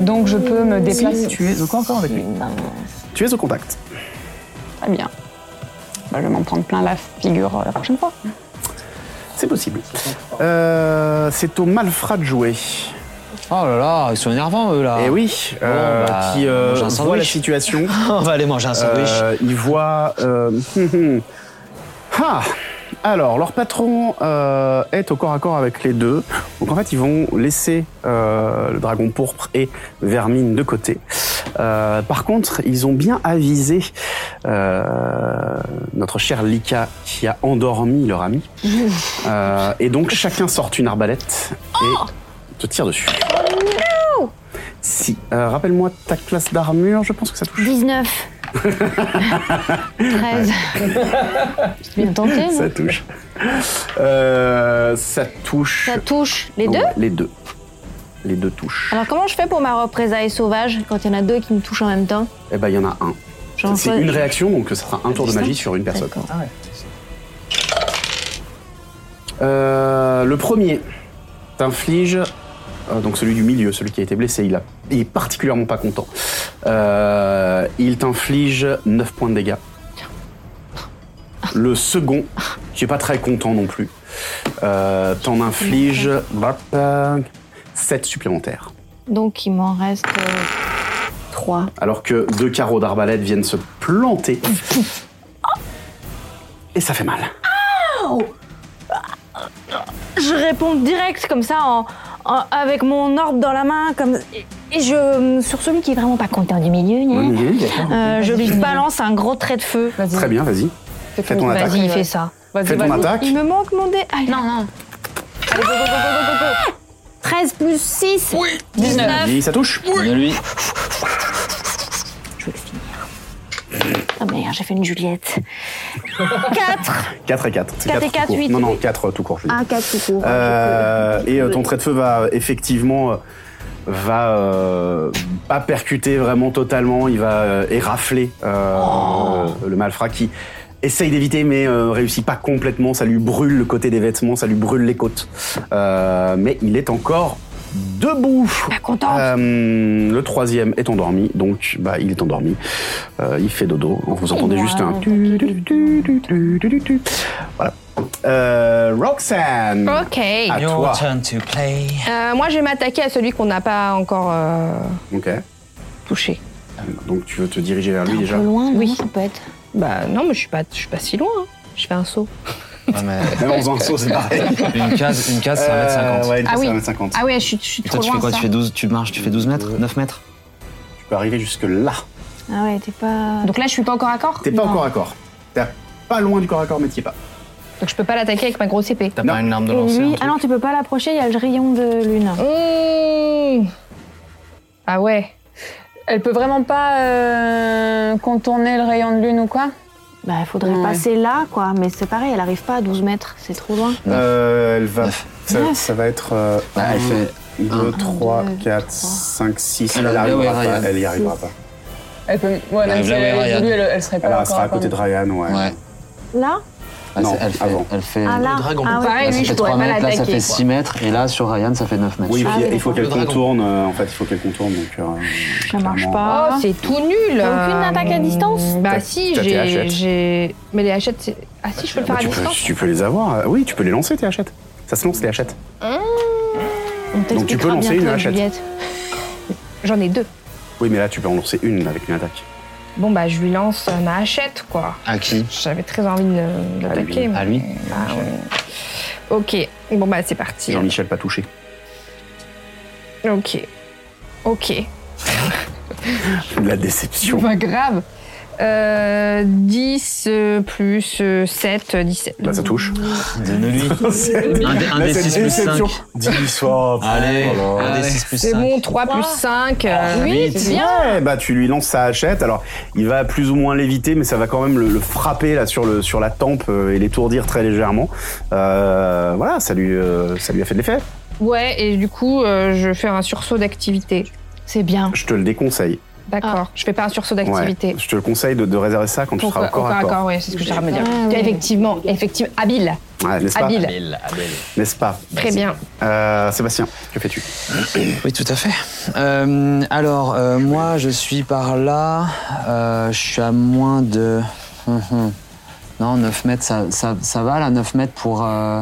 Speaker 7: Donc je peux me déplacer.
Speaker 1: Tu es au corps à corps avec lui. Tu es au contact.
Speaker 7: Très bien. Bah, je vais m'en prendre plein la figure euh, la prochaine fois.
Speaker 1: C'est possible. Euh, c'est au malfrat de jouer.
Speaker 4: Oh là là, ils sont énervants eux là.
Speaker 1: Eh oui,
Speaker 4: Bon,
Speaker 1: euh,
Speaker 4: bah,
Speaker 1: qui euh,
Speaker 4: mange un
Speaker 1: voit la
Speaker 4: sandwich.
Speaker 1: situation.
Speaker 4: On va aller manger un sandwich.
Speaker 1: Euh, il voit. euh, ah Alors, leur patron euh, est au corps à corps avec les deux. Donc, en fait, ils vont laisser euh, le dragon pourpre et Vermine de côté. Euh, par contre, ils ont bien avisé euh, notre chère Lika qui a endormi leur ami. Euh, et donc, chacun sort une arbalète et te tire dessus. Si. Euh, Rappelle-moi ta classe d'armure, je pense que ça touche.
Speaker 3: 19. 13. C'est bien tenté, non
Speaker 1: Ça touche. Euh, ça touche.
Speaker 3: Ça touche les deux
Speaker 1: Ouais, Les deux. Les deux touchent.
Speaker 3: Alors comment je fais pour ma représailles sauvage quand il y en a deux qui me touchent en même temps
Speaker 1: Eh ben, il y en a un.
Speaker 3: J'en
Speaker 1: C'est
Speaker 3: fais-
Speaker 1: une réaction, donc ça sera un tour de
Speaker 3: Distinct.
Speaker 1: magie sur une personne. Euh, le premier t'inflige, euh, donc celui du milieu, celui qui a été blessé, il, a- il est particulièrement pas content. Euh, il t'inflige 9 points de dégâts. Le second, qui est pas très content non plus, euh, t'en inflige 7 supplémentaires.
Speaker 3: Donc il m'en reste euh, 3.
Speaker 1: Alors que deux carreaux d'arbalète viennent se planter. Et ça fait mal.
Speaker 3: Je réponds direct comme ça en, en- avec mon orbe dans la main comme et- et je sur celui qui est vraiment pas content du milieu. gna,
Speaker 1: Mhm, d'accord.
Speaker 3: euh, je lui balance un gros trait de feu.
Speaker 1: Très bien, vas-y.
Speaker 3: Fais
Speaker 1: Fais ton attaque.
Speaker 3: Vas-y, fais ça.
Speaker 1: Fais ton attaque.
Speaker 3: Il me manque mon dé. non, non. 13 plus 6. Oui. 19.
Speaker 1: Vas-y, ça touche.
Speaker 4: lui.
Speaker 3: Ah merde, j'ai fait une Juliette. 4.
Speaker 1: 4 et 4.
Speaker 3: Quatre et quatre, huit,
Speaker 1: Non, non,
Speaker 3: huit.
Speaker 1: 4 tout court. je veux dire.
Speaker 3: 1, 4 tout court.
Speaker 1: Euh, et euh, ton trait de feu va effectivement euh, va euh, pas percuter vraiment totalement, il va euh, érafler euh,
Speaker 3: Oh.
Speaker 1: le le malfrat qui essaye d'éviter mais euh, réussit pas complètement, ça lui brûle le côté des vêtements, ça lui brûle les côtes. Euh, mais il est encore debout. Pas
Speaker 3: content.
Speaker 1: Euh, le troisième est endormi, donc bah il est endormi. Euh, il fait dodo. Vous entendez juste un tu, tu, tu, tu, tu, tu, tu. Voilà. Euh, Roxanne.
Speaker 2: Ok.
Speaker 1: À toi.
Speaker 4: to play.
Speaker 2: Euh, moi, je vais m'attaquer à celui qu'on n'a pas encore. euh,
Speaker 1: Ok.
Speaker 2: Touché.
Speaker 1: Donc tu veux te diriger vers lui déjà.
Speaker 3: loin, oui, ça peut être.
Speaker 2: Bah non, mais je suis pas, je suis pas si loin. hein. Je fais un saut.
Speaker 1: Même en faisant un saut, c'est pareil.
Speaker 4: Une case, une case, c'est 1m50.
Speaker 1: Euh, ouais, une case,
Speaker 2: Ah oui.
Speaker 1: c'est 1m50.
Speaker 2: Ah ouais, je suis, je suis
Speaker 4: Et toi, tu fais quoi tu, fais 12, tu marches, tu fais 12 mètres
Speaker 1: Euh,
Speaker 4: 9 mètres
Speaker 1: Tu peux arriver jusque là.
Speaker 3: Ah ouais, t'es pas.
Speaker 2: Donc là, je suis pas encore à corps
Speaker 1: T'es pas encore à corps. T'es pas loin du corps à corps, mais t'y es pas.
Speaker 2: Donc je peux pas l'attaquer avec ma grosse épée.
Speaker 4: T'as pas une arme
Speaker 3: Et lui, ah non, tu peux pas l'approcher, il y a le rayon de lune.
Speaker 2: Mmh. Ah ouais.
Speaker 7: Elle peut vraiment pas euh, contourner le rayon de lune ou quoi
Speaker 3: Bah, il faudrait
Speaker 7: Ouais.
Speaker 3: passer là, quoi. Mais c'est pareil, elle arrive pas à 12 mètres, c'est trop loin.
Speaker 1: Euh, elle va. Ça,
Speaker 3: Neuf.
Speaker 1: ça va être. Euh,
Speaker 4: Ah, elle fait
Speaker 1: 2,
Speaker 4: un,
Speaker 1: 3, 4, 5, 6. Elle
Speaker 4: Elle arrive
Speaker 1: arrivera
Speaker 4: là où est
Speaker 1: pas.
Speaker 4: Ryan.
Speaker 1: Elle y arrivera pas.
Speaker 7: Elle peut. Ouais,
Speaker 4: Elle
Speaker 7: même
Speaker 4: arrive
Speaker 7: si
Speaker 4: là où
Speaker 7: elle
Speaker 4: est
Speaker 7: avait
Speaker 4: Ryan.
Speaker 7: voulu, elle, elle serait pas
Speaker 1: Elle
Speaker 7: encore
Speaker 1: restera à côté de Ryan, ouais.
Speaker 3: Là
Speaker 4: Ah,
Speaker 1: Non,
Speaker 4: c'est- elle fait,
Speaker 1: avant.
Speaker 4: Elle fait
Speaker 1: Ah, là.
Speaker 4: le dragon.
Speaker 1: Ah oui. Pareil,
Speaker 4: Là,
Speaker 1: lui,
Speaker 4: ça
Speaker 1: je
Speaker 4: fait
Speaker 1: pourrais
Speaker 4: 3
Speaker 1: pas
Speaker 4: mètres, là ça
Speaker 1: l'attaquer,
Speaker 4: fait
Speaker 1: quoi.
Speaker 4: 6 mètres, et là sur Ryan ça fait 9 mètres.
Speaker 1: Oui, il faut- il faut qu'elle
Speaker 4: Le dragon.
Speaker 1: contourne. euh, en fait, il faut qu'elle contourne. Donc, euh,
Speaker 23: Ça marche
Speaker 1: pas.
Speaker 2: Ah.
Speaker 23: Oh, c'est tout nul.
Speaker 1: T'as aucune
Speaker 23: attaque à distance
Speaker 1: T'as-
Speaker 23: Bah si,
Speaker 1: t'as tes
Speaker 23: j'ai-
Speaker 1: hachettes.
Speaker 23: j'ai. Mais les hachettes, c'est. Ah si, je peux le faire
Speaker 1: bah,
Speaker 23: à
Speaker 1: tu, peux,
Speaker 23: distance.
Speaker 1: tu peux les avoir. euh, Oui, tu peux les lancer, tes hachettes. Ça se lance, les hachettes. Donc, tu peux lancer une hachette.
Speaker 23: J'en ai deux.
Speaker 1: Oui, mais là, tu peux en lancer une avec une attaque.
Speaker 23: Bon bah je lui lance euh, ma hachette quoi.
Speaker 1: À qui
Speaker 23: J'avais très envie de l'attaquer. mais-
Speaker 1: lui Ah.
Speaker 23: Ah, ouais. Ok, bon bah c'est parti.
Speaker 1: Jean-Michel pas touché.
Speaker 23: Ok. Ok.
Speaker 1: La déception.
Speaker 23: Pas grave. Euh, 10 euh, plus euh, 7, euh, 17.
Speaker 1: Bah, ça touche.
Speaker 4: Donne-lui.
Speaker 1: C'est-
Speaker 4: Un dé- un
Speaker 1: Là,
Speaker 4: dé
Speaker 1: c'est
Speaker 4: six
Speaker 1: une
Speaker 4: plus cinq.
Speaker 1: déception. Dix, oh,
Speaker 4: Allez,
Speaker 1: oh là.
Speaker 4: un des 6 plus
Speaker 23: C'est
Speaker 4: 5.
Speaker 23: bon, 3 plus euh, 5. oui, c'est bien.
Speaker 1: Ouais, bah tu lui lances sa hachette. Alors, il va plus ou moins l'éviter, mais ça va quand même le, le frapper là sur le sur la tempe euh, et l'étourdir très légèrement. Euh, voilà, ça lui euh, ça lui a fait de l'effet.
Speaker 23: Ouais, et du coup, euh, je fais un sursaut d'activité. C'est bien. Ah.
Speaker 1: Je te le déconseille.
Speaker 23: D'accord, je fais pas un sursaut
Speaker 1: Ouais.
Speaker 23: d'activité.
Speaker 1: Je te le conseille de, de réserver ça quand tu seras au corps à corps.
Speaker 23: oui, c'est ce que j'ai à me dire. Effectivement, effectivement, habile.
Speaker 1: Ouais, n'est-ce pas
Speaker 23: Habile.
Speaker 1: N'est-ce pas
Speaker 23: Très bien.
Speaker 1: Euh, Sébastien, que fais-tu
Speaker 4: Oui, tout à fait. Euh, alors, euh, moi, je suis par là. Euh, je suis à moins de. Hum, hum. Non, 9 mètres, ça, ça, ça va là, 9 mètres pour, euh,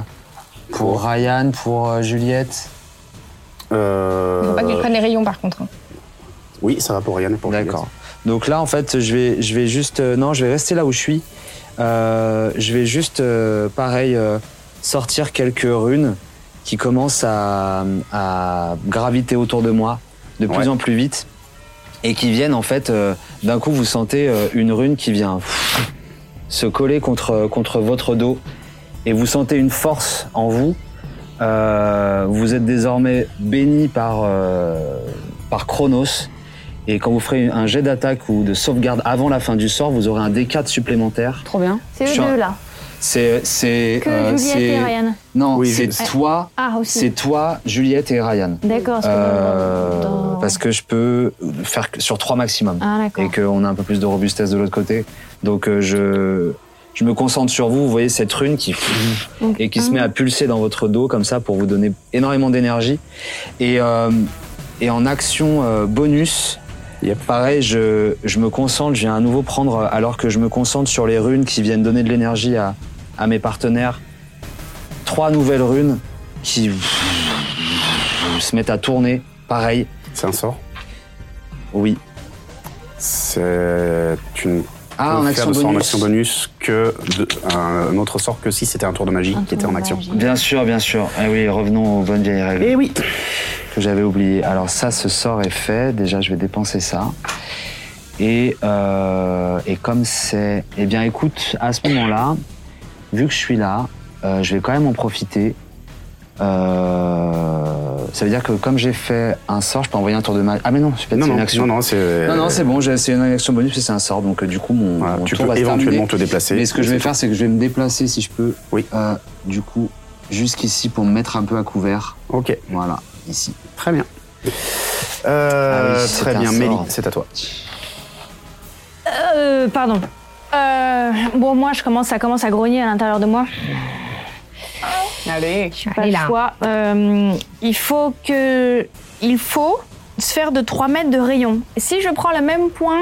Speaker 4: pour Ryan, pour euh, Juliette
Speaker 1: euh...
Speaker 23: Faut pas que tu prennes les rayons par contre. hein.
Speaker 1: Oui, ça va pour Ryan et pour
Speaker 4: D'accord. Donc là, en fait, je vais, je vais juste. euh, non, je vais rester là où je suis. Euh, je vais juste, euh, pareil, euh, sortir quelques runes qui commencent à, à graviter autour de moi de plus
Speaker 1: Ouais.
Speaker 4: en plus vite et qui viennent, en fait, euh, d'un coup, vous sentez euh, une rune qui vient pff, se coller contre, contre votre dos et vous sentez une force en vous. Euh, vous êtes désormais béni par, euh, par Chronos. Et quand vous ferez un jet d'attaque ou de sauvegarde avant la fin du sort, vous aurez un D4 supplémentaire.
Speaker 23: Trop bien.
Speaker 4: eux
Speaker 8: C'est
Speaker 4: Je suis
Speaker 8: eux
Speaker 4: un-
Speaker 8: deux
Speaker 4: deux,
Speaker 8: là.
Speaker 4: C'est. c'est
Speaker 8: Que
Speaker 4: euh,
Speaker 8: Juliette et
Speaker 4: c'est-
Speaker 8: Ryan.
Speaker 4: Non,
Speaker 8: Oui,
Speaker 4: c'est
Speaker 8: je-
Speaker 4: toi.
Speaker 8: Ah, aussi.
Speaker 4: C'est toi, Juliette et Ryan.
Speaker 8: D'accord, parce que
Speaker 4: Euh, parce que je peux faire que sur trois maximum.
Speaker 8: Ah, d'accord.
Speaker 4: et qu'on a un peu plus de robustesse de l'autre côté. Donc euh, je, je me concentre sur vous. Vous voyez cette rune qui et qui se met à pulser dans votre dos comme ça pour vous donner énormément d'énergie. Et, euh, et en action euh, bonus, pareil, je, je me concentre. J'ai à nouveau prendre euh, alors que je me concentre sur les runes qui viennent donner de l'énergie à, à mes partenaires. Trois nouvelles runes qui se mettent à tourner. Pareil.
Speaker 1: C'est un sort
Speaker 4: Oui.
Speaker 1: C'est une.
Speaker 4: Ah,
Speaker 1: on
Speaker 4: en
Speaker 1: peut
Speaker 4: action
Speaker 1: faire de sort en
Speaker 4: bonus.
Speaker 1: action bonus que de- un autre sort que si c'était un tour de magie qui était en action.
Speaker 4: Bien sûr, bien sûr. Ah oui, revenons aux bonnes vieilles règles.
Speaker 1: Eh oui.
Speaker 4: Que j'avais oublié. Alors ça, ce sort est fait. Déjà, je vais dépenser ça. Et, euh, et comme c'est... Eh bien, écoute, à ce moment-là, vu que je suis là, euh, je vais quand même en profiter. Euh, ça veut dire que comme j'ai fait un sort, je peux envoyer un tour de magie. Ah mais non, je peux
Speaker 1: Non,
Speaker 4: c'est
Speaker 1: non,
Speaker 4: une action.
Speaker 1: non, non, c'est-
Speaker 4: Non, non, c'est bon, j'ai- c'est une action bonus, parce que c'est un sort, donc euh, du coup mon, mon
Speaker 1: tu
Speaker 4: tour
Speaker 1: peux
Speaker 4: va se terminer.
Speaker 1: éventuellement te déplacer,
Speaker 4: Mais ce que
Speaker 1: et
Speaker 4: je vais
Speaker 1: c'est
Speaker 4: faire, c'est que je vais me déplacer si je peux. euh,
Speaker 1: Oui.
Speaker 4: du coup, jusqu'ici pour me mettre un peu à couvert.
Speaker 1: Ok.
Speaker 4: Voilà, ici.
Speaker 1: Très bien. Euh,
Speaker 4: Ah oui,
Speaker 1: très
Speaker 4: c'est un
Speaker 1: bien,
Speaker 4: sort.
Speaker 1: Mélie, c'est à toi.
Speaker 3: Euh, pardon. Euh, bon, moi, je commence, ça commence à grogner à l'intérieur de moi.
Speaker 7: Allez,
Speaker 3: Pas le choix. Euh, il faut que. Il faut se faire de 3 mètres de rayon. Si je prends le même point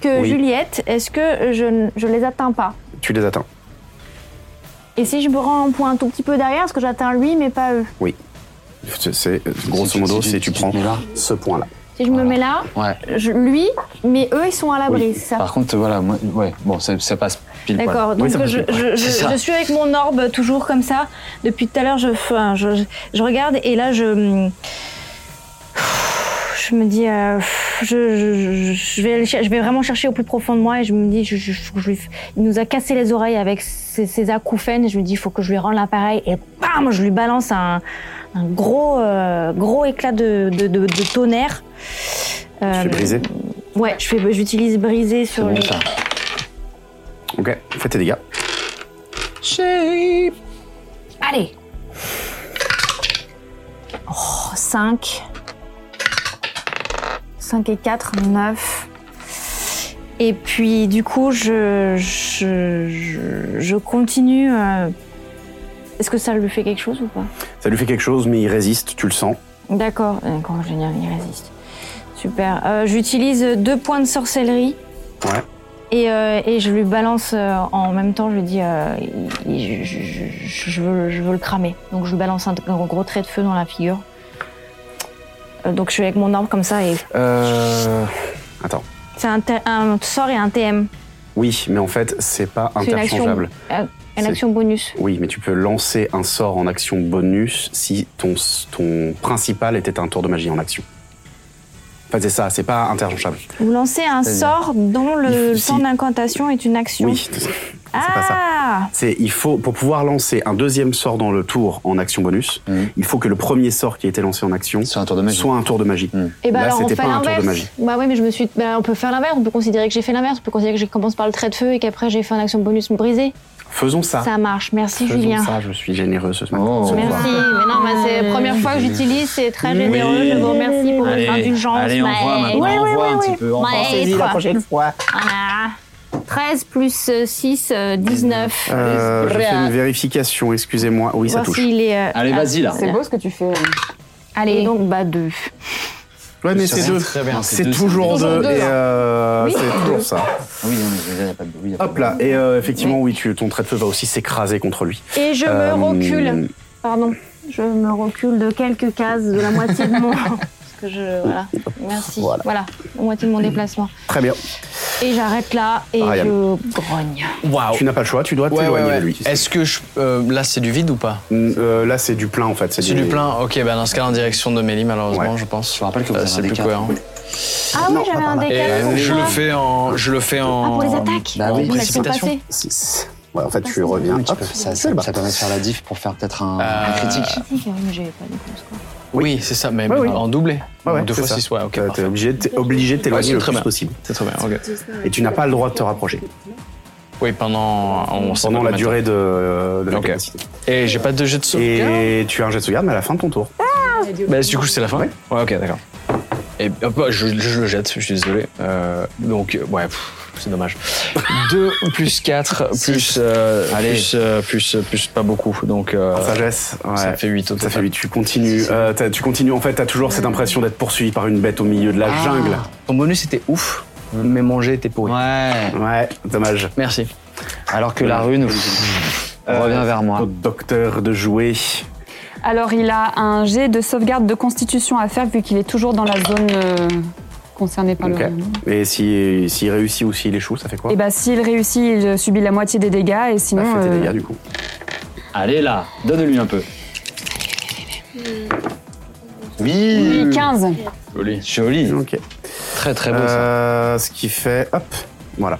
Speaker 3: que
Speaker 1: Oui.
Speaker 3: Juliette, est-ce que je ne je les atteins pas
Speaker 1: Tu les atteins.
Speaker 3: Et si je me rends un point un tout petit peu derrière, est-ce que j'atteins lui mais pas eux
Speaker 1: Oui. C'est- C'est grosso modo, c'est tu prends ce point-là.
Speaker 3: Si je me mets là,
Speaker 4: Ouais.
Speaker 3: je- lui, mais eux, ils sont à l'abri, c'est ça
Speaker 4: Par contre, voilà, moi, ouais, bon, ça, ça passe pile poil.
Speaker 3: D'accord, donc je, je- je-
Speaker 4: C'est ça.
Speaker 3: je suis avec mon orbe toujours comme ça. Depuis tout à l'heure, je, enfin, je, je regarde et là, je. Je me dis, euh, je, je- je vais, aller cher- je vais vraiment chercher au plus profond de moi et je me dis, je- je- faut que je lui f- il nous a cassé les oreilles avec ses, ses acouphènes et je me dis, il faut que je lui rende l'appareil et bam, je lui balance un, un gros, euh, gros éclat de, de- de- de tonnerre. Euh,
Speaker 1: Tu es brisé.
Speaker 3: Ouais, je fais- j'utilise briser sur
Speaker 1: bon,
Speaker 3: le-
Speaker 1: ça. Ok, fais tes dégâts.
Speaker 3: Allez. Oh, 5. 5 et 4, 9. Et puis du coup, je, je, je- je continue. euh, Est-ce que ça lui fait quelque chose ou pas
Speaker 1: Ça lui fait quelque chose, mais il résiste, tu le sens.
Speaker 3: D'accord, d'accord, génial, il résiste. Super. Euh, J'utilise deux points de sorcellerie
Speaker 1: Ouais.
Speaker 3: et, euh, et je lui balance euh, en même temps, je lui dis, euh, il- il- je, je- je veux, je veux le cramer. Donc je lui balance un, un gros trait de feu dans la figure. Euh, donc je suis avec mon arme comme ça et
Speaker 1: Euh... Attends.
Speaker 3: c'est un, T- un sort et un TM.
Speaker 1: Oui, mais en fait, c'est pas
Speaker 3: C'est une action,
Speaker 1: interchangeable.
Speaker 3: euh, une
Speaker 1: C'est-
Speaker 3: action bonus.
Speaker 1: Oui, mais tu peux lancer un sort en action bonus si ton, ton principal était un tour de magie en action. Enfin, c'est ça, c'est pas interchangeable.
Speaker 3: Vous lancez un
Speaker 1: C'est-à-dire
Speaker 3: sort dont le
Speaker 1: Il-
Speaker 3: temps
Speaker 1: si.
Speaker 3: d'incantation est une action.
Speaker 1: Oui, c'est pas ça.
Speaker 3: Ah
Speaker 1: C'est il faut pour pouvoir lancer un deuxième sort dans le tour en action bonus, il faut que le premier sort qui a été lancé en action Mhm. soit un tour de magie. Mhm.
Speaker 22: Et bah
Speaker 1: Là,
Speaker 22: alors on
Speaker 1: c'était
Speaker 22: fait
Speaker 1: pas un tour de
Speaker 22: l'inverse.
Speaker 1: magie.
Speaker 22: Bah oui, mais je me suis. Bah on peut faire l'inverse. On peut considérer que j'ai fait l'inverse. On peut considérer que je commence par le trait de feu et qu'après j'ai fait une action bonus brisée.
Speaker 1: Faisons ça.
Speaker 22: Ça marche. Merci
Speaker 1: Ah. Faisons
Speaker 22: Julien.
Speaker 1: ça, je suis généreux ce matin.
Speaker 5: Oh,
Speaker 22: Merci. Mais non, bah, c'est la première fois que j'utilise. C'est très généreux. Je vous remercie pour
Speaker 1: Allez,
Speaker 22: votre indulgence.
Speaker 1: allez, on voit maintenant, on voit un petit peu, on pense. Saisis la prochaine
Speaker 22: fois. Voilà. 13 plus euh, 6, 19.
Speaker 1: Euh, je fais une vérification, excusez-moi. Oui, ça
Speaker 22: Voir
Speaker 1: touche.
Speaker 22: s'il est, euh, Allez, ah, vas-y, là. c'est beau
Speaker 3: ce que tu fais. Allez. donc, bah, deux.
Speaker 1: Ouais, mais c'est deux. C'est toujours deux. Et euh,
Speaker 3: Oui.
Speaker 1: c'est toujours ça. Oui, Hop là. Et euh, effectivement, oui, tu, ton trait de feu va aussi s'écraser contre lui.
Speaker 3: Et je
Speaker 1: Euh,
Speaker 3: me recule. Pardon. Je me recule de quelques cases, de la moitié de mon. Parce que je. Voilà. Merci.
Speaker 1: Voilà.
Speaker 3: Voilà. La moitié de mon déplacement.
Speaker 1: Très bien.
Speaker 3: Et j'arrête là et
Speaker 1: Ryan.
Speaker 3: je grogne.
Speaker 1: Tu n'as pas le choix, tu dois
Speaker 5: Ouais,
Speaker 1: t'éloigner
Speaker 5: ouais, ouais.
Speaker 1: de lui. Euh,
Speaker 5: Est-ce que je, euh, là c'est du vide ou pas
Speaker 1: Là, c'est du plein en fait.
Speaker 5: C'est du plein. Ok, bah dans ce cas, en direction de Mélie, malheureusement, je pense. Je rappelle que c'est plus cohérent.
Speaker 3: Ah oui, j'avais un
Speaker 5: Et
Speaker 3: décalage.
Speaker 5: euh, je le fais en, je le fais en.
Speaker 3: Ah, pour les attaques
Speaker 5: en
Speaker 3: Pour l'action
Speaker 5: précipitation.
Speaker 3: passée.
Speaker 1: Ouais,
Speaker 22: Ah,
Speaker 1: en fait, tu reviens.
Speaker 9: Tu peux- ça, ça- ça permet de faire la diff pour faire peut-être un, un critique.
Speaker 3: Critique, Ah, mais j'avais pas de plus, quoi.
Speaker 5: euh, Oui, c'est ça, mais
Speaker 1: Ouais, oui.
Speaker 5: en doublé.
Speaker 1: Ouais, ouais,
Speaker 5: Donc, deux
Speaker 1: c'est
Speaker 5: fois
Speaker 1: ça.
Speaker 5: six, ouais, ok.
Speaker 1: T'es obligé, t'es obligé de t'éloigner
Speaker 5: Ouais, c'est
Speaker 1: le
Speaker 5: très
Speaker 1: plus
Speaker 5: bien.
Speaker 1: possible.
Speaker 5: C'est très bien, ok.
Speaker 1: Et tu n'as pas le droit de te rapprocher
Speaker 5: Oui, pendant, on sait
Speaker 1: pendant
Speaker 5: pas
Speaker 1: la
Speaker 5: combien
Speaker 1: durée de, de la
Speaker 5: Ok.
Speaker 1: capacité.
Speaker 5: Et j'ai pas de jet de sauvegarde
Speaker 1: Et tu as un jet de sauvegarde, mais à la fin de ton tour.
Speaker 5: Bah, du coup, c'est la fin Ouais, ok, d'accord. Et hop, je, je le jette, je suis désolé. Euh, donc, euh, ouais, pff, c'est dommage. 2 plus 4 plus, euh,
Speaker 1: Allez.
Speaker 5: plus, euh, plus, plus pas beaucoup. Donc, euh,
Speaker 1: En sagesse, ouais.
Speaker 5: ça fait 8 au
Speaker 1: Ça fait huit. tu continues. euh, t'as- tu continues, en fait, t'as toujours cette impression d'être poursuivi par une bête au milieu de la
Speaker 5: Ah.
Speaker 1: jungle.
Speaker 5: Ton bonus était ouf, mais mon jet était pourri.
Speaker 1: Ouais. Ouais, dommage.
Speaker 5: Merci.
Speaker 1: Alors
Speaker 4: que la rune,
Speaker 1: revient vers moi. docteur de jouer.
Speaker 7: Alors, il a un jet de sauvegarde de constitution à faire vu qu'il est toujours dans la zone euh, concernée par
Speaker 1: Ok.
Speaker 7: le.
Speaker 1: Et s'il si, s'il réussit ou s'il échoue, ça fait quoi
Speaker 7: Et bah, s'il réussit, il subit la moitié des dégâts et sinon.
Speaker 1: Fais tes
Speaker 7: euh,
Speaker 1: dégâts, du coup.
Speaker 4: Allez là, donne-lui un peu.
Speaker 1: Oui.
Speaker 7: oui, 15.
Speaker 5: Joli.
Speaker 4: Joli.
Speaker 1: Ok.
Speaker 5: Très très
Speaker 4: beau ça.
Speaker 1: Euh, ce qui fait. Hop, voilà.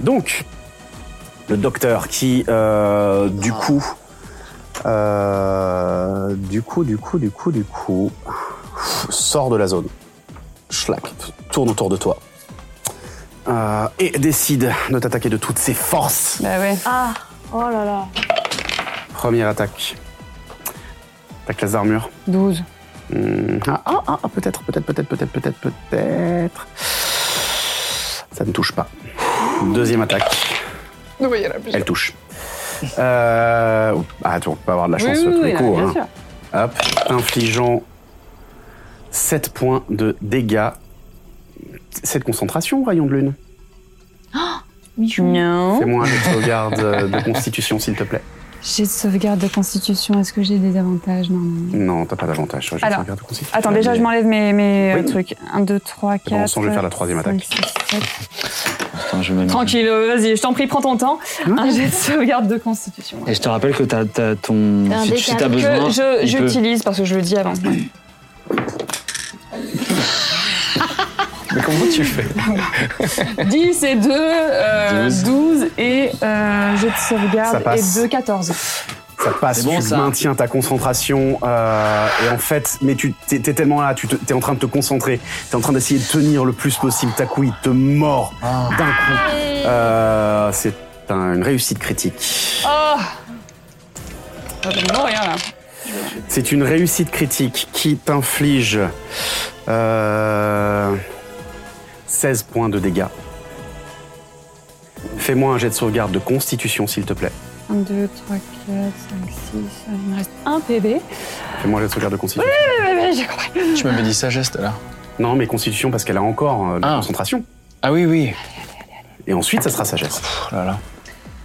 Speaker 1: Donc, le docteur qui, euh, du coup. euh, du coup, du coup, du coup, du coup. Sort de la zone. Schlack, tourne autour de toi. Euh, et décide de t'attaquer de toutes ses forces.
Speaker 7: Bah ouais.
Speaker 3: Ah, oh là là.
Speaker 1: Première attaque. Ta classe d'armure.
Speaker 7: 12.
Speaker 1: Hmm, Ah, ah, ah, ah, peut-être, peut-être, peut-être, peut-être, peut-être, peut-être. Ça ne touche pas. Deuxième attaque,
Speaker 7: Non, mais il y en a plus.
Speaker 1: elle touche. Euh... ouh, Ah, tu peux avoir de la chance
Speaker 7: Oui, oui,
Speaker 1: tous
Speaker 7: oui,
Speaker 1: les
Speaker 7: là,
Speaker 1: coups.
Speaker 7: bien
Speaker 1: hein.
Speaker 7: sûr.
Speaker 1: Hop, infligeant 7 points de dégâts. C'est de concentration, rayon de lune.
Speaker 7: Oh, Non.
Speaker 1: Fais-moi un jeu de sauvegarde euh, de constitution, s'il te plaît.
Speaker 7: Jet de sauvegarde de constitution, est-ce que j'ai des avantages Non, non.
Speaker 1: Non, t'as pas d'avantage. sur le jeu de
Speaker 7: Alors,
Speaker 1: sauvegarde de constitution.
Speaker 7: Attends, déjà, je m'enlève mes, mes euh,
Speaker 1: Oui.
Speaker 7: trucs. 1, 2, 3, 4.
Speaker 1: bon, ensemble, je vais faire la troisième attaque.
Speaker 7: Tranquille, euh, vas-y, je t'en prie, prends ton temps. Un jet de sauvegarde de constitution.
Speaker 4: Et je te rappelle que t'as, t'as ton.
Speaker 7: Un
Speaker 4: Si tu as
Speaker 7: décalage.
Speaker 4: besoin.
Speaker 7: Que je-
Speaker 4: il peut-
Speaker 7: J'utilise parce que je le dis avant.
Speaker 5: Mais comment tu fais
Speaker 7: 10 et 2, 12.
Speaker 1: Douze.
Speaker 7: et euh, jet de
Speaker 1: Ça
Speaker 7: sauvegarde et
Speaker 1: passe.
Speaker 7: 2, 14.
Speaker 1: Ça passe,
Speaker 7: C'est bon,
Speaker 1: tu
Speaker 7: ça.
Speaker 1: maintiens ta concentration euh, et en fait, mais tu t'es t'es tellement là, tu te- t'es en train de te concentrer, t'es en train d'essayer de tenir le plus possible. Ta couille te mord d'un coup. Euh, C'est un- une réussite critique.
Speaker 7: Oh Non, rien là.
Speaker 1: C'est une réussite critique qui t'inflige euh, 16 points de dégâts. Fais-moi un jet de sauvegarde de constitution, s'il te plaît.
Speaker 7: 1, 2, 3, 4, 5, 6, il me reste un PB.
Speaker 1: Fais-moi un jet de sauvegarde de constitution.
Speaker 7: j'ai compris.
Speaker 1: Tu m'avais dit sagesse, là Non, mais constitution, parce qu'elle a encore euh, de la concentration.
Speaker 5: Ah oui, oui.
Speaker 1: Et ensuite, ça sera sagesse.
Speaker 5: là là.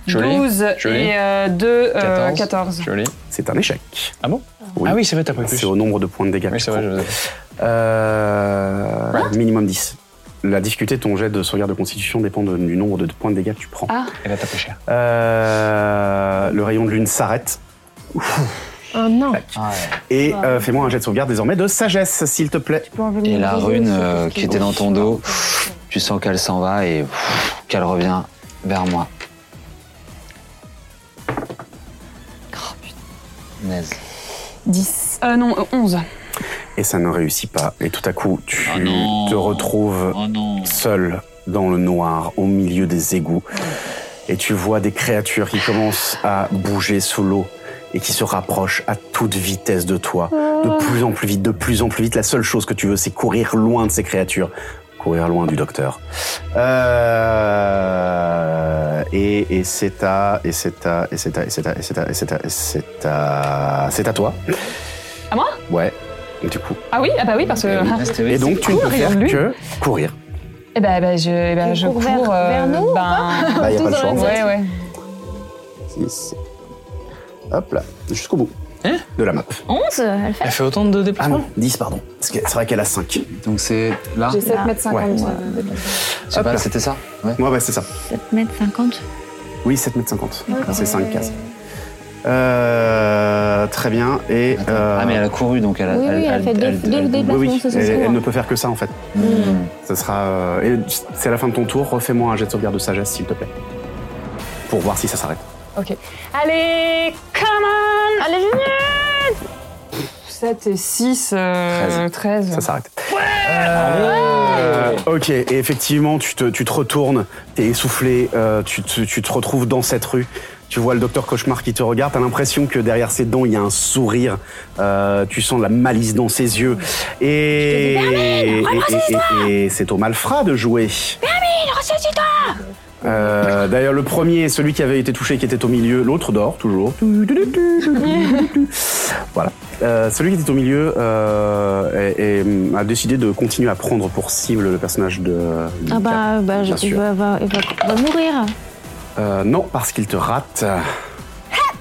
Speaker 7: 12 et euh, 2, 14.
Speaker 5: Joli.
Speaker 1: C'est un échec.
Speaker 5: Ah bon
Speaker 1: Ah oui, c'est vrai, t'as pris plus. C'est au nombre de points de dégâts. Oui, c'est vrai, Minimum 10. La difficulté de ton jet de sauvegarde de constitution dépend de- du nombre de points de dégâts que tu prends.
Speaker 7: Ah.
Speaker 5: Elle a tapé cher.
Speaker 1: Euh, le rayon de lune s'arrête.
Speaker 2: Oh non.
Speaker 1: Et euh, fais-moi un jet de sauvegarde désormais de sagesse, s'il te plaît.
Speaker 4: Et la rune euh, qui était dans ton dos, tu sens qu'elle s'en va et pff, qu'elle revient vers moi. Naze.
Speaker 7: 10. Euh, non, euh, 11.
Speaker 1: Et ça ne réussit pas. Et tout à coup, tu te retrouves seul dans le noir, au milieu des égouts. Et tu vois des créatures qui commencent à bouger sous l'eau et qui se rapprochent à toute vitesse de toi.
Speaker 7: Ah.
Speaker 1: De plus en plus vite, de plus en plus vite. La seule chose que tu veux, c'est courir loin de ces créatures. Courir loin du docteur. Euh... Et, et c'est à... Et c'est à... Et c'est à... Et c'est à... Et c'est à... Et c'est à... et c'est à... C'est à toi.
Speaker 7: À moi
Speaker 1: Ouais. Et du coup...
Speaker 7: Ah oui, ah bah oui, parce que.
Speaker 1: Et donc tu ne peux faire que courir.
Speaker 7: Eh ben, ben, je, eh ben, je cours euh, ben,
Speaker 1: Bah, y a pas le choix, en fait.
Speaker 7: Ouais, ouais.
Speaker 1: Six. Hop là, jusqu'au bout. de la map.
Speaker 8: 11 Elle fait.
Speaker 1: autant de déplacements Ah non, 10 pardon. Parce que C'est vrai qu'elle a 5.
Speaker 4: Donc c'est là
Speaker 8: J'ai sept mètres cinquante,
Speaker 1: Ouais.
Speaker 8: moi.
Speaker 4: Je sais pas, c'était ça
Speaker 1: Ouais, ouais, c'est ça.
Speaker 8: 7m50
Speaker 1: Oui, 7 mètres 50.
Speaker 8: D'accord.
Speaker 1: C'est 5 cases. Euh, très bien. Et, Ah,
Speaker 4: mais elle a couru donc elle a.
Speaker 1: Oui,
Speaker 4: elle,
Speaker 1: oui, elle
Speaker 4: elle-
Speaker 1: fait
Speaker 4: elle-
Speaker 1: deux-
Speaker 4: elle-
Speaker 1: deux
Speaker 4: elle-
Speaker 1: oui, oui. Elle, elle ne peut faire que ça en fait.
Speaker 4: Mm.
Speaker 1: Ça sera. euh, et c'est à la fin de ton tour. Refais-moi un jet de sauvegarde de sagesse, s'il te plaît, pour voir si ça s'arrête.
Speaker 7: Ok. Allez, come on Allez, génial 7 et 6, 13.
Speaker 1: Ça s'arrête. Euh, ok, et effectivement, tu te, tu te retournes, t'es essoufflé, euh, tu, te- tu te retrouves dans cette rue. Tu vois le docteur Cauchemar qui te regarde, t'as l'impression que derrière ses dents, il y a un sourire. Euh, tu sens de la malice dans ses yeux. Et, et- et- et- et c'est au malfrat de jouer.
Speaker 8: Vermine, ressuscite-toi
Speaker 1: Euh, D'ailleurs, le premier, celui qui avait été touché, qui était au milieu, l'autre dort toujours. Voilà. Euh, celui qui était au milieu euh, est- est- a décidé de continuer à prendre pour cible le personnage de.
Speaker 22: Ah bah, bah je,
Speaker 1: Bien
Speaker 22: il
Speaker 1: sûr.
Speaker 22: va, va- il va- il va mourir.
Speaker 1: Euh, non, parce qu'il te rate.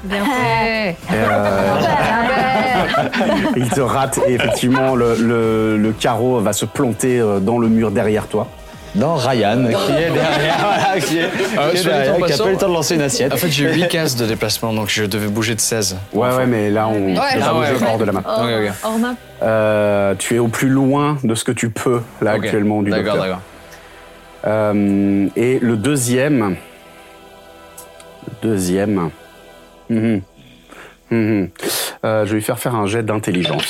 Speaker 22: Bien fait.
Speaker 1: Euh, il te rate et effectivement le, le- le carreau va se planter euh, dans le mur derrière toi.
Speaker 4: Dans Ryan, qui est derrière, voilà, qui est,
Speaker 5: Euh,
Speaker 4: qui est
Speaker 5: soit dit en
Speaker 4: derrière, qui a
Speaker 5: passant,
Speaker 4: pas eu le temps de lancer une assiette.
Speaker 5: En fait, j'ai 8 cases de déplacement, donc je devais bouger de 16.
Speaker 1: Ouais, ouais, mais là, on
Speaker 5: Ouais,
Speaker 1: peut
Speaker 5: là,
Speaker 1: pas
Speaker 5: ouais,
Speaker 1: bouger
Speaker 5: ouais.
Speaker 1: hors de la map.
Speaker 5: Ok, ok.
Speaker 1: Euh, tu es au plus loin de ce que tu peux, là,
Speaker 5: Ok.
Speaker 1: actuellement, du
Speaker 5: D'accord,
Speaker 1: docteur.
Speaker 5: d'accord.
Speaker 1: Euh, et le deuxième... Le deuxième... hum, Mhm. Mhm. Euh, je vais lui faire faire un jet d'intelligence.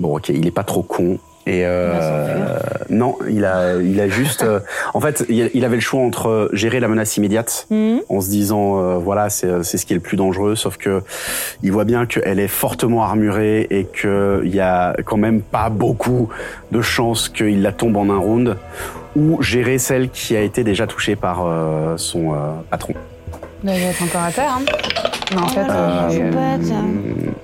Speaker 1: Bon, ok, il est pas trop con. Et euh, non, il a, il a juste. euh, en fait, il il avait le choix entre euh, gérer la menace immédiate
Speaker 21: Mhm.
Speaker 1: en se disant euh, voilà c'est c'est ce qui est le plus dangereux, sauf que il voit bien qu'elle est fortement armurée et que il y a quand même pas beaucoup de chances qu'il la tombe en un round, ou gérer celle qui a été déjà touchée par euh, son euh, patron.
Speaker 7: Ben, je vais être encore à terre. Hein. Non,
Speaker 3: Oh
Speaker 7: en fait.
Speaker 1: Euh,
Speaker 7: j'ai-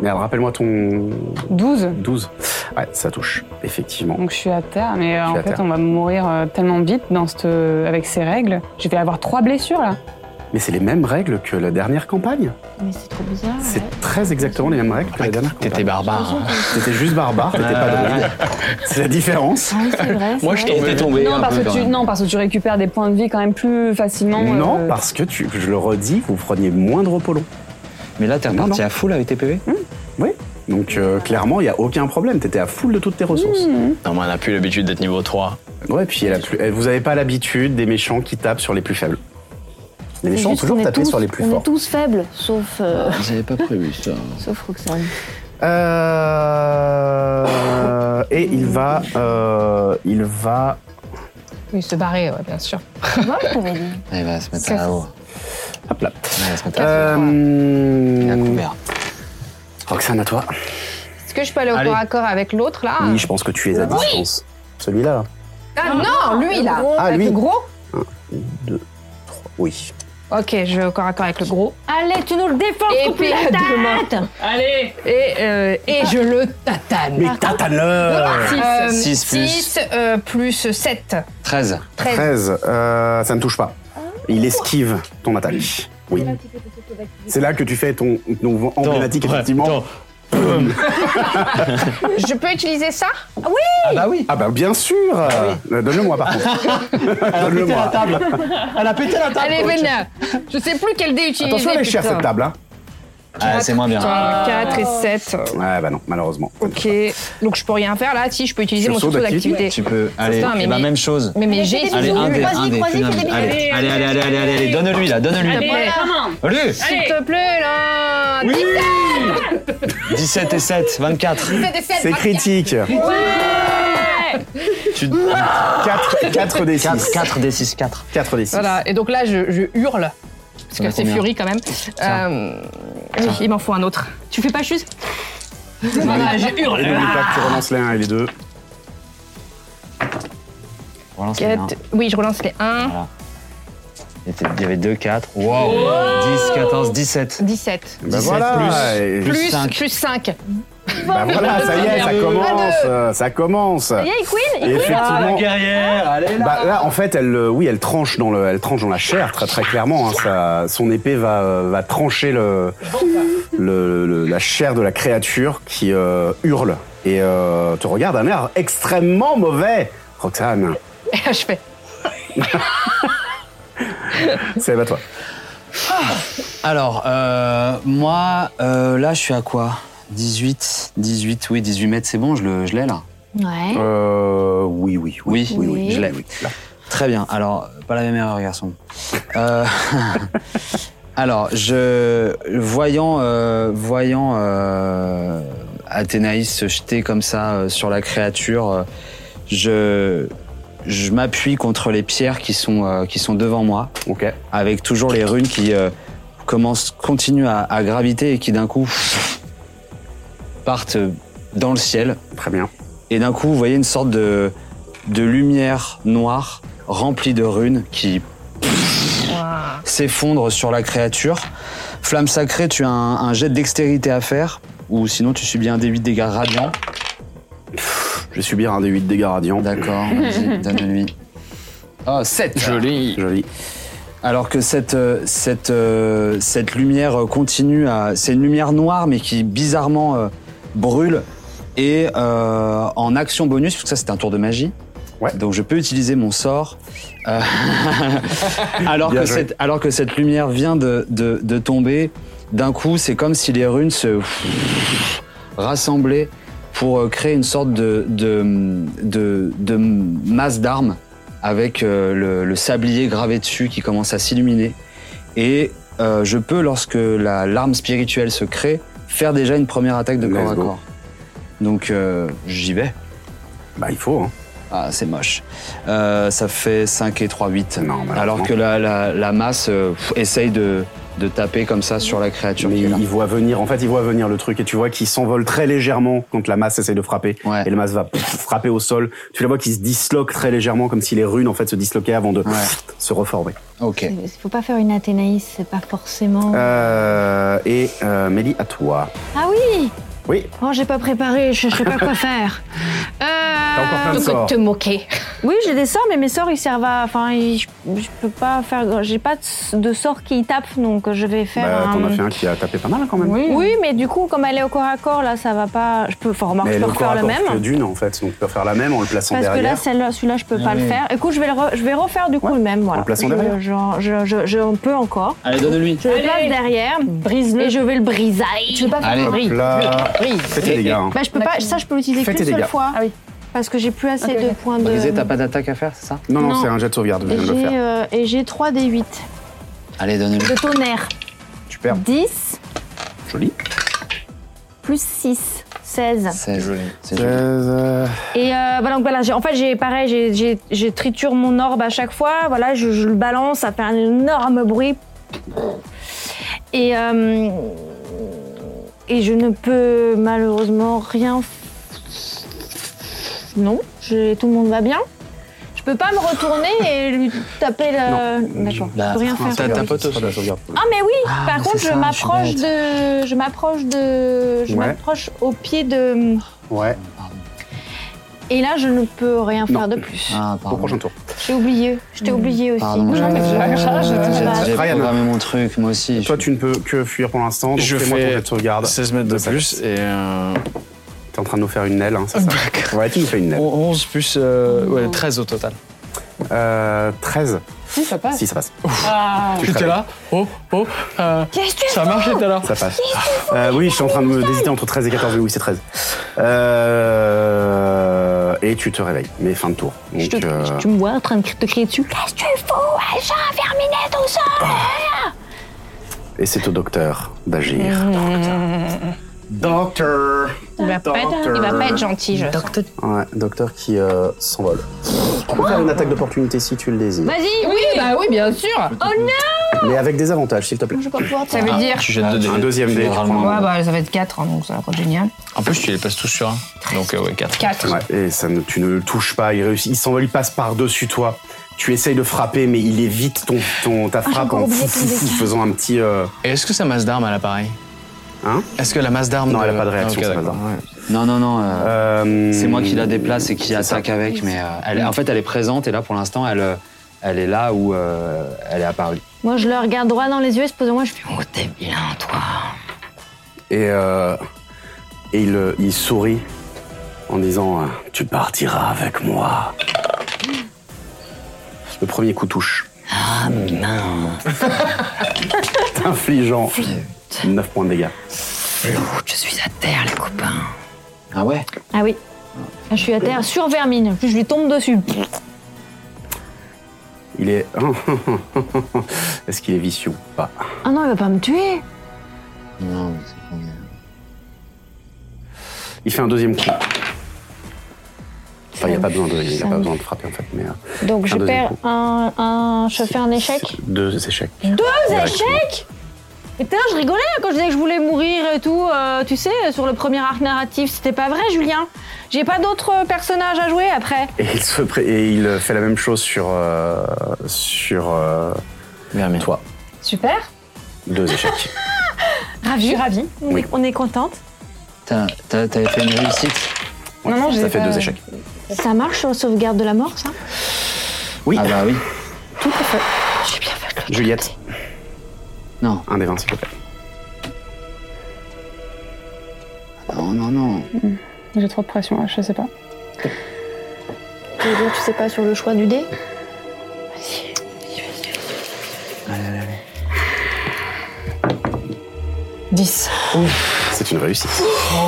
Speaker 1: mais alors, rappelle-moi ton
Speaker 7: 12.
Speaker 1: 12. Ouais, ça touche effectivement.
Speaker 7: Donc je suis à terre, mais euh,
Speaker 1: Tu es
Speaker 7: en
Speaker 1: à
Speaker 7: fait,
Speaker 1: terre.
Speaker 7: on va mourir euh, tellement vite dans cette, euh, avec ces règles. Je vais avoir trois blessures là.
Speaker 1: Mais c'est les mêmes règles que la dernière campagne.
Speaker 7: Mais c'est trop bizarre.
Speaker 1: C'est très exactement les mêmes règles que la dernière campagne. T'étais barbare. T'étais juste barbare, t'étais pas druide. C'est la
Speaker 3: Ah
Speaker 1: différence.
Speaker 7: Moi, je
Speaker 1: tombais tombé
Speaker 7: non, parce que tu, non, parce que tu récupères des points de vie quand même plus facilement. euh,
Speaker 1: Non, parce que tu, je le redis, vous preniez moins de repos longs.
Speaker 4: Mais là, t'es reparti à full avec tes PV
Speaker 1: Oui. Donc euh, clairement, il n'y a aucun problème. T'étais à full de toutes tes ressources.
Speaker 22: Hmm.
Speaker 5: Non, mais on n'a plus l'habitude d'être niveau 3.
Speaker 1: Ouais, puis elle a plus- elle- vous n'avez pas l'habitude des méchants qui tapent sur les plus faibles. Les méchants ont
Speaker 22: Juste qu'on
Speaker 1: toujours
Speaker 22: est
Speaker 1: tapé
Speaker 22: tous-
Speaker 1: sur les plus
Speaker 22: on
Speaker 1: forts.
Speaker 22: est tous faibles, sauf, euh,
Speaker 4: J'avais pas prévu ça.
Speaker 22: sauf Roxane.
Speaker 1: Euh, et il va, euh, il va.
Speaker 2: Oui, se barrer, ouais, bien sûr.
Speaker 4: Elle va se mettre là-haut.
Speaker 1: Hop là.
Speaker 4: Elle va se mettre là-haut.
Speaker 1: Euh, Roxane, à toi.
Speaker 2: Est-ce que je peux aller au
Speaker 1: Allez.
Speaker 2: corps à corps avec l'autre là
Speaker 1: Oui, je pense que tu es à
Speaker 2: Oui.
Speaker 1: distance. Celui-là.
Speaker 2: Ah non, lui là
Speaker 1: Ah,
Speaker 2: Avec
Speaker 1: lui.
Speaker 2: le gros
Speaker 1: Deux, trois. Oui.
Speaker 2: Ok, je vais au corps à corps avec le gros.
Speaker 8: Allez, tu nous le défends,
Speaker 2: Et
Speaker 8: ton
Speaker 2: puis
Speaker 8: pilote.
Speaker 2: à deux mains.
Speaker 8: Allez
Speaker 2: Et, euh, et je le tatane.
Speaker 1: Mais tatane-le
Speaker 2: 6
Speaker 1: Six plus.
Speaker 2: euh, plus 7.
Speaker 1: 13.
Speaker 2: Treize.
Speaker 1: 13, euh, ça ne touche pas. Il esquive ton attaque. Oui. C'est là que tu fais ton, ton emblématique, effectivement.
Speaker 2: Je peux utiliser ça Oui
Speaker 1: Ah bah oui. Ah bah bien sûr. Euh, Donne-le-moi par contre. Donne-le-moi.
Speaker 2: Elle a
Speaker 1: pété la table,
Speaker 2: Allez,
Speaker 1: coach.
Speaker 2: venez Je sais plus quel dé utiliser.
Speaker 1: Attention, elle est chère
Speaker 2: putain.
Speaker 1: cette table. Hein.
Speaker 2: Ah, c'est moins bien. Putain, quatre et sept.
Speaker 1: Ouais, bah non, malheureusement.
Speaker 2: Ok, donc je peux rien faire là. Si, je peux utiliser
Speaker 1: Sur
Speaker 2: mon
Speaker 1: saut
Speaker 2: sursaut
Speaker 1: d'activité.
Speaker 2: d'activité.
Speaker 4: Tu peux. Allez,
Speaker 2: Putain, mais
Speaker 4: eh ben,
Speaker 2: mes-
Speaker 4: même chose.
Speaker 2: Mais mes jets, ils
Speaker 4: Allez,
Speaker 2: sont
Speaker 4: un
Speaker 2: nuls.
Speaker 4: dé, un dé.
Speaker 2: Vas-y,
Speaker 4: fais-le un dé. Allez, allez, allez, allez, allez, allez, allez, donne-lui là, donne-lui. Allez.
Speaker 2: S'il te plaît, là
Speaker 4: Oui.
Speaker 2: 17
Speaker 4: 17 et 7, 24.
Speaker 2: 17 et 7,
Speaker 1: C'est
Speaker 2: 24.
Speaker 1: critique. Tu... 4, des 6.
Speaker 4: 4, des 6, 4.
Speaker 1: 4 des 6.
Speaker 2: Voilà, et donc là, je, je hurle. Parce
Speaker 4: Ça va
Speaker 2: que c'est
Speaker 4: combien
Speaker 2: Fury quand même.
Speaker 4: Ça.
Speaker 2: Euh, oui, il m'en faut un autre. Tu fais pas juste Voilà, je hurle.
Speaker 1: Et n'oublie pas que tu relances les 1 et les 2.
Speaker 2: Quatre- Oui, je relance les 1,
Speaker 4: Voilà. Il était- il y avait 2, 4. Wow. 10, 14, 17.
Speaker 2: 17.
Speaker 4: Bah
Speaker 1: 17
Speaker 4: voilà,
Speaker 1: plus-
Speaker 4: et-
Speaker 2: Plus,
Speaker 4: cinq.
Speaker 2: plus 5.
Speaker 1: Bah voilà, ça y est, ça commence. euh, Ça commence.
Speaker 2: Ça y est, il queen, il queen,
Speaker 8: Ah,
Speaker 1: Effectivement.
Speaker 2: là.
Speaker 4: guerrière, allez
Speaker 1: Bah là, en fait, elle, euh, oui, elle tranche dans le, elle tranche dans la chair très très clairement. hein, ça- son épée va, euh, va trancher le, le- le- la chair de la créature qui euh, hurle et euh, te regarde d'un air extrêmement mauvais. Roxane,
Speaker 2: Et là, je fais.
Speaker 1: c'est à toi.
Speaker 4: Alors, euh, moi, euh, là, je suis à quoi 18, 18, oui, 18 mètres, c'est bon, je le- je l'ai là.
Speaker 22: Ouais.
Speaker 1: Euh, oui, oui,
Speaker 4: oui, oui,
Speaker 22: Oui.
Speaker 4: je l'ai. Très bien. Alors, pas la même erreur, garçon. Euh, alors, je voyant, euh, voyant euh, Athénaïs se jeter comme ça euh, sur la créature, euh, je je m'appuie contre les pierres qui sont euh, qui sont devant moi. Avec toujours les runes qui euh, commencent, continuent à, à graviter et qui d'un coup partent euh, dans le ciel.
Speaker 1: Très bien.
Speaker 4: Et d'un coup, vous voyez une sorte de, de lumière noire remplie de runes qui s'effondre sur la créature. Flamme sacrée, tu as un, un jet de dextérité à faire, ou sinon tu subis un D8 dégâts radiants.
Speaker 1: Je vais subir un des 8 dégâts radiants.
Speaker 4: D'accord, vas-y, donne-lui. Oh, 7 Joli
Speaker 1: Joli.
Speaker 4: Alors que cette, euh, cette, euh, cette lumière euh, continue à. C'est une lumière noire, mais qui bizarrement euh, brûle. Et euh, en action bonus, parce que ça c'est un tour de magie. Donc je peux utiliser mon sort. Euh, alors,
Speaker 1: Bien
Speaker 4: que
Speaker 1: joué.
Speaker 4: cette, alors que cette lumière vient de, de, de tomber, d'un coup, c'est comme si les runes se rassemblaient pour euh, créer une sorte de, de, de, de masse d'armes avec euh, le, le sablier gravé dessus qui commence à s'illuminer. Et euh, je peux, lorsque la- l'arme spirituelle se crée, faire déjà une première attaque de corps à corps. Donc euh, j'y vais.
Speaker 1: Bah il faut.
Speaker 4: Ah c'est moche. Euh, ça fait 5 et 3, 8. Alors que la, la- la masse euh, pff, essaye de, de taper comme ça sur la créature.
Speaker 1: Mais il voit venir, en fait, il voit venir le truc et tu vois qu'il s'envole très légèrement quand la masse essaie de frapper. Et la masse va pff, frapper au sol. Tu la vois qui se disloque très légèrement comme si les runes, en fait, se disloquaient avant de pff, se reformer.
Speaker 4: Ok.
Speaker 22: Il faut pas faire une Athénaïs, c'est pas forcément.
Speaker 1: Euh, et euh, Mélie, à toi.
Speaker 22: Ah oui
Speaker 1: Oui.
Speaker 22: Oh, j'ai pas préparé, je je sais pas quoi faire.
Speaker 1: T'as
Speaker 8: Ah,
Speaker 1: encore plein de sorts.
Speaker 22: moquer.
Speaker 8: Euh, Oui, j'ai des sorts, mais mes sorts, ils servent à. Enfin, ils- je, je peux pas faire. J'ai pas de, de sorts qui tapent, donc je vais faire.
Speaker 1: Bah, t'en
Speaker 8: un-
Speaker 1: as fait un qui a tapé pas mal hein, quand même.
Speaker 8: Oui. Oui, mais du coup, comme elle est au corps à corps, là, ça va pas. Je peux. Enfin, remarque,
Speaker 1: Mais
Speaker 8: je
Speaker 1: le
Speaker 8: peux
Speaker 1: corps
Speaker 8: refaire
Speaker 1: à
Speaker 8: le
Speaker 1: corps
Speaker 8: même.
Speaker 1: que d'une, en fait. Donc, tu peux faire la même en le plaçant
Speaker 8: Parce que
Speaker 1: derrière.
Speaker 8: là, celle-là- celui-là, je peux
Speaker 1: Ah
Speaker 8: pas le
Speaker 1: oui.
Speaker 8: faire. Écoute, je vais, le re- je vais refaire du coup le même. Voilà.
Speaker 1: le plaçant
Speaker 8: Je-
Speaker 1: derrière.
Speaker 8: Je, je, je, je- on peut encore.
Speaker 4: Allez, donne-lui.
Speaker 8: Je le place derrière. Brise-le. Et je vais le briser. Je veux pas
Speaker 1: Allez, hop là. Fais tes dégâts. hein.
Speaker 8: Bah, je peux pas, ça, je peux l'utiliser
Speaker 1: Fais
Speaker 8: qu'une
Speaker 1: tes
Speaker 8: seule
Speaker 1: dégâts.
Speaker 8: fois. Parce que j'ai plus assez de points de.
Speaker 3: Euh,
Speaker 4: Brisé, Bah, t'as pas d'attaque à faire, c'est ça
Speaker 1: Non, non, c'est un jet de sauvegarde. Je
Speaker 8: Et
Speaker 1: viens de le
Speaker 8: j'ai,
Speaker 1: faire.
Speaker 8: euh, et j'ai 3 des 8
Speaker 4: Allez, donne-lui.
Speaker 8: de tonnerre. euh,
Speaker 1: Tu perds.
Speaker 8: 10
Speaker 1: Joli.
Speaker 8: plus 6, 16.
Speaker 4: C'est joli. C'est
Speaker 8: Et euh, bah donc voilà, j'ai- en fait, j'ai pareil, j'ai- j'ai- je triture mon orbe à chaque fois. Voilà, je, je le balance, ça fait un énorme bruit. Et, euh, et je ne peux malheureusement rien f-
Speaker 3: Non, j'ai- tout le monde va bien. Je peux pas me retourner et lui taper le. D'accord,
Speaker 5: Bah,
Speaker 3: je peux rien faire.
Speaker 5: T'as ta pote aussi.
Speaker 3: Ah mais oui. Par
Speaker 5: mais
Speaker 3: contre,
Speaker 5: c'est
Speaker 3: je
Speaker 5: ça,
Speaker 3: m'approche
Speaker 5: je suis
Speaker 3: de, je m'approche de, je
Speaker 1: Ouais.
Speaker 3: m'approche au pied de.
Speaker 1: Ouais.
Speaker 3: Et là, je ne peux rien faire de plus.
Speaker 4: Ah,
Speaker 1: Au prochain tour.
Speaker 3: J'ai oublié. Je t'ai oublié aussi.
Speaker 4: Pardon,
Speaker 3: Non, mais je- je-
Speaker 4: J'ai
Speaker 1: Ryan.
Speaker 4: programmé mon truc, moi aussi.
Speaker 1: Toi, tu ne peux que fuir pour l'instant. donc
Speaker 4: Je
Speaker 1: fais-moi
Speaker 4: fais
Speaker 1: ton jet de sauvegarde.
Speaker 4: 16 mètres de plus euh,
Speaker 1: et. T'es en train de nous faire une aile, hein, c'est ça Ouais, tu nous fais une aile.
Speaker 5: 11 plus. euh, ouais, 13 au total.
Speaker 1: Euh, 13.
Speaker 5: Si, ça passe.
Speaker 1: Si, ça passe.
Speaker 5: Ah.
Speaker 1: Tu
Speaker 5: J'étais
Speaker 1: travailles.
Speaker 5: là. Oh, oh. euh, ça marche, j'étais là.
Speaker 1: Ça passe. Euh, oui, je suis en train de me d'hésiter entre 13 et 14, mais oui, c'est 13. Euh, Et tu te réveilles, mais fin de tour. Donc,
Speaker 3: je te-
Speaker 1: euh,
Speaker 3: Tu me vois en train de te crier dessus. Qu'est-ce que tu fous J'ai un verminet au sol
Speaker 1: Et c'est au docteur d'agir. Docteur
Speaker 23: Il va, pas être, il va pas être gentil, je sens.
Speaker 1: Ouais, docteur qui euh, s'envole. Tu peux faire une attaque d'opportunité si tu le désires.
Speaker 23: Vas-y Oui, bah oui, bien sûr Oh non
Speaker 1: Mais avec des avantages, s'il te plaît.
Speaker 23: Ça veut dire...
Speaker 5: Ah, Tu jettes deux dés.
Speaker 1: Ah, Un deuxième dé. tu prends un
Speaker 23: Ouais, bah ça va être
Speaker 7: hein,
Speaker 23: 4, donc ça va être génial.
Speaker 5: En plus, tu les passes tous sur un. Donc, euh, ouais, 4.
Speaker 23: Quatre.
Speaker 1: Ouais, et ça ne, tu ne le touches pas, il réussit, il s'envole, il passe par-dessus toi. Tu essayes de frapper, mais il évite ton, ton, ta
Speaker 5: Ah, j'ai
Speaker 1: frappe
Speaker 5: encore
Speaker 1: en
Speaker 5: oublié
Speaker 1: fou,
Speaker 5: ton
Speaker 1: fou,
Speaker 5: dé.
Speaker 1: fou, faisant un petit. euh,
Speaker 5: Et est-ce que sa masse d'armes, elle a pareil
Speaker 1: Hein
Speaker 5: Est-ce que la masse d'armes.
Speaker 1: Non, elle
Speaker 5: de-
Speaker 1: a pas de réaction,
Speaker 5: Ah, ok,
Speaker 1: ça va.
Speaker 5: d'accord.
Speaker 4: Non, non, non. euh,
Speaker 1: Euh,
Speaker 4: c'est moi qui la déplace et qui attaque avec, mais euh, elle, en fait, elle est présente et là, pour l'instant, elle, euh, elle est là où euh, elle est apparue.
Speaker 3: Moi, je le regarde droit dans les yeux, supposément, je fais Oh, t'es vilain, toi
Speaker 1: Et, euh, et il, euh, il sourit en disant euh, Tu partiras avec moi. Le premier coup touche. Ah non C'est infligeant. 9 points de dégâts.
Speaker 3: Je suis à terre, les copains.
Speaker 4: Ah ouais
Speaker 3: Ah oui. Je suis à terre sur Vermine. En plus, je lui tombe dessus.
Speaker 1: Il est. Est-ce qu'il est vicieux ou pas
Speaker 3: Ah non, il va pas me tuer.
Speaker 4: Non,
Speaker 1: Il fait un deuxième coup. Enfin, il n'y a pas besoin de, il y a
Speaker 3: Ça
Speaker 1: pas
Speaker 3: me-
Speaker 1: besoin de frapper en fait. Mais, euh,
Speaker 3: Donc,
Speaker 1: un
Speaker 3: je
Speaker 1: deuxième
Speaker 3: perds
Speaker 1: coup.
Speaker 3: un, un- Je fais un échec.
Speaker 1: Deux échecs.
Speaker 3: Deux
Speaker 1: Directement.
Speaker 3: échecs Mais putain, je rigolais hein, quand je disais que je voulais mourir et tout. euh, tu sais, sur le premier arc narratif, c'était pas vrai, Julien. J'ai pas d'autres personnages à jouer après.
Speaker 1: Et il, se pré- et il fait la même chose sur. euh, sur. euh, Toi.
Speaker 3: Super.
Speaker 1: Deux échecs.
Speaker 3: Ravie. Je suis ravie. On,
Speaker 1: Oui.
Speaker 3: est, on est contente.
Speaker 4: T'as- t'as- T'avais fait une réussite
Speaker 3: Non, non,
Speaker 4: Ça
Speaker 3: j'ai
Speaker 4: fait
Speaker 3: pas-
Speaker 4: deux échecs.
Speaker 3: Ça marche sur la sauvegarde de la mort, ça
Speaker 1: Oui.
Speaker 4: Ah bah oui.
Speaker 3: Tout à fait.
Speaker 1: Juliette.
Speaker 4: Non.
Speaker 1: Un des 20, s'il te plaît.
Speaker 4: Ah Non, non, non.
Speaker 7: Hmm. J'ai trop de pression, je sais pas.
Speaker 22: Tu veux dire, tu sais pas sur le choix du dé
Speaker 4: Allez, allez, allez.
Speaker 7: 10.
Speaker 1: C'est une réussite.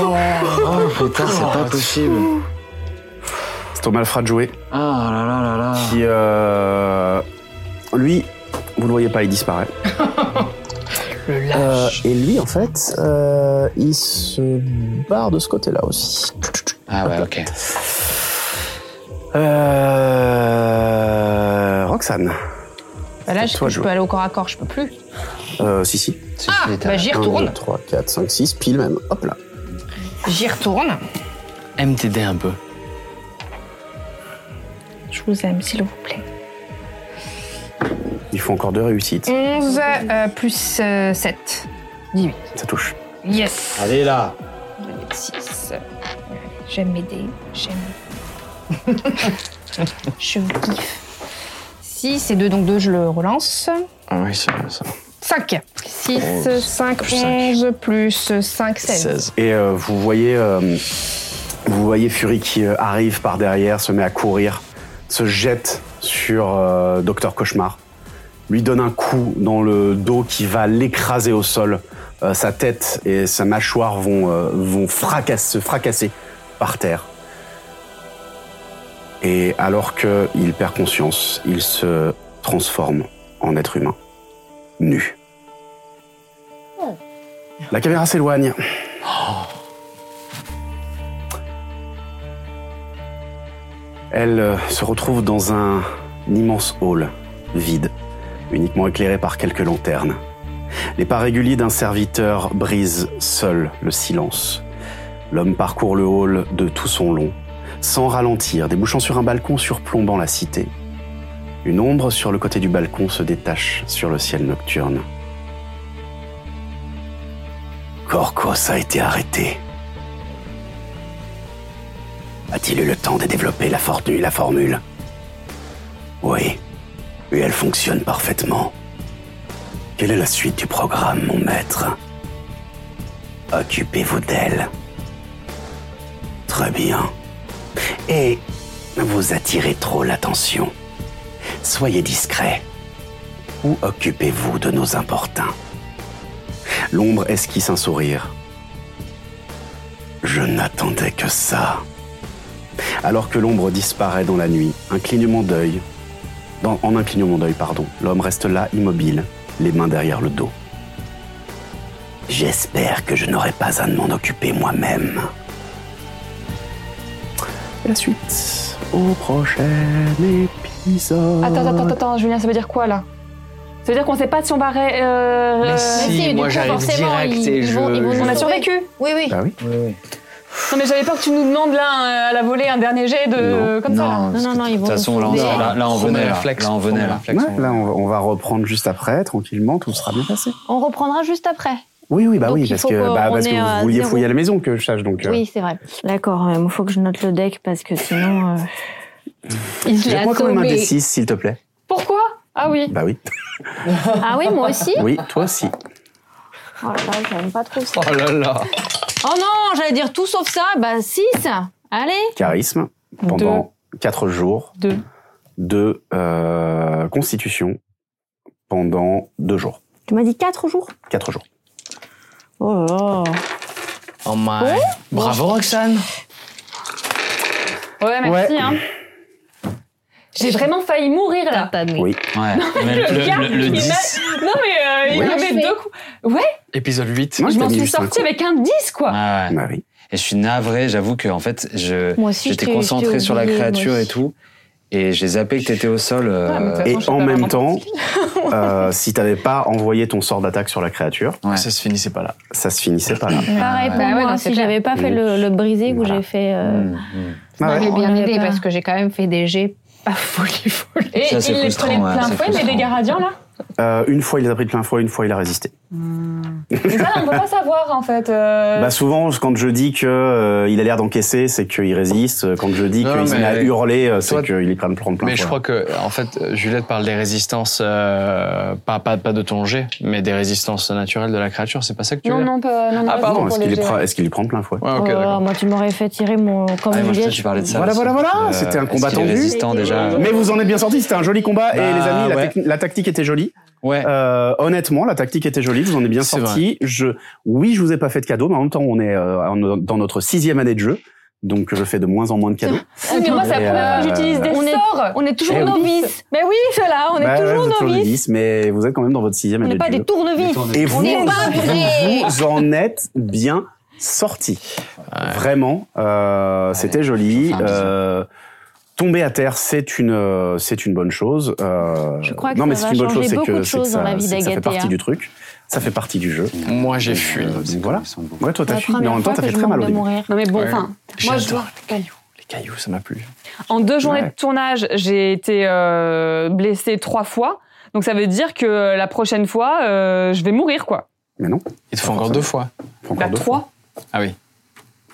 Speaker 4: Oh putain, c'est pas possible.
Speaker 1: C'est au malfrat de jouer.
Speaker 4: Ah là là là là.
Speaker 1: Qui. euh, Lui, vous le voyez pas, il disparaît. Euh, et lui, en fait, euh, il se barre de ce côté-là aussi.
Speaker 4: Ah ouais, ok.
Speaker 1: Euh... Roxane.
Speaker 23: Bah là,
Speaker 1: C'est
Speaker 23: je,
Speaker 1: toi,
Speaker 23: je
Speaker 1: Jo.
Speaker 23: peux aller au corps à corps, je peux plus.
Speaker 1: Euh, si, si.
Speaker 23: Ah,
Speaker 4: hein.
Speaker 23: bah j'y retourne.
Speaker 1: 3, 4, 5, 6, pile même. Hop là.
Speaker 23: J'y retourne.
Speaker 5: Aime t'aider un peu.
Speaker 23: Je vous aime, s'il vous plaît.
Speaker 1: Il faut encore deux réussites.
Speaker 23: 11 euh, plus 7. 18.
Speaker 1: Ça touche.
Speaker 23: Yes
Speaker 4: Allez là
Speaker 23: 6. J'aime m'aider. J'aime. je vous kiffe. 6 et 2, donc 2, je le relance.
Speaker 5: Ah oui, c'est ça.
Speaker 23: 5. 6,
Speaker 1: Onze,
Speaker 23: 5,
Speaker 1: plus
Speaker 23: 11, plus 5, 16.
Speaker 1: Et euh, vous voyez, euh, vous voyez Fury qui euh, arrive par derrière, se met à courir, se jette sur euh, Docteur Cauchemar, lui donne un coup dans le dos qui va l'écraser au sol. Euh, sa tête et sa mâchoire vont, euh, vont fracasse- se fracasser par terre. Et alors qu'il perd conscience, il se transforme en être humain, nu. La caméra s'éloigne. Elle euh, se retrouve dans un immense hall, vide, uniquement éclairé par quelques lanternes. Les pas réguliers d'un serviteur brisent seul le silence. L'homme parcourt le hall de tout son long, sans ralentir, débouchant sur un balcon surplombant la cité. Une ombre sur le côté du balcon se détache sur le ciel nocturne. Corcos a été arrêté. A-t-il eu le temps de développer la fortune, la formule Oui. Et elle fonctionne parfaitement. Quelle est la suite du programme, mon maître Occupez-vous d'elle. Très bien. Et vous attirez trop l'attention. Soyez discret. Ou occupez-vous de nos importuns. L'ombre esquisse un sourire. Je n'attendais que ça. Alors que l'ombre disparaît dans la nuit, un clignement d'œil. dans- en un clignement d'œil, pardon. L'homme reste là, immobile, les mains derrière le dos. J'espère que je n'aurai pas à m'en occuper moi-même. Et la suite au prochain épisode.
Speaker 7: Attends, attends, attends, attends, Julien, ça veut dire quoi là Ça veut dire qu'on sait pas si on va. ré- euh,
Speaker 9: Mais
Speaker 7: euh,
Speaker 9: si, Mais si, moi, du coup, j'arrive forcément, direct ils- et ils je- vont- ils vont
Speaker 7: On
Speaker 9: nous
Speaker 7: a
Speaker 9: sauver.
Speaker 7: survécu
Speaker 3: Oui, oui.
Speaker 1: Bah oui.
Speaker 7: Non, mais j'avais peur que tu nous demandes là, un- à la volée, un dernier jet de. comme ça. là.
Speaker 4: de toute façon, là, on, là, là, on venait. Là, là, on venait. Là.
Speaker 1: Ouais, là, on va, on va reprendre juste après, tranquillement, tout sera bien passé.
Speaker 3: On reprendra juste après.
Speaker 1: Oui, oui, bah
Speaker 3: Donc,
Speaker 1: oui,
Speaker 3: il
Speaker 1: parce
Speaker 3: faut
Speaker 1: que,
Speaker 3: qu'on
Speaker 1: bah, parce
Speaker 3: ait
Speaker 1: que
Speaker 3: un
Speaker 1: vous vouliez
Speaker 3: zéro.
Speaker 1: fouiller à la maison, que je sache donc. euh,
Speaker 3: Oui, c'est vrai. D'accord, il faut que je note le deck parce que sinon. euh,
Speaker 1: Jette-moi quand même un D6, s'il te plaît.
Speaker 7: Pourquoi Ah oui.
Speaker 1: Bah oui.
Speaker 3: Ah oui, moi aussi
Speaker 1: Oui, toi aussi.
Speaker 3: Oh là là, j'aime pas trop ça.
Speaker 1: Oh là là.
Speaker 3: Oh non, j'allais dire tout sauf ça. Bah 6 Allez
Speaker 1: Charisme, pendant 4 jours.
Speaker 7: Deux.
Speaker 1: De euh, constitution, pendant 2 jours.
Speaker 3: Tu m'as dit 4 jours
Speaker 1: 4 jours.
Speaker 3: Oh là là.
Speaker 9: Oh my. Bravo Roxane.
Speaker 7: Ouais, merci.
Speaker 9: Ouais.
Speaker 7: Hein. J'ai vraiment failli mourir là.
Speaker 1: Oui.
Speaker 9: Ouais.
Speaker 7: Le,
Speaker 9: Mais le,
Speaker 7: gars,
Speaker 9: le- le
Speaker 7: il m'a-
Speaker 9: 10,
Speaker 7: Non, mais euh, il
Speaker 9: Oui.
Speaker 7: m'a mis deux coups. Ouais,
Speaker 9: épisode 8.
Speaker 7: je m'en suis sortie avec un 10, quoi.
Speaker 4: Ah
Speaker 1: ouais.
Speaker 4: Et je suis navré, j'avoue que en fait, je
Speaker 7: Moi aussi, je
Speaker 4: j'étais
Speaker 7: t'ai- je
Speaker 4: concentré
Speaker 7: t'ai
Speaker 4: sur la
Speaker 7: oublié, moi
Speaker 4: créature et
Speaker 7: aussi.
Speaker 4: tout, et j'ai zappé que t'étais au sol. euh,
Speaker 1: Ah Et en même temps, euh, si t'avais pas envoyé ton sort d'attaque sur la créature,
Speaker 9: ça se finissait pas là.
Speaker 1: Ça se finissait pas là.
Speaker 3: Pareil pour
Speaker 23: Bah ouais,
Speaker 7: Ah
Speaker 3: moi,
Speaker 23: donc c'est
Speaker 3: si
Speaker 23: clair.
Speaker 3: j'avais pas fait le, le brisé où j'ai fait. euh,
Speaker 1: Hmm. Ah
Speaker 23: Ça m'avait bien
Speaker 3: On avait
Speaker 23: aidé
Speaker 3: pas-
Speaker 23: parce que j'ai quand même fait des jets
Speaker 3: Ah,
Speaker 23: pas folie folie.
Speaker 7: Et
Speaker 1: Ça, c'est
Speaker 7: il les
Speaker 1: frustrant,
Speaker 7: prenait de
Speaker 1: ouais,
Speaker 7: plein
Speaker 1: c'est
Speaker 7: fouet, mais
Speaker 1: frustrant.
Speaker 7: des garadiens là.
Speaker 1: Euh, une fois il les a pris de plein fouet, une fois il a résisté.
Speaker 7: Mais ça, on peut pas savoir en fait. euh,
Speaker 1: Bah souvent, quand je dis que euh, il a l'air d'encaisser, c'est qu'il résiste. Quand je dis
Speaker 9: Non,
Speaker 1: qu'il
Speaker 9: mais-
Speaker 1: se met à hurler, euh, c'est qu'il est prêt à me prendre plein
Speaker 9: Mais je
Speaker 1: fouet.
Speaker 9: crois que, en fait, Juliette parle des résistances, euh, pas, pas, pas de ton jet, mais des résistances naturelles de la créature, c'est pas ça que tu
Speaker 3: Non,
Speaker 9: veux
Speaker 3: non, pas- non, non,
Speaker 9: ah,
Speaker 3: pas
Speaker 9: pardon.
Speaker 3: pour les jets.
Speaker 1: Est-ce qu'il lui prend plein fouet
Speaker 9: Ouais, ok,
Speaker 3: Oh là là,
Speaker 9: d'accord.
Speaker 3: moi, tu m'aurais fait tirer mon. Comme
Speaker 9: Ah, moi, je
Speaker 3: Juliette.
Speaker 9: sais, tu parlais de ça.
Speaker 1: Voilà,
Speaker 9: aussi.
Speaker 1: voilà, voilà.
Speaker 9: Euh,
Speaker 1: C'était un
Speaker 9: est-ce
Speaker 1: combat
Speaker 9: qu'il est
Speaker 1: tendu.
Speaker 9: résistant, déjà
Speaker 1: Mais vous en êtes bien sorti. C'était un joli combat.
Speaker 9: Bah,
Speaker 1: et les amis, la
Speaker 9: ouais.
Speaker 1: techni- la, tactique était jolie.
Speaker 9: Ouais.
Speaker 1: euh, honnêtement, la tactique était jolie. Vous en êtes bien
Speaker 9: C'est
Speaker 1: sorti. Je, oui, je vous ai pas fait de cadeau, mais en même temps, on est euh, en- dans notre sixième année de jeu. Donc, je fais de moins en moins de cadeaux.
Speaker 3: Ah,
Speaker 7: Oui, mais moi, c'est la
Speaker 1: Et,
Speaker 7: première fois que
Speaker 1: euh,
Speaker 7: j'utilise des
Speaker 3: on est-
Speaker 7: sorts.
Speaker 3: on est toujours
Speaker 1: Eh oui.
Speaker 3: novices. Mais oui, cela, on est
Speaker 1: Bah,
Speaker 3: toujours
Speaker 1: vous êtes
Speaker 3: novices.
Speaker 1: novice, mais vous êtes quand même dans votre sixième
Speaker 3: On
Speaker 1: année
Speaker 3: n'est pas
Speaker 1: de jeu.
Speaker 3: des tournevis.
Speaker 1: Et vous,
Speaker 3: on n'est pas
Speaker 1: vous,
Speaker 3: prêts.
Speaker 1: vous en êtes bien sorti. Vraiment, euh, c'était joli. Euh, tomber à terre, c'est une, euh, c'est une bonne chose. Euh, je
Speaker 3: crois que
Speaker 1: non,
Speaker 3: ça
Speaker 1: mais
Speaker 3: va
Speaker 1: c'est une bonne
Speaker 3: changer
Speaker 1: chose, c'est
Speaker 3: beaucoup
Speaker 1: que, c'est
Speaker 3: de
Speaker 1: que
Speaker 3: choses dans
Speaker 1: ça,
Speaker 3: la vie hein.
Speaker 1: c'est que ça fait
Speaker 3: d'Agathea.
Speaker 1: partie du truc. Ça fait partie du jeu. Euh,
Speaker 9: Moi, j'ai fui.
Speaker 1: Voilà. Ouais, toi, t'as fui. Mais en même temps, t'as fait très mal au début.
Speaker 7: Non, mais bon,
Speaker 9: Ouais.
Speaker 7: enfin, moi, je dois.
Speaker 9: Les cailloux, ça m'a plu.
Speaker 7: En deux journées de tournage, j'ai été euh, blessée trois fois. Donc ça veut dire que la prochaine fois, euh, je vais mourir, quoi.
Speaker 1: Mais non.
Speaker 9: Il te faut encore deux fois.
Speaker 7: Bah, trois.
Speaker 9: Ah oui.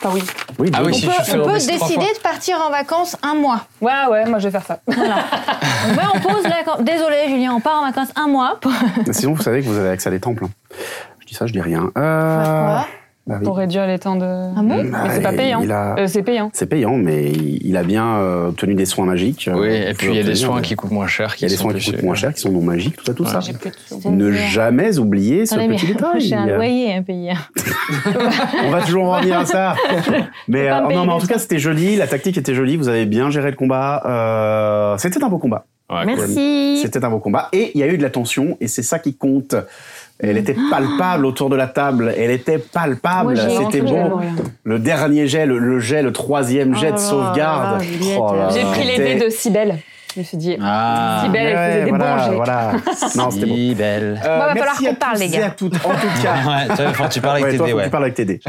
Speaker 7: Enfin, oui.
Speaker 1: Oui,
Speaker 9: ah oui, si tu fais
Speaker 3: On peut
Speaker 9: rebaisser trois fois.
Speaker 3: décider de partir en vacances un mois.
Speaker 7: Ouais, ouais, moi je vais faire ça.
Speaker 3: Voilà. Donc, ouais, on pose la. cam- Désolé, Julien, on part en vacances un
Speaker 1: Ah.
Speaker 3: mois.
Speaker 1: Mais Sinon, vous savez que vous avez accès à des temples. hein. Je dis ça, je dis rien. Euh, bah oui.
Speaker 7: Pour réduire les temps de. Ah
Speaker 3: Ah bon
Speaker 7: Mais c'est pas
Speaker 1: il-
Speaker 7: payant.
Speaker 1: il a-
Speaker 7: Euh, c'est payant.
Speaker 1: C'est payant, mais il il a bien euh, obtenu des soins magiques. euh,
Speaker 9: Oui, et
Speaker 1: qu'il
Speaker 9: puis
Speaker 1: peut
Speaker 9: il y a des
Speaker 1: obtenir,
Speaker 9: soins
Speaker 1: mais-
Speaker 9: qui coûtent moins cher.
Speaker 1: Il y a des
Speaker 9: sont
Speaker 1: soins qui
Speaker 9: plus-
Speaker 1: coûtent moins cher, qui sont non magiques, tout ça, tout
Speaker 9: Ouais.
Speaker 1: ça.
Speaker 9: J'ai plus
Speaker 1: Ne jamais oublier ce
Speaker 3: Attendez,
Speaker 1: petit
Speaker 3: mais
Speaker 1: détail.
Speaker 3: J'ai un loyer à payer.
Speaker 1: On va toujours revenir à ça. Mais, euh,
Speaker 3: pas me
Speaker 1: non,
Speaker 3: payer
Speaker 1: mais en
Speaker 3: des
Speaker 1: tout cas, c'était joli, la tactique était jolie, vous avez bien géré le combat. euh, c'était un beau combat.
Speaker 3: Merci. cool.
Speaker 1: C'était un beau combat. Et il y a eu de la tension, et c'est ça qui compte. Elle était palpable autour de la table. Elle était palpable.
Speaker 3: Moi, j'ai
Speaker 1: C'était
Speaker 3: honte,
Speaker 1: bon.
Speaker 3: Julien.
Speaker 1: Le dernier jet, le, le jet, le troisième jet
Speaker 7: Oh là
Speaker 1: de
Speaker 7: là,
Speaker 1: sauvegarde.
Speaker 7: là là, Juliette.
Speaker 1: Oh là
Speaker 7: J'ai
Speaker 1: là,
Speaker 7: pris les
Speaker 1: c'était-
Speaker 7: dés de Cybelle. Je me suis dit,
Speaker 1: Ah.
Speaker 7: Cybelle, elle faisait
Speaker 1: Ouais,
Speaker 7: des
Speaker 1: voilà,
Speaker 7: bons jets.
Speaker 1: voilà. Non, c'était bon.
Speaker 4: belle.
Speaker 1: Euh,
Speaker 7: Bon, va falloir
Speaker 1: merci à
Speaker 7: qu'on parle,
Speaker 1: tous
Speaker 7: les
Speaker 1: et à
Speaker 7: gars.
Speaker 1: toutes. En tout cas.
Speaker 4: Ouais, toi, faut que tu parles avec
Speaker 1: Ouais,
Speaker 4: tes
Speaker 1: toi,
Speaker 4: dés,
Speaker 1: faut que
Speaker 4: ouais.
Speaker 1: tu parles avec tes dés.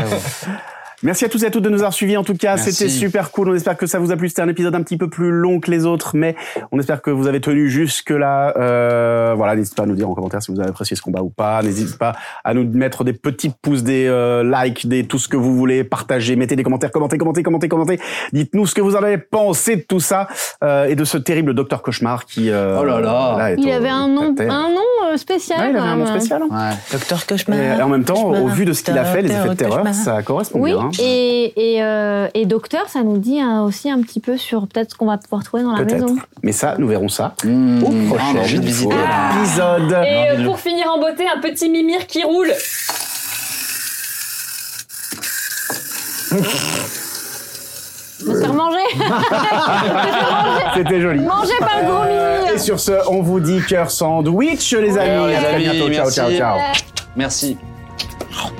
Speaker 1: Merci à tous et à toutes de nous avoir suivis. En tout cas,
Speaker 4: Merci.
Speaker 1: c'était super cool. On espère que ça vous a plu. C'était un épisode un petit peu plus long que les autres, mais on espère que vous avez tenu jusque là. Euh, voilà, n'hésitez pas à nous dire en commentaire si vous avez apprécié ce combat ou pas. N'hésitez pas à nous mettre des petits pouces, des euh, likes, des tout ce que vous voulez. Partagez, mettez des commentaires, commentez, commentez, commentez, commentez. Dites-nous ce que vous en avez pensé de tout ça euh, et de ce terrible docteur cauchemar qui. euh,
Speaker 9: Oh là là.
Speaker 1: est
Speaker 3: Il
Speaker 1: au-
Speaker 3: avait un nom,
Speaker 1: terre.
Speaker 3: un nom euh, spécial.
Speaker 1: Ouais, il
Speaker 3: quand
Speaker 1: avait un
Speaker 3: même,
Speaker 1: nom
Speaker 3: hein.
Speaker 1: spécial.
Speaker 9: Docteur
Speaker 1: Et en même temps, au vu de ce qu'il a fait, les effets de terreur, ça correspond
Speaker 3: Oui,
Speaker 1: bien. hein.
Speaker 3: et, et, euh, et docteur, ça nous dit hein, aussi un petit peu sur peut-être ce qu'on va pouvoir trouver dans la
Speaker 1: Peut-être.
Speaker 3: maison.
Speaker 1: Mais ça, nous verrons ça au
Speaker 4: Ah, on
Speaker 1: prochain
Speaker 4: a envie de visiter, là.
Speaker 1: épisode.
Speaker 25: Et euh, pour finir en beauté, un petit mimir qui roule.
Speaker 3: On se faire manger.
Speaker 1: C'était joli.
Speaker 3: Mangez par le gros
Speaker 1: Euh, Et sur ce, on vous dit cœur sandwich, les amis.
Speaker 9: les
Speaker 1: À très
Speaker 9: amis,
Speaker 1: bientôt. Ciao, ciao,
Speaker 9: merci.
Speaker 1: ciao.
Speaker 9: Merci.